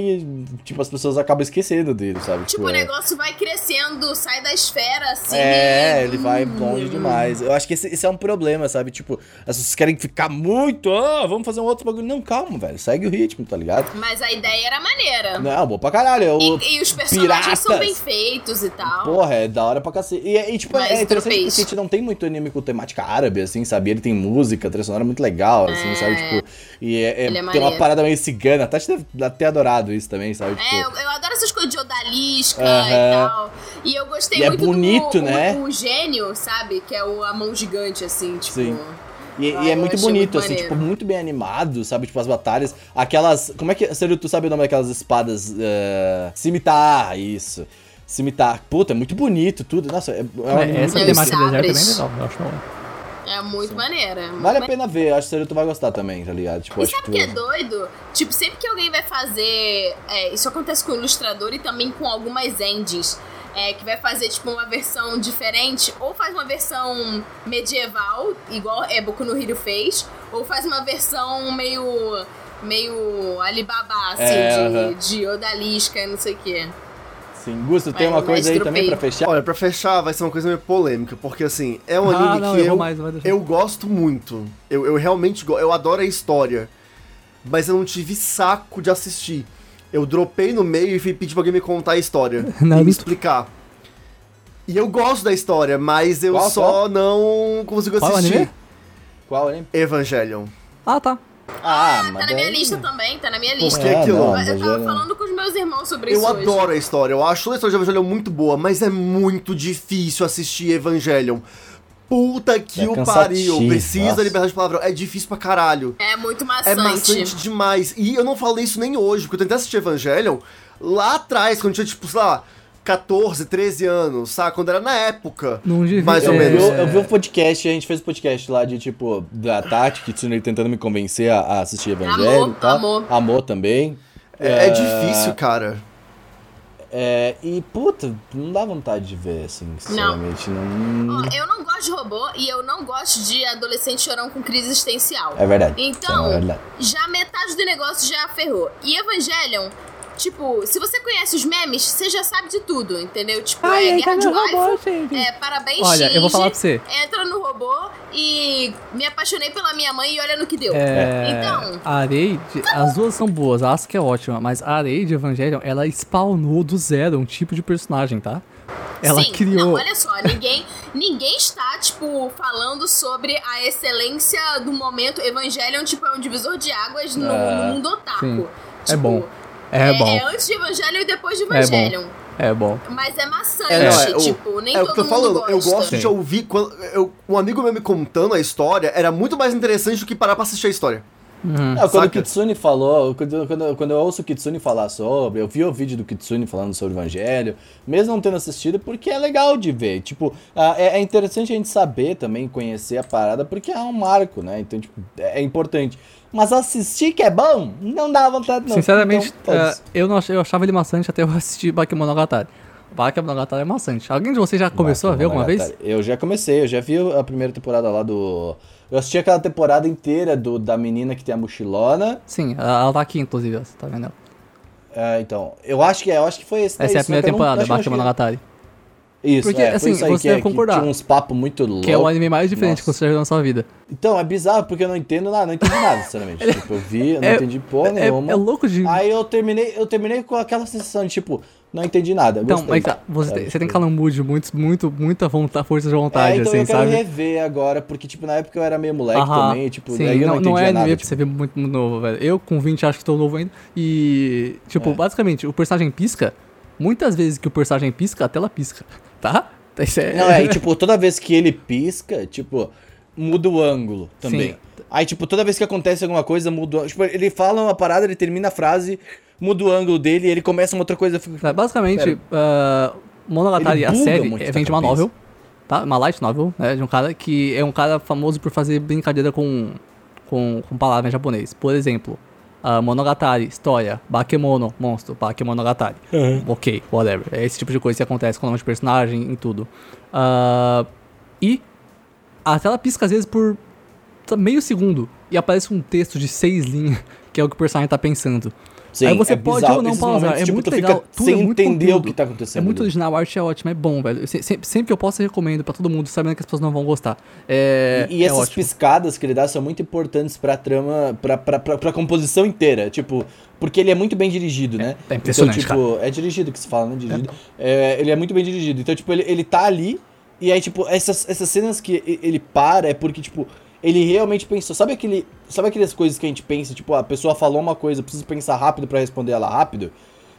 e, tipo, as pessoas acabam esquecendo dele, sabe?
Tipo, o
é.
negócio vai crescendo, sai da esfera, assim.
É,
e-
ele vai
Hum.
longe demais. Eu acho que esse, esse é um problema, sabe? Tipo, as pessoas querem ficar muito, ah, vamos fazer um outro bagulho. Não, calma, velho, segue o ritmo, tá ligado?
Mas a ideia era maneira.
Não, bom pra caralho. Eu,
E, e os personagens são
Piratas.
bem feitos e tal.
Porra, é da hora pra cacete. E, e, tipo,
Mas
é interessante
tropeço.
porque a gente não tem muito anime com temática árabe, assim, sabe? Ele tem música, trilha sonora muito legal, assim,
É.
sabe? Tipo, e é- é-
Ele é
tem uma
maneiro.
parada meio cigana. A Tati deve ter adorado isso também, sabe? Tipo,
É, eu, eu adoro essas coisas de odalisca
Aham.
e tal. E eu gostei
E é
muito
bonito,
do o-
né?
o gênio, sabe? Que é o, a mão gigante, assim, tipo.
Sim. E, e
Ah,
é
eu
muito
achei
bonito,
muito
assim,
maneiro.
tipo, muito bem animado, sabe? Tipo, as batalhas. Aquelas. Como é que. Sério, tu sabe o nome daquelas espadas? eh, Cimitar, isso. Cimitar. Puta, é muito bonito tudo. Nossa, é, é um
É,
anime
essa
Não,
muito
temática-
temática do deserto é bem
sabres.
legal, eu acho da hora.
É muito maneira. é muito
Vale a pena ver, eu acho que sério, tu vai gostar também, tá ligado? Tipo,
E
acho
sabe o que é doido? Tipo, sempre que alguém vai fazer. é, isso acontece com o ilustrador e também com algumas endings. é, que vai fazer, tipo, uma versão diferente, ou faz uma versão medieval, igual é, Boku no Hero fez, ou faz uma versão meio. meio Alibaba, assim,
É,
de,
aham.
de odalisca e não sei o quê.
Sim, Gusto, tem
Vai,
uma
mas é
coisa aí também
dropei.
pra fechar?
Olha, pra fechar, vai ser uma coisa meio polêmica, porque assim, é um anime
Ah, não,
que
eu vou
eu,
mais, vai deixar.
eu gosto muito. Eu, eu realmente gosto, eu adoro a história. Mas eu não tive saco de assistir. Eu dropei no meio e fui pedir pra alguém me contar a
(laughs)
história. e
Naruto.
me explicar. E eu gosto da história, mas eu
Qual,
só
qual?
não consigo
Qual
assistir.
anime?
Qual, hein?
Evangelion.
Ah, tá.
Ah,
Tá na minha lista também, tá na minha lista.
que aquilo?
não,
Eu
mas
tava
é-
falando com os meus irmãos sobre
Eu
isso hoje.
adoro a história, eu acho a história de Evangelion muito boa, mas é muito difícil assistir Evangelion. Puta que
É
o
cansativo,
pariu, precisa
nossa.
da liberdade de palavra, é difícil pra caralho.
É muito
É maçante demais. E eu não falei isso nem hoje, porque eu tentei assistir Evangelion lá atrás, quando eu tinha, tipo, sei lá, 14, 13 anos, sabe? Quando era na época.
Não devia.
Mais ou
é,
menos.
Eu, eu vi um podcast, a gente fez um podcast lá de tipo, da Tati, que Tsunei tentando me convencer a, a assistir Evangelho
Amor,
e tal.
amor.
Amor também.
É, é difícil, cara.
É, e puta, não dá vontade de ver, assim, sinceramente. Não.
Ó, eu não gosto de robô e eu não gosto de adolescente chorão com crise existencial.
É verdade.
Então,
É verdade.
já metade do negócio já ferrou. E Evangelion, tipo, se você conhece os memes, você já sabe de tudo, entendeu? Tipo,
Ai,
é
aí tá
guerra de
meu robô,
waifu,
gente.
é parabéns,
Olha, eu vou
Shinji,
falar pra você.
Entra no robô e me apaixonei pela minha mãe e olha no que deu.
É,
Então,
a Arei, de- as duas são boas, a Asuka é ótima, mas a Arei de Evangelion, ela spawnou do zero um tipo de personagem, tá? Ela
Sim,
criou.
Não, olha só, ninguém, ninguém está, tipo, falando sobre a excelência do momento. Evangelion, tipo, é um divisor de águas no,
É,
no mundo otaku.
sim. é
Tipo,
bom. É, bom.
É antes de Evangelion e depois de
bom.
Evangelion.
É bom.
Mas é maçante,
É, não, é, o-
tipo, nem
é o
todo
que eu tô
mundo
falando,
gosta.
eu gosto
Sim.
de ouvir. Quando, eu- um amigo meu me contando a história era muito mais interessante do que parar pra assistir a história.
Uhum.
Não, Ah, quando o
Saca?
Kitsune falou, quando, quando, quando eu ouço o Kitsune falar sobre, eu vi o vídeo do Kitsune falando sobre o Evangelho, mesmo não tendo assistido, porque é legal de ver. Tipo, ah, é, é interessante a gente saber também, conhecer a parada, porque é um marco, né? Então, tipo, é, é importante. Mas assistir que é bom, não dá vontade, não.
Sinceramente,
Então,
é,
foda-se.
eu, não, ach- eu achava ele maçante até eu (laughs) assistir Bakemonogatari. Bakemonogatari é maçante. Alguém de vocês já começou a ver alguma vez?
Monogatari. Eu já comecei, eu já vi a primeira temporada lá do. Eu assisti aquela temporada inteira do, da menina que tem a mochilona.
Sim, ela tá aqui, inclusive, ó, você tá vendo?
Ah, então, eu acho que é, eu acho que foi esse. daí,
Essa é a
só que eu
primeira
não-
temporada,
acho que eu não cheguei-
Bakemonogatari.
Isso,
Porque,
é, foi
assim,
isso aí
você
que,
deve
que
concordar.
tinha uns papos muito loucos.
Que é o anime mais diferente que
Nossa.
você já viu na sua vida.
Então, é bizarro, porque eu não entendo nada, não entendi nada, sinceramente. tipo, eu vi, eu não
(laughs) é-
entendi porra
É,
nenhuma.
é louco de.
Aí eu terminei, eu terminei com aquela sensação de, tipo, não entendi nada.
Então,
gostei.
mas tá, você,
Sabe,
tem, você tem
tipo,
calambude, muito, muito, muita vontade, força de vontade,
é, então
assim,
eu quero
sabe?
rever agora, porque, tipo, na época eu era meio moleque
Aham,
também, tipo,
sim,
daí eu não,
não, não é
entendia
anime
nada.
pra
tipo,
você ver muito, muito novo, velho. Eu, com 20, acho que tô novo ainda. E, tipo,
É.
basicamente, o personagem pisca. Muitas vezes que o personagem pisca, a tela pisca, tá? Isso é...
Não, é, e, tipo, toda vez que ele pisca, tipo, muda o ângulo também.
Sim.
Aí, tipo, toda vez que acontece alguma coisa, muda o ângulo. Tipo, ele fala uma parada, ele termina a frase, muda o ângulo dele, ele começa uma outra coisa. eu fico-
Tá, Basicamente, ah, Monogatari,
Ele
a
buga
série,
muito
é-
da
vem de uma
cabeça.
novel, tá? Uma light novel, né? De um cara que é um cara famoso por fazer brincadeira com, com, com palavras em japonês. Por exemplo, ah, Monogatari, história, Bakemono, monstro, Bakemonogatari. Ok, whatever. É esse tipo de coisa que acontece com o nome de personagem, em tudo. Ah, e a tela pisca às vezes por meio segundo e aparece um texto de seis linhas, (laughs) que é o que o personagem tá pensando.
Sim,
Aí você
é
pode
bizarro.
ou não
Esses
pausar.
momentos,
é
tipo, tu
muito legal.
Fica
tudo
sem
é muito
entender
conteúdo.
o que tá acontecendo.
É muito
ali.
original, a arte é ótima, é bom, velho. Eu se- Sempre, sempre que eu posso, eu recomendo pra todo mundo, sabendo que as pessoas não vão gostar. É,
E, e
é
essas
ótimo.
piscadas que ele dá são muito importantes pra trama, pra, pra, pra, pra composição inteira. Tipo, porque ele é muito bem dirigido, né?
é impressionante, tá.
Então, tipo, é dirigido que se fala, né? Dirigido. É, ele é muito bem dirigido. Então, tipo, ele, ele tá ali. E aí, tipo, essas, essas cenas que e- ele para é porque, tipo, ele realmente pensou. Sabe, aquele, sabe aquelas coisas que a gente pensa, tipo, a pessoa falou uma coisa, eu preciso pensar rápido pra responder ela rápido?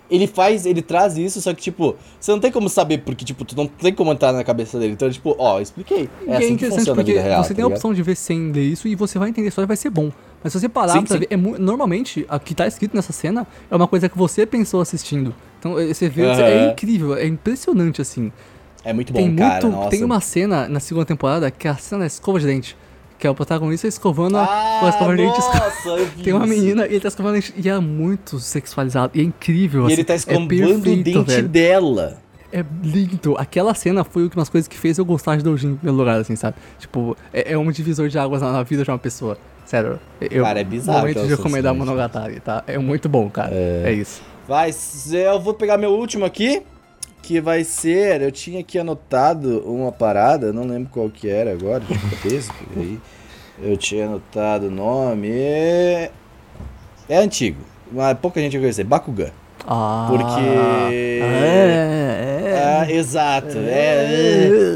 Ele faz, ele traz isso, só que, tipo, você não tem como saber, porque, tipo, tu não tem como entrar na cabeça dele. Então, tipo, ó, eu expliquei.
E
É
é
assim que
interessante
funciona a
porque
vida real.
você
tá
tem a
ligado?
opção de ver sem ler isso e você vai entender a história e vai ser bom. Mas se você parar
Sim,
pra
sim.
ver, é mu- normalmente o que tá escrito nessa cena é uma coisa que você pensou assistindo. Então eh, você vê,
Aham.
é incrível, é impressionante assim.
É muito bom,
tem muito,
cara. Nossa.
tem uma cena na segunda temporada que é a cena da escova de dente, que é o protagonista escovando a- com a
Ah,
escova de dente.
nossa, eu vi
(laughs) Tem uma
isso.
menina e ele tá escovando dente. E é muito sexualizado. E é incrível.
E
assim,
ele tá
é
escovando o
perfeito,
dente
velho.
dela.
É lindo. Aquela cena foi uma das coisas que fez eu gostar de Doujin em primeiro lugar, assim, sabe? Tipo, é, é um divisor de águas na, na vida de uma pessoa. Sério. Eu,
Cara, é bizarro
Momento
aquela
de recomendar
sensação,
Monogatari, tá? É muito bom, cara. É, isso.
Vai, se- eu vou pegar meu último aqui, que vai ser. Eu tinha aqui anotado uma parada, eu não lembro qual que era agora, de contexto. aí. Eu tinha anotado o nome. É antigo, mas pouca gente vai conhecer. Bakugan.
Ah.
Porque-
É, é.
Ah, exato. É,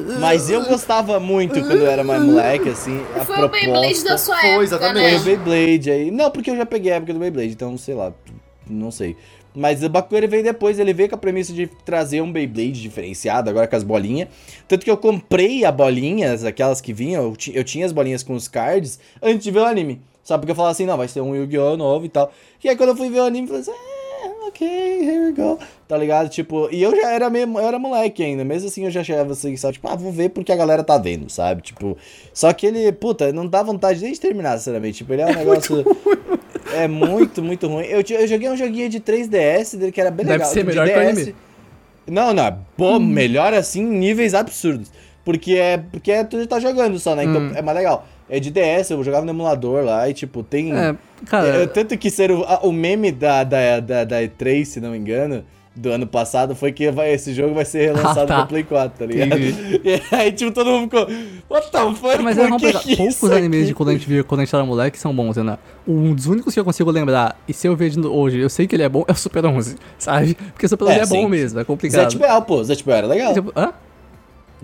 é. Mas eu gostava muito quando eu era mais moleque, assim. A
Foi o Beyblade
proposta.
da sua
Foi,
época,
exatamente.
Foi o
né?
Beyblade aí. Não, porque eu já peguei a época do Beyblade, então sei lá, não sei. Mas o Bakugan ele veio depois, ele veio com a premissa de trazer um Beyblade diferenciado, agora com as bolinhas. Tanto que eu comprei a bolinhas, aquelas que vinham, eu, ti- eu tinha as bolinhas com os cards, antes de ver o anime. Só porque eu falava assim, não, vai ser um Yu-Gi-Oh! novo e tal. E aí quando eu fui ver o anime, eu falei assim, ah, ok, here we go. Tá ligado? Tipo, e eu já era mesmo, eu era moleque ainda, mesmo assim eu já chegava assim, só tipo, ah, vou ver porque a galera tá vendo, sabe? Tipo, só que ele, puta, não dá vontade nem de terminar, sinceramente. Tipo, ele é um negócio. É muito, muito ruim. Eu, ti- eu joguei um joguinho de 3DS dele que era bem
Deve
legal.
ser
de
melhor que o anime. Hum.
Não, não. é Bom, melhor assim, em níveis absurdos. Porque é. Porque é tu tá jogando só, né? Então
Hum.
é mais legal. É de DS, eu jogava no emulador lá e, tipo, tem.
É, cara.
É, tanto que ser o, a- o meme da, da, da, da E3, se não me engano, do ano passado, foi que vai- esse jogo vai ser relançado
Ah, tá.
pra Play 4, tá ligado? (laughs)
Entendi.
E aí, tipo, todo mundo ficou. What the fuck?
Mas
Por
é
que
complicado.
que isso
Poucos animes
um aqui?"
de quando a gente via quando a gente era moleque são bons, né? Um dos únicos que eu consigo lembrar, e se eu ver de no- hoje, eu sei que ele é bom, é o Super 11, sabe? Porque o Super 11
É,
é, bom
sim.
mesmo, é complicado.
Zet Bell, pô. Zet Bell era legal.
Tipo, hã?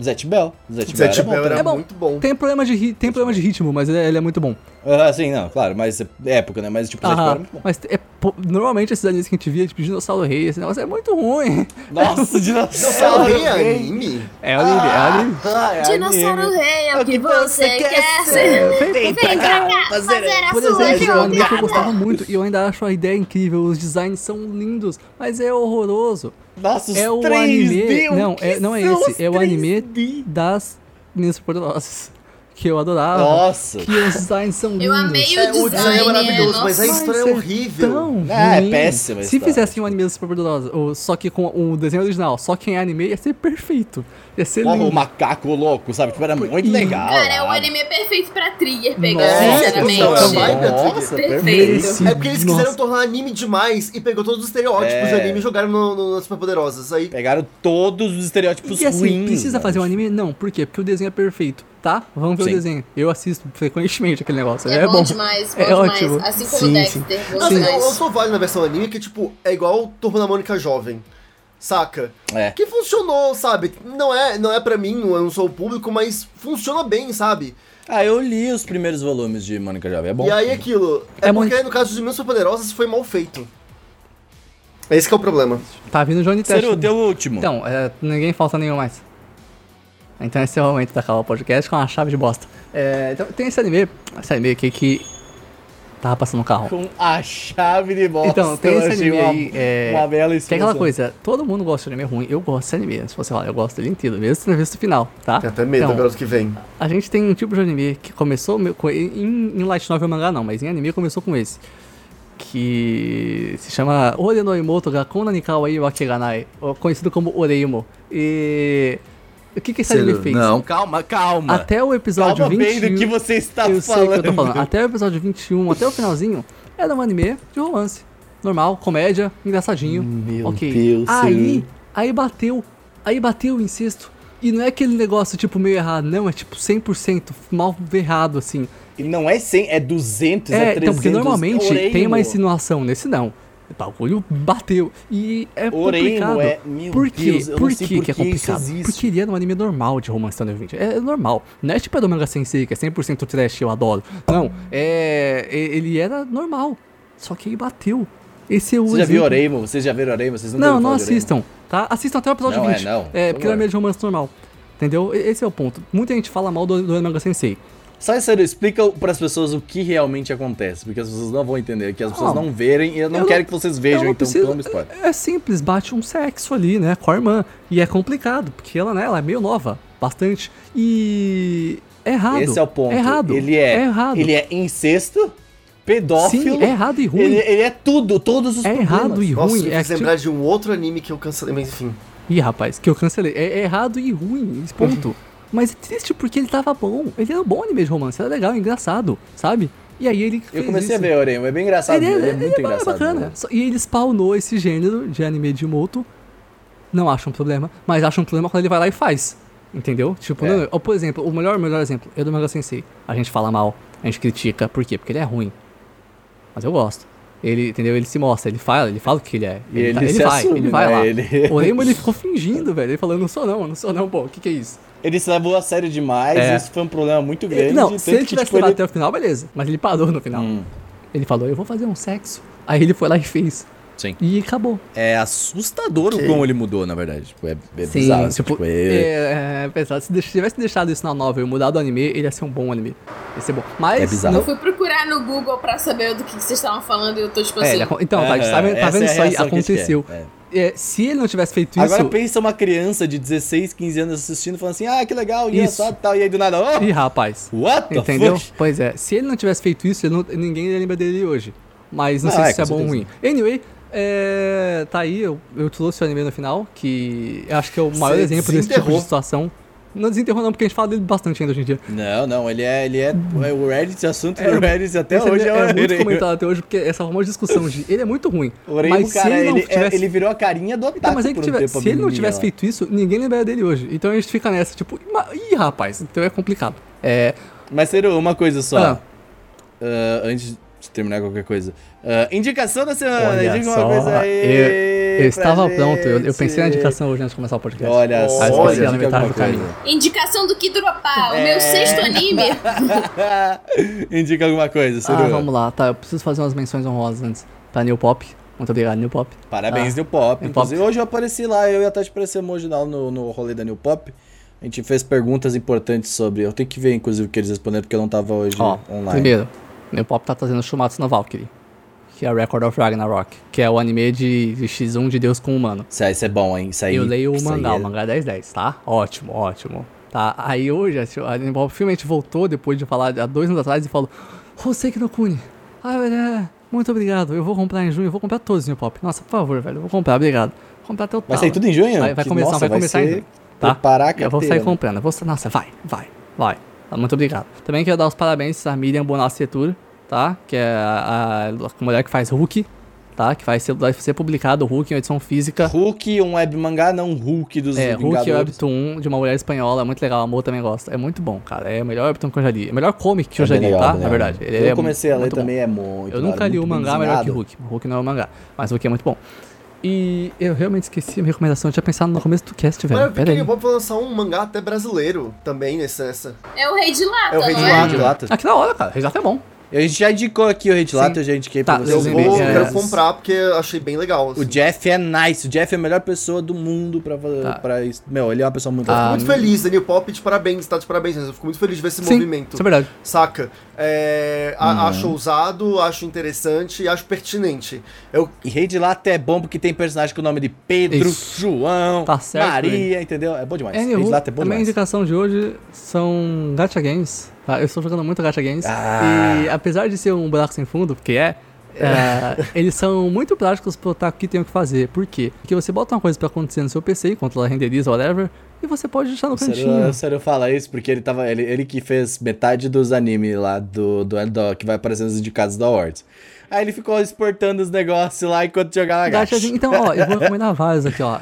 Zet Bell. Zet Bell.
Zet Bell
era
Tipo, era
É bom.
muito bom.
Tem problema de, ri- tem problema de ritmo, mas ele é, ele é muito bom.
bom. Ah, sim, não, claro. Mas é época, né? Mas, tipo, Zet Bell era
Aham.
muito bom.
Mas é po- normalmente esses animes que a gente via, tipo Dinossauro Rei, esse negócio é muito ruim.
Nossa,
Não, Sal
dinossauro.
Rei é
velho.
anime?
(laughs) É anime, é anime.
Ah, é
Dinossauro
anime.
Rei é o que você quer ser.
Vem pra cá fazer a
Por
sua
exemplo, é um anime que eu
jogada.
gostava muito e eu ainda acho a ideia incrível, os designs são lindos, mas é horroroso.
Nossa, os
É o
3D,
anime.
o
Não,
que
é, não é
são os
esse. É o anime
3D?
das Meninas Poderosas. Que eu adorava.
Nossa.
Que os designs são lindos.
Eu amei
É,
o né?
o design é maravilhoso, mas a
nossa.
história é
Mas é
horrível.
Tão
Ah, é
ruim.
péssima a
Se
história.
fizessem um anime das Super Poderosas, ou só que com o desenho original, só quem é anime, ia ser perfeito. Ia ser
Porra,
lindo.
o macaco louco, sabe? Tipo, era muito
Ih, É,
legal.
Cara, é o
sabe?
anime perfeito pra trigger pegar,
Nossa,
sinceramente.
é
então,
é
vai-
Nossa,
Perfeito.
perfeito.
Sim,
É porque eles
nossa.
quiseram tornar anime demais e pegou todos os estereótipos
É.
do anime e jogaram no, no, nas Superpoderosas. Aí
Pegaram todos os estereótipos
E assim,
ruins.
precisa
velho.
fazer um anime? Não, por quê? Porque o desenho é perfeito, tá? Vamos ver
Sim.
o desenho. Eu assisto frequentemente aquele negócio.
É,
É,
bom, demais, bom
É
demais.
ótimo.
Assim como
Sim,
o Dexter, bom
Assim, eu, eu
demais.
sou válido na versão anime que, tipo, é igual o Turma da Mônica Jovem. Saca?
É.
Que funcionou, sabe? Não é, não é pra mim, eu não sou o público, mas funciona bem, sabe?
Ah, eu li os primeiros volumes de Mônica Jovem. É bom.
E aí aquilo. É,
É
porque
muito-
no caso de Meninas Poderosas foi mal feito. Esse que é o problema.
Tá vindo o Johnny Test.
Seru, teu último.
Então, é, ninguém falta nenhum mais. Então esse é o momento da acabar o podcast com uma chave de bosta. É, então tem esse anime, esse anime aqui que Tava passando um carro.
Com a chave de bosta.
Então, tem esse
Eu achei
anime
uma,
aí, é,
Uma bela
Que é aquela
explosão.
coisa, todo mundo gosta de anime ruim, eu gosto desse anime, se você falar, eu gosto dele inteiro, mesmo se não visto o final, tá?
Tenho até medo
Então,
agora do que vem.
A gente tem um tipo de anime que começou meu- com- em, em light novel mangá não, mas em anime começou com esse. Que se chama Ore no Imoto ga Konanikawai Wakeganai, conhecido como Oreimo. E... O que que esse anime fez?
Não, calma, calma.
Até o episódio
Calma
21...
bem do que você está
eu
tá
sei
falando.
o que eu tô falando. Até o episódio 21, até o finalzinho, era um anime de romance. Normal, comédia, engraçadinho.
Meu
ok.
Deus,
aí,
Senhor.
aí bateu. Aí bateu o incesto. E não é aquele negócio, tipo, meio errado, não. É tipo 100% mal errado, assim.
E não é 100, é 200, é,
É,
300.
então, porque normalmente
Oremo.
tem uma insinuação, nesse não. O bagulho bateu. E é
Oremo
complicado.
é- meu
por quê?
Deus, eu não
por
sei
quê
por
que é
que isso
complicado?
existe.
Porque ele era um anime normal de romance Thunder 20. É normal. Não é tipo a do Manga Sensei, que é 100% trash, eu adoro. Não, é... e- Ele era normal. Só que aí bateu. Esse é o
Você já
exemplo.
viu Oremo? Vocês já viram Oremo? Vocês não
Não,
viram
não
falar de Oremo?
assistam, tá? Assistam até o episódio
Não, é,
20.
não. Por
É, porque não é
favor.
meio de romance normal. Entendeu? E- Esse é o ponto. Muita gente fala mal do, do Manga Sensei.
Sai sério, explica para as pessoas o que realmente acontece, porque as pessoas não vão entender, que as pessoas
Não.
não verem e eu não
Eu
quero
não-
que vocês
Eu
vejam,
não
então
preciso-
toma spoiler.
É simples, bate um sexo ali, né, com a irmã. E é complicado, porque ela, né, ela é meio nova, bastante. E. É errado.
Esse é o ponto.
errado.
Ele é,
errado.
Ele é incesto, pedófilo.
Sim, é errado e ruim.
Ele, ele é tudo, todos os
É
problemas.
errado e
Nossa,
ruim.
me
É
fez
tipo-
lembrar de um outro anime que eu cancelei, mas enfim.
Ih, rapaz, que eu cancelei. É, é errado e ruim, esse
Uhum.
ponto. Mas é triste porque ele tava bom. Ele era um bom anime de romance, era legal, engraçado, sabe? E aí ele.
Eu
fez
comecei
isso.
a ver Oremo, é bem engraçado, ele, é muito
ba-
engraçado.
bacana.
né?
Só- E ele spawnou esse gênero de anime de moto. Não acha um problema, mas acha um problema quando ele vai lá e faz. Entendeu? Tipo,
É.
não, ó, por exemplo, o melhor, melhor exemplo é do Mega Sensei. A gente fala mal, a gente critica. Por quê? Porque ele é ruim. Mas eu gosto. Ele, entendeu? Ele se mostra, ele fala, ele fala o que ele é.
Ele
tá-
se
vai,
assume,
ele vai
né?
lá.
Ele-
O Remo, ele ficou fingindo, velho. Ele falou, não sou não, não sou não, pô, o que que é isso?
Ele se levou a sério demais,
É.
isso foi um problema muito grande.
não,
tanto
se ele
que,
tivesse
tipo, ele-
levado até o final, beleza. Mas ele parou no final.
Hum,
Ele falou, eu vou fazer um sexo. Aí ele foi lá e fez.
Sim.
E acabou.
É assustador o como ele mudou, na verdade. Tipo, é, é
Sim,
bizarro.
tipo,
tipo, é,
é, é, pesado. Se deix- tivesse deixado isso na novel e mudado o anime, ele ia ser um bom anime. Ia ser bom. Mas.
É bizarro.
não-
Eu fui procurar no Google pra saber do que vocês estavam falando e eu tô tipo
é,
assim.
ele acon- então,
É,
tá, tá, vendo- tá
essa
vendo
é a
isso aí?
reação que a gente
Aconteceu.
quer, é.
É, se ele não tivesse feito
Agora
isso.
pensa uma criança de 16, 15 anos assistindo, falando assim, ah, que legal,
Isso.
engraçado e tal, e aí do nada, oh,
Ih, rapaz.
what the
Entendeu?
fuck?
Pois é, se ele não tivesse feito isso, ele não- ninguém ia lembrar dele hoje. Mas não
Ah,
sei
é,
se isso é
com
bom ou ruim.
certeza.
Anyway, é, tá aí, eu, eu trouxe o anime no final, que eu acho que é o maior
Você
exemplo desse tipo de
desenterrou.
situação. Não desenterrou, não, porque a gente fala dele bastante ainda hoje em dia.
Não, não, ele é, ele é, é o Reddit, o assunto
É,
do Reddit até
Esse
hoje
anime
é,
é,
o
muito
Oremo.
comentado até hoje, porque essa famosa discussão de ele é muito ruim.
O Oremo,
mas
cara,
se ele
ele,
não
é-
tivesse.
ele virou a carinha do
Então,
Otaku
mas é que
por um
tivesse-
tempo, a
se ele não
menininha
tivesse
lá.
feito isso, ninguém lembraria dele hoje. Então a gente fica nessa, tipo, "Ma- ih, rapaz, então é complicado. É.
Mas, Seru, uma coisa só.
Ah.
Ah, antes de terminar qualquer coisa. Ah, indicação da semana,
Olha
diga uma
só,
coisa aí.
eu-
pra
Eu estava
gente.
pronto, eu, eu pensei na indicação hoje antes de começar o podcast.
Olha só,
Mas eu esqueci
olha,
na
diga
metade
alguma
do caminho.
é-
coisa.
Indicação do que dropar, o
É.
meu sexto anime.
Indica alguma coisa, (laughs) Seru.
Ah, vamos lá, tá. Eu preciso fazer umas menções honrosas antes. Tá, New Pop. Muito obrigado, New Pop.
Parabéns,
Ah,
New Pop.
New
Inclusive, hoje eu apareci lá, eu e a Tati aparecemos hoje lá no, no rolê da New Pop. A gente fez perguntas importantes sobre. Eu tenho que ver, inclusive, o que eles responderam, porque eu não tava hoje
Ó,
online.
primeiro, meu pop tá trazendo Shumatsu no Valkyrie, que é Record of Ragnarok, que é o anime de, de X1 de Deus com um humano.
Isso aí, isso é bom, hein? Isso aí,
Eu leio o
isso aí
mangá,
é-
o mangá é 1010, tá? Ótimo, ótimo. Tá, aí hoje assim, a Animal finalmente voltou depois de falar há dois anos atrás e falou: Roseki no Kuni, ah, velho, é, muito obrigado, eu vou comprar em junho, eu vou comprar todos no Pop. Nossa, por favor, velho, eu vou comprar, obrigado. Vou comprar até o
Vai sair tudo em junho?
Vai, vai
Que-
começar,
nossa,
vai começar
ser
ainda. Tá?
preparar a
eu vou
carteira,
sair
né?
comprando. Eu vou, sa- nossa, vai, vai, vai. Ah, Muito obrigado. Também quero dar os parabéns a Miriam Bonacetur, tá? Que é a, a mulher que faz Hulk, tá? Que vai ser, vai ser publicado o Hulk em edição física.
Hulk, um web mangá, não Hulk dos
É, Hulk
Vingadores.
Webtoon de uma mulher espanhola, é muito legal, a Amor também gosta. É muito bom, cara. É o melhor Webtoon que eu já li. É o melhor comic que eu
É
já
bem
li,
legal,
tá?
bem
Na
legal.
verdade. Ele
eu
é
comecei a ler
muito bom.
também, é muito.
Eu nunca li o
muito bem
mangá melhor que
desenhado.
Hulk. Hulk não é um mangá, mas Hulk é muito bom. E eu realmente esqueci a minha recomendação, eu tinha pensado no começo do cast,
Mas eu
velho.
vi
Pera
que
aí.
ele vai lançar um mangá até brasileiro também nessa. nessa.
É o Rei de Lata,
É o Rei de
não é?
Lata.
Lata.
Ah, que da hora, cara. Reis até é bom.
A gente já indicou aqui o Red Lato,
Sim.
eu já indiquei
Tá,
pra
Eu
vocês.
Sim,
vou,
bem, é.
quero comprar porque eu achei bem legal. assim.
O Jeff é nice, o Jeff é a melhor pessoa do mundo pra,
Tá.
pra isso. Meu, ele é uma pessoa muito
Ah,
legal.
Muito feliz, Daniel Pop, de parabéns, tá de parabéns, mas eu fico muito feliz de ver esse
Sim, Uhum.
movimento,
isso é verdade.
saca? É, a- Acho ousado, acho interessante e acho pertinente. Eu,
E Rei de Lata é bom porque tem personagem com o nome de Pedro,
Isso.
João,
Tá certo,
Maria, entendeu? É bom demais. Rei de
Anywho,
Lata é bom
a minha
demais.
indicação de hoje são gacha games. tá? Eu estou jogando muito gacha games.
Ah.
E apesar de ser um buraco sem fundo, porque
(laughs)
é, é, eles são muito práticos pro otaku que tem o que fazer. Por quê? Porque você bota uma coisa pra acontecer no seu PC, enquanto ela renderiza, whatever, e você pode deixar no
O Saru-
cantinho.
O Saru fala isso porque ele tava. Ele, ele que fez metade dos animes lá do, do, do- que vai aparecendo nos indicados da Awards. Aí ele ficou exportando os negócios lá enquanto jogava gacha.
Gachazinho. Então, ó, eu vou recomendar vários aqui, ó.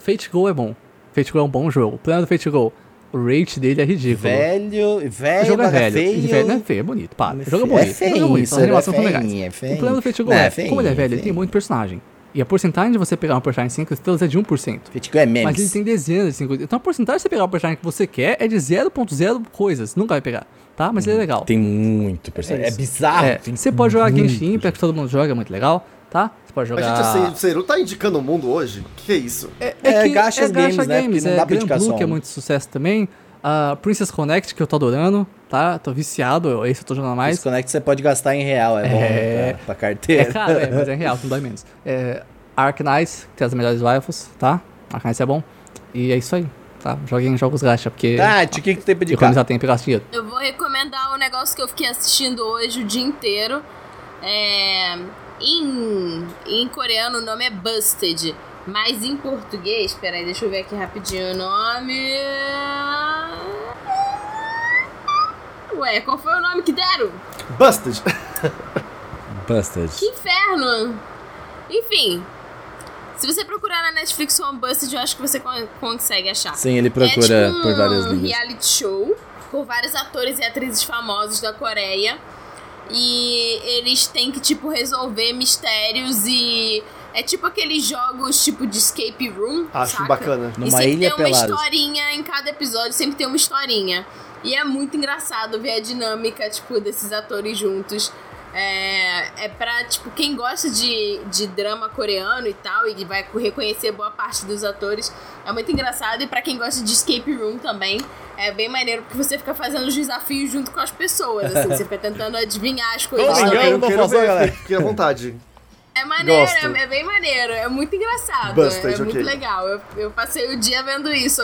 Fate Go é bom. Fate Go é um bom jogo. O plano do Fate Go, o rate dele é ridículo.
Velho, velho,
o jogo é
mas
velho.
feio.
E velho não é feio, é bonito. Para. O jogo é
É
bonito.
feio,
o jogo é bonito. As
isso,
animações
é
são
feio,
legais.
é feio.
O plano do Fate Go
Não,
é,
é feio,
como ele é
é
velho, ele
feio.
tem muito personagem. E a porcentagem de você pegar um personagem 5 estrelas é de 1%.
Fitgo é memes.
Mas ele tem dezenas de 5 Então a porcentagem de você pegar o personagem que você quer é de 0.0 coisas. Nunca vai pegar, tá? Mas ele é legal.
Hum, Tem muito personagem. É, bizarro.
É,
tem
Você pode jogar
muito.
Genshin Impact, que todo mundo joga, é muito legal, tá? Você pode
a
jogar...
gente, assim, o Seru tá indicando o mundo hoje? Que que é isso?
É,
É,
que
gachas games, né? Porque não
é
dá pra
Grand
indicar
Blue,
só
que é
um.
muito sucesso também. a Princess Connect, que eu tô adorando, tá? Tô viciado, esse eu tô jogando mais.
Disconnect é você pode gastar em real, é,
É.
bom pra, pra
É
carteira. Ah,
caro, é, mas é real, não dói menos. É, Arknights, que tem as melhores rifles, tá? Arknights é bom. E é isso aí, tá? Joguem jogos gacha, porque...
Tati, o que, que tem pra indicar?
Economizar tempo e gastar dinheiro.
Eu vou recomendar um negócio que eu fiquei assistindo hoje o dia inteiro. É, em, em coreano o nome é Busted. Mas em português, peraí, deixa eu ver aqui rapidinho o nome. Ué, qual foi o nome que deram?
Busted!
Busted.
Que inferno! Enfim, se você procurar na Netflix One Busted, eu acho que você con- consegue achar.
Sim, ele procura
é tipo um
por várias línguas.
reality show com vários atores e atrizes famosos da Coreia. E eles têm que, tipo, resolver mistérios e... É tipo aqueles jogos, tipo, de escape room,
Acho
saca?
bacana.
e
Numa
sempre
ilha
tem uma
pelada.
historinha em cada episódio, sempre tem uma historinha. E é muito engraçado ver a dinâmica, tipo, desses atores juntos. É, é pra, tipo, quem gosta de, de drama coreano e tal, e vai reconhecer boa parte dos atores, é muito engraçado. E pra quem gosta de escape room também, é bem maneiro, porque você fica fazendo os desafios junto com as pessoas, assim, você fica tentando adivinhar as coisas.
Domingão
Ah, eu
da
quero
Fazenda,
ver,
galera.
Fique à
(laughs)
vontade.
É maneiro,
Gosto.
é, é bem maneiro, é muito engraçado,
Bastante,
é muito
ok.
legal. Eu, eu passei o dia vendo isso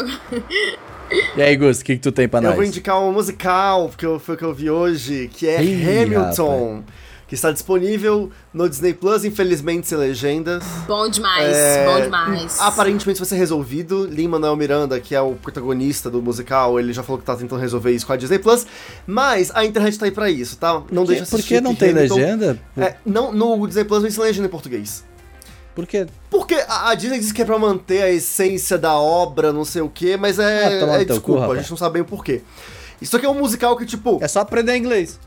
E aí, Gus, o que, que tu
Tá
tem pra
Eu
nós?
vou indicar um musical, porque eu- foi o que eu vi hoje, que é
Ih,
Hamilton, que está disponível no Disney Plus, infelizmente sem legendas.
Bom demais,
É,
bom demais.
Aparentemente vai ser resolvido. Lin Manuel Miranda, que é o protagonista do musical, ele já falou que tá tentando resolver isso com a Disney Plus, mas a internet tá aí pra isso, tá? Não
Por que-
deixa
por
assistir
que não tem
Hamilton-
legenda? Por,
É, não, no Disney Plus não existe legenda em português.
por que?
Porque a a Disney diz que é pra manter a essência da obra, não sei o quê, mas
Ah,
é,
toma
é
no teu cu,
desculpa, a
rapaz.
gente não sabe bem o porquê. Isso aqui é um musical que, tipo.
É só aprender inglês.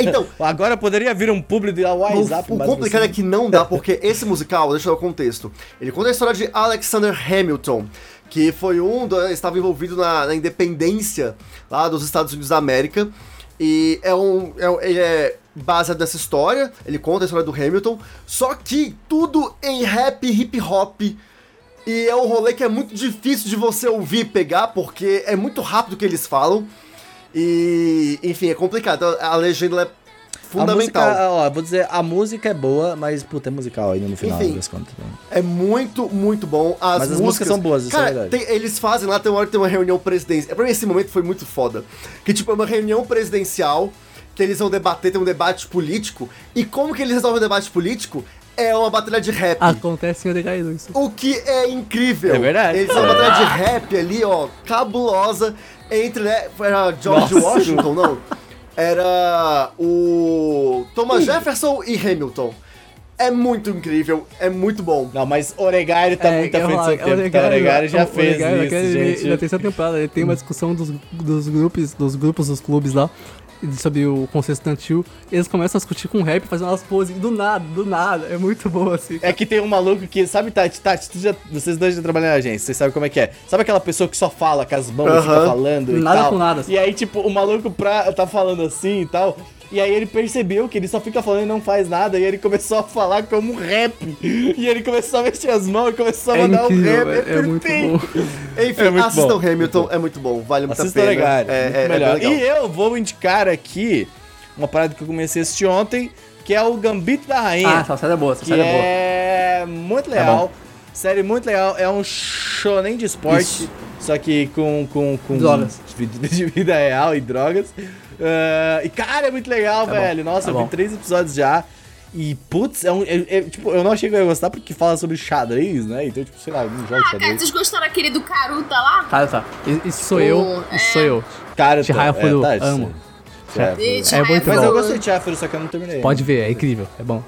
Então,
Agora poderia vir um público de
O,
WhatsApp,
o
mas assim-
complicado
você-
é que
(laughs)
não dá, porque esse musical, deixa eu dar o contexto. Ele conta a história de Alexander Hamilton, que foi um. do- estava envolvido na, na independência lá dos Estados Unidos da América. E é um. É, um- ele é baseado nessa história, ele conta a história do Hamilton, só que tudo em rap hip hop. E é um rolê que é muito difícil de você ouvir e pegar, porque é muito rápido o que eles falam. E, enfim, é complicado. A a legenda ela é fundamental.
A música, ó, vou dizer, a música é boa, mas, puta, é musical ainda no final
Enfim.
das contas. né?
É muito, muito bom. As
Mas as músicas
músicas,
são boas, isso é
Cara,
verdade.
tem- eles fazem lá, tem uma hora que tem uma reunião presidencial. É, Pra mim, esse momento foi muito foda. Que, tipo, é uma reunião presidencial que eles vão debater, tem um debate político. E como que eles resolvem o debate político? É uma batalha de rap.
Acontece em Odegaído isso.
O que é incrível.
Ah, É verdade.
Eles são uma batalha de rap ali, ó, cabulosa. Entre, né? Era George Washington, não? Era o Thomas Jefferson e Hamilton. É muito incrível, é muito bom.
Não, mas Oregário tá muito à
É, eu
frente do
falo,
seu tempo. tá?
Olegário-
Oregário já
o
fez
Olegário,
isso,
é aquele- ele-
gente.
Na terceira temporada, ele tem uma discussão dos, dos grupos, dos grupos, dos clubes lá, sobre o conceito estudantil. Eles começam a discutir com o rap, fazendo umas poses do nada, do nada. É muito bom, assim.
É que tem um maluco que, sabe, Tati, Tati, tu já, vocês dois já trabalham na agência, vocês sabem como é que é. Sabe aquela pessoa que só fala com as mãos e fica
Aham.
falando e
Nada
tal?
com nada.
E aí, tipo, o maluco pra, tá falando assim e tal. E aí ele percebeu que ele só fica falando e não faz nada. E ele começou a falar como rap. E ele começou a mexer as mãos e começou a
É
mandar
incrível,
um rap.
é, é muito
perfeito.
bom.
Enfim,
É muito
assistam
bom.
Hamilton, é muito bom, vale muito
Assista
a pena.
legal,
é,
muito
é- é bem
melhor.
legal.
E eu vou indicar aqui uma parada que eu comecei a assistir ontem, que é o Gambito da Rainha.
Ah, essa série é boa, essa
que
série é boa. Tá
é muito legal. série muito legal. É um shonen de esporte,
Isso.
só que com, com, com
Drogas.
(laughs) de, de vida real e drogas. Ah, e cara, é muito legal,
Tá bom,
velho. Nossa,
tá
eu vi
bom.
três episódios já. E putz, é um. é- é- tipo, eu não achei que eu ia gostar porque fala sobre xadrez, né? Então, tipo, sei lá, eu não jogo
Ah, cara,
xadrez.
vocês gostaram daquele do Caruta lá?
Cara, tá. Isso isso sou eu,
é.
Tipo,
isso sou eu.
Cara, eu tô-
Shihaya Furu,
tá, isso-
amo.
isso é-
E
É muito
Chihaya
Mas eu
bom.
gostei de Chaffer, só que eu não terminei.
Pode ver, é incrível, é bom.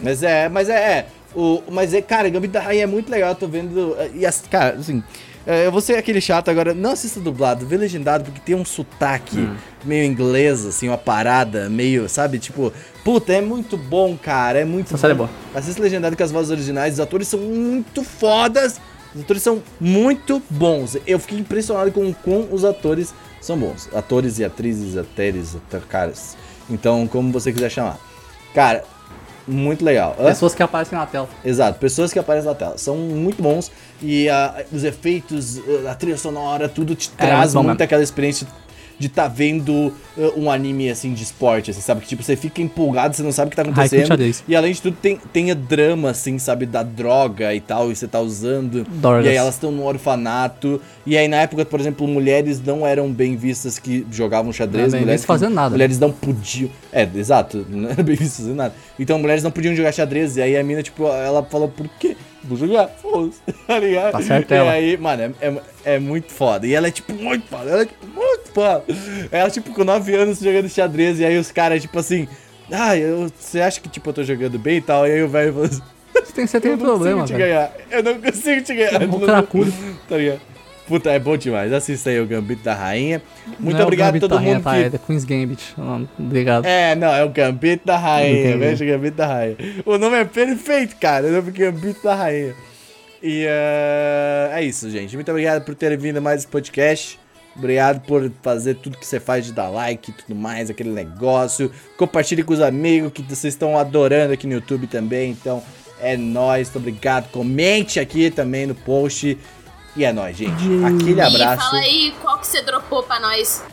Mas é, mas é, é. O, mas é, cara, Gambito da Rainha é muito legal, eu tô vendo. eh, E as, cara, assim, eh, eu vou ser aquele chato agora. Não assista dublado, vê legendado, porque tem um sotaque
Hum.
meio inglês, assim, uma parada, meio, sabe? Tipo, puta, é muito bom, cara. É muito
Essa série é boa.
Assista legendado com as vozes originais, os atores são muito fodas. Os atores são muito bons. Eu fiquei impressionado com o quão os atores são bons. Atores e atrizes, atores, ator- caras. Então, como você quiser chamar. Cara, muito legal. Hã?
Pessoas que aparecem na tela.
Exato, pessoas que aparecem na tela. São muito bons e ah, os efeitos, ah, a trilha sonora, tudo te
É,
traz
muito bom
muito
mesmo.
aquela experiência de tá vendo ah, um anime assim de esporte, assim, sabe? Que tipo, você fica empolgado, você não sabe o que tá
Haiku
acontecendo.
xadrez.
E além de tudo, tem, tem a drama, assim, sabe? Da droga e tal, e você tá usando.
Drogas.
E aí elas estão no orfanato. E aí na época, por exemplo, mulheres não eram bem vistas que jogavam xadrez.
Não, bem
mulheres
visto fazendo
que-
nada.
Mulheres não podiam. É, exato. (laughs) Não era bem visto fazendo nada. Então mulheres não podiam jogar xadrez. E aí a mina, tipo, ela falou, por quê? Vou jogar. Foda-se. (laughs) Tá ligado?
Tá certo
e
ela.
aí, mano, é, é, é muito foda. E ela é, tipo, muito foda. Ela é, tipo, muito foda. Ela, tipo, com 9 anos jogando xadrez. E aí os caras, tipo assim. Ah, eu- você acha que, tipo, eu tô jogando bem e tal? E aí o velho falou assim.
Você tem, você tem
eu não
problema,
consigo te
velho.
ganhar. Eu não consigo te ganhar.
É um cracudo.
Tá ligado? Puta, é bom demais. Assista aí o Gambito da Rainha. Muito
Não é o
obrigado a
Gambito
todo
da Rainha,
mundo
tá?
que
É The Queen's Gambit. Não, Obrigado.
é, não, é o Gambito da Rainha.
Entendi.
Veja o Gambito da Rainha. O nome é perfeito, cara. O nome é Gambito da Rainha. E eh, é isso, gente. Muito obrigado por terem vindo a mais esse podcast. Obrigado por fazer tudo que você faz de dar like e tudo mais, aquele negócio. Compartilhe com os amigos que vocês estão adorando aqui no YouTube também. Então é nóis, muito obrigado. Comente aqui também no post. E é nóis, gente. Aquele
E
abraço.
fala aí qual que você dropou pra nós.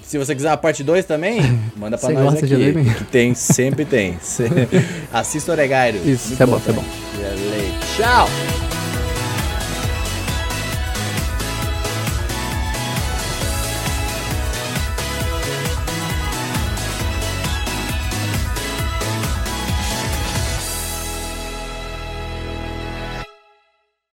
Se você quiser a parte 2
(laughs)
também, manda pra
Você
nós
gosta
aqui.
de anime?
que tem, (laughs) sempre tem. Se- Assista o Oregairo.
Isso,
Muito
isso é bom, isso é bom.
também. Beleza. Tchau!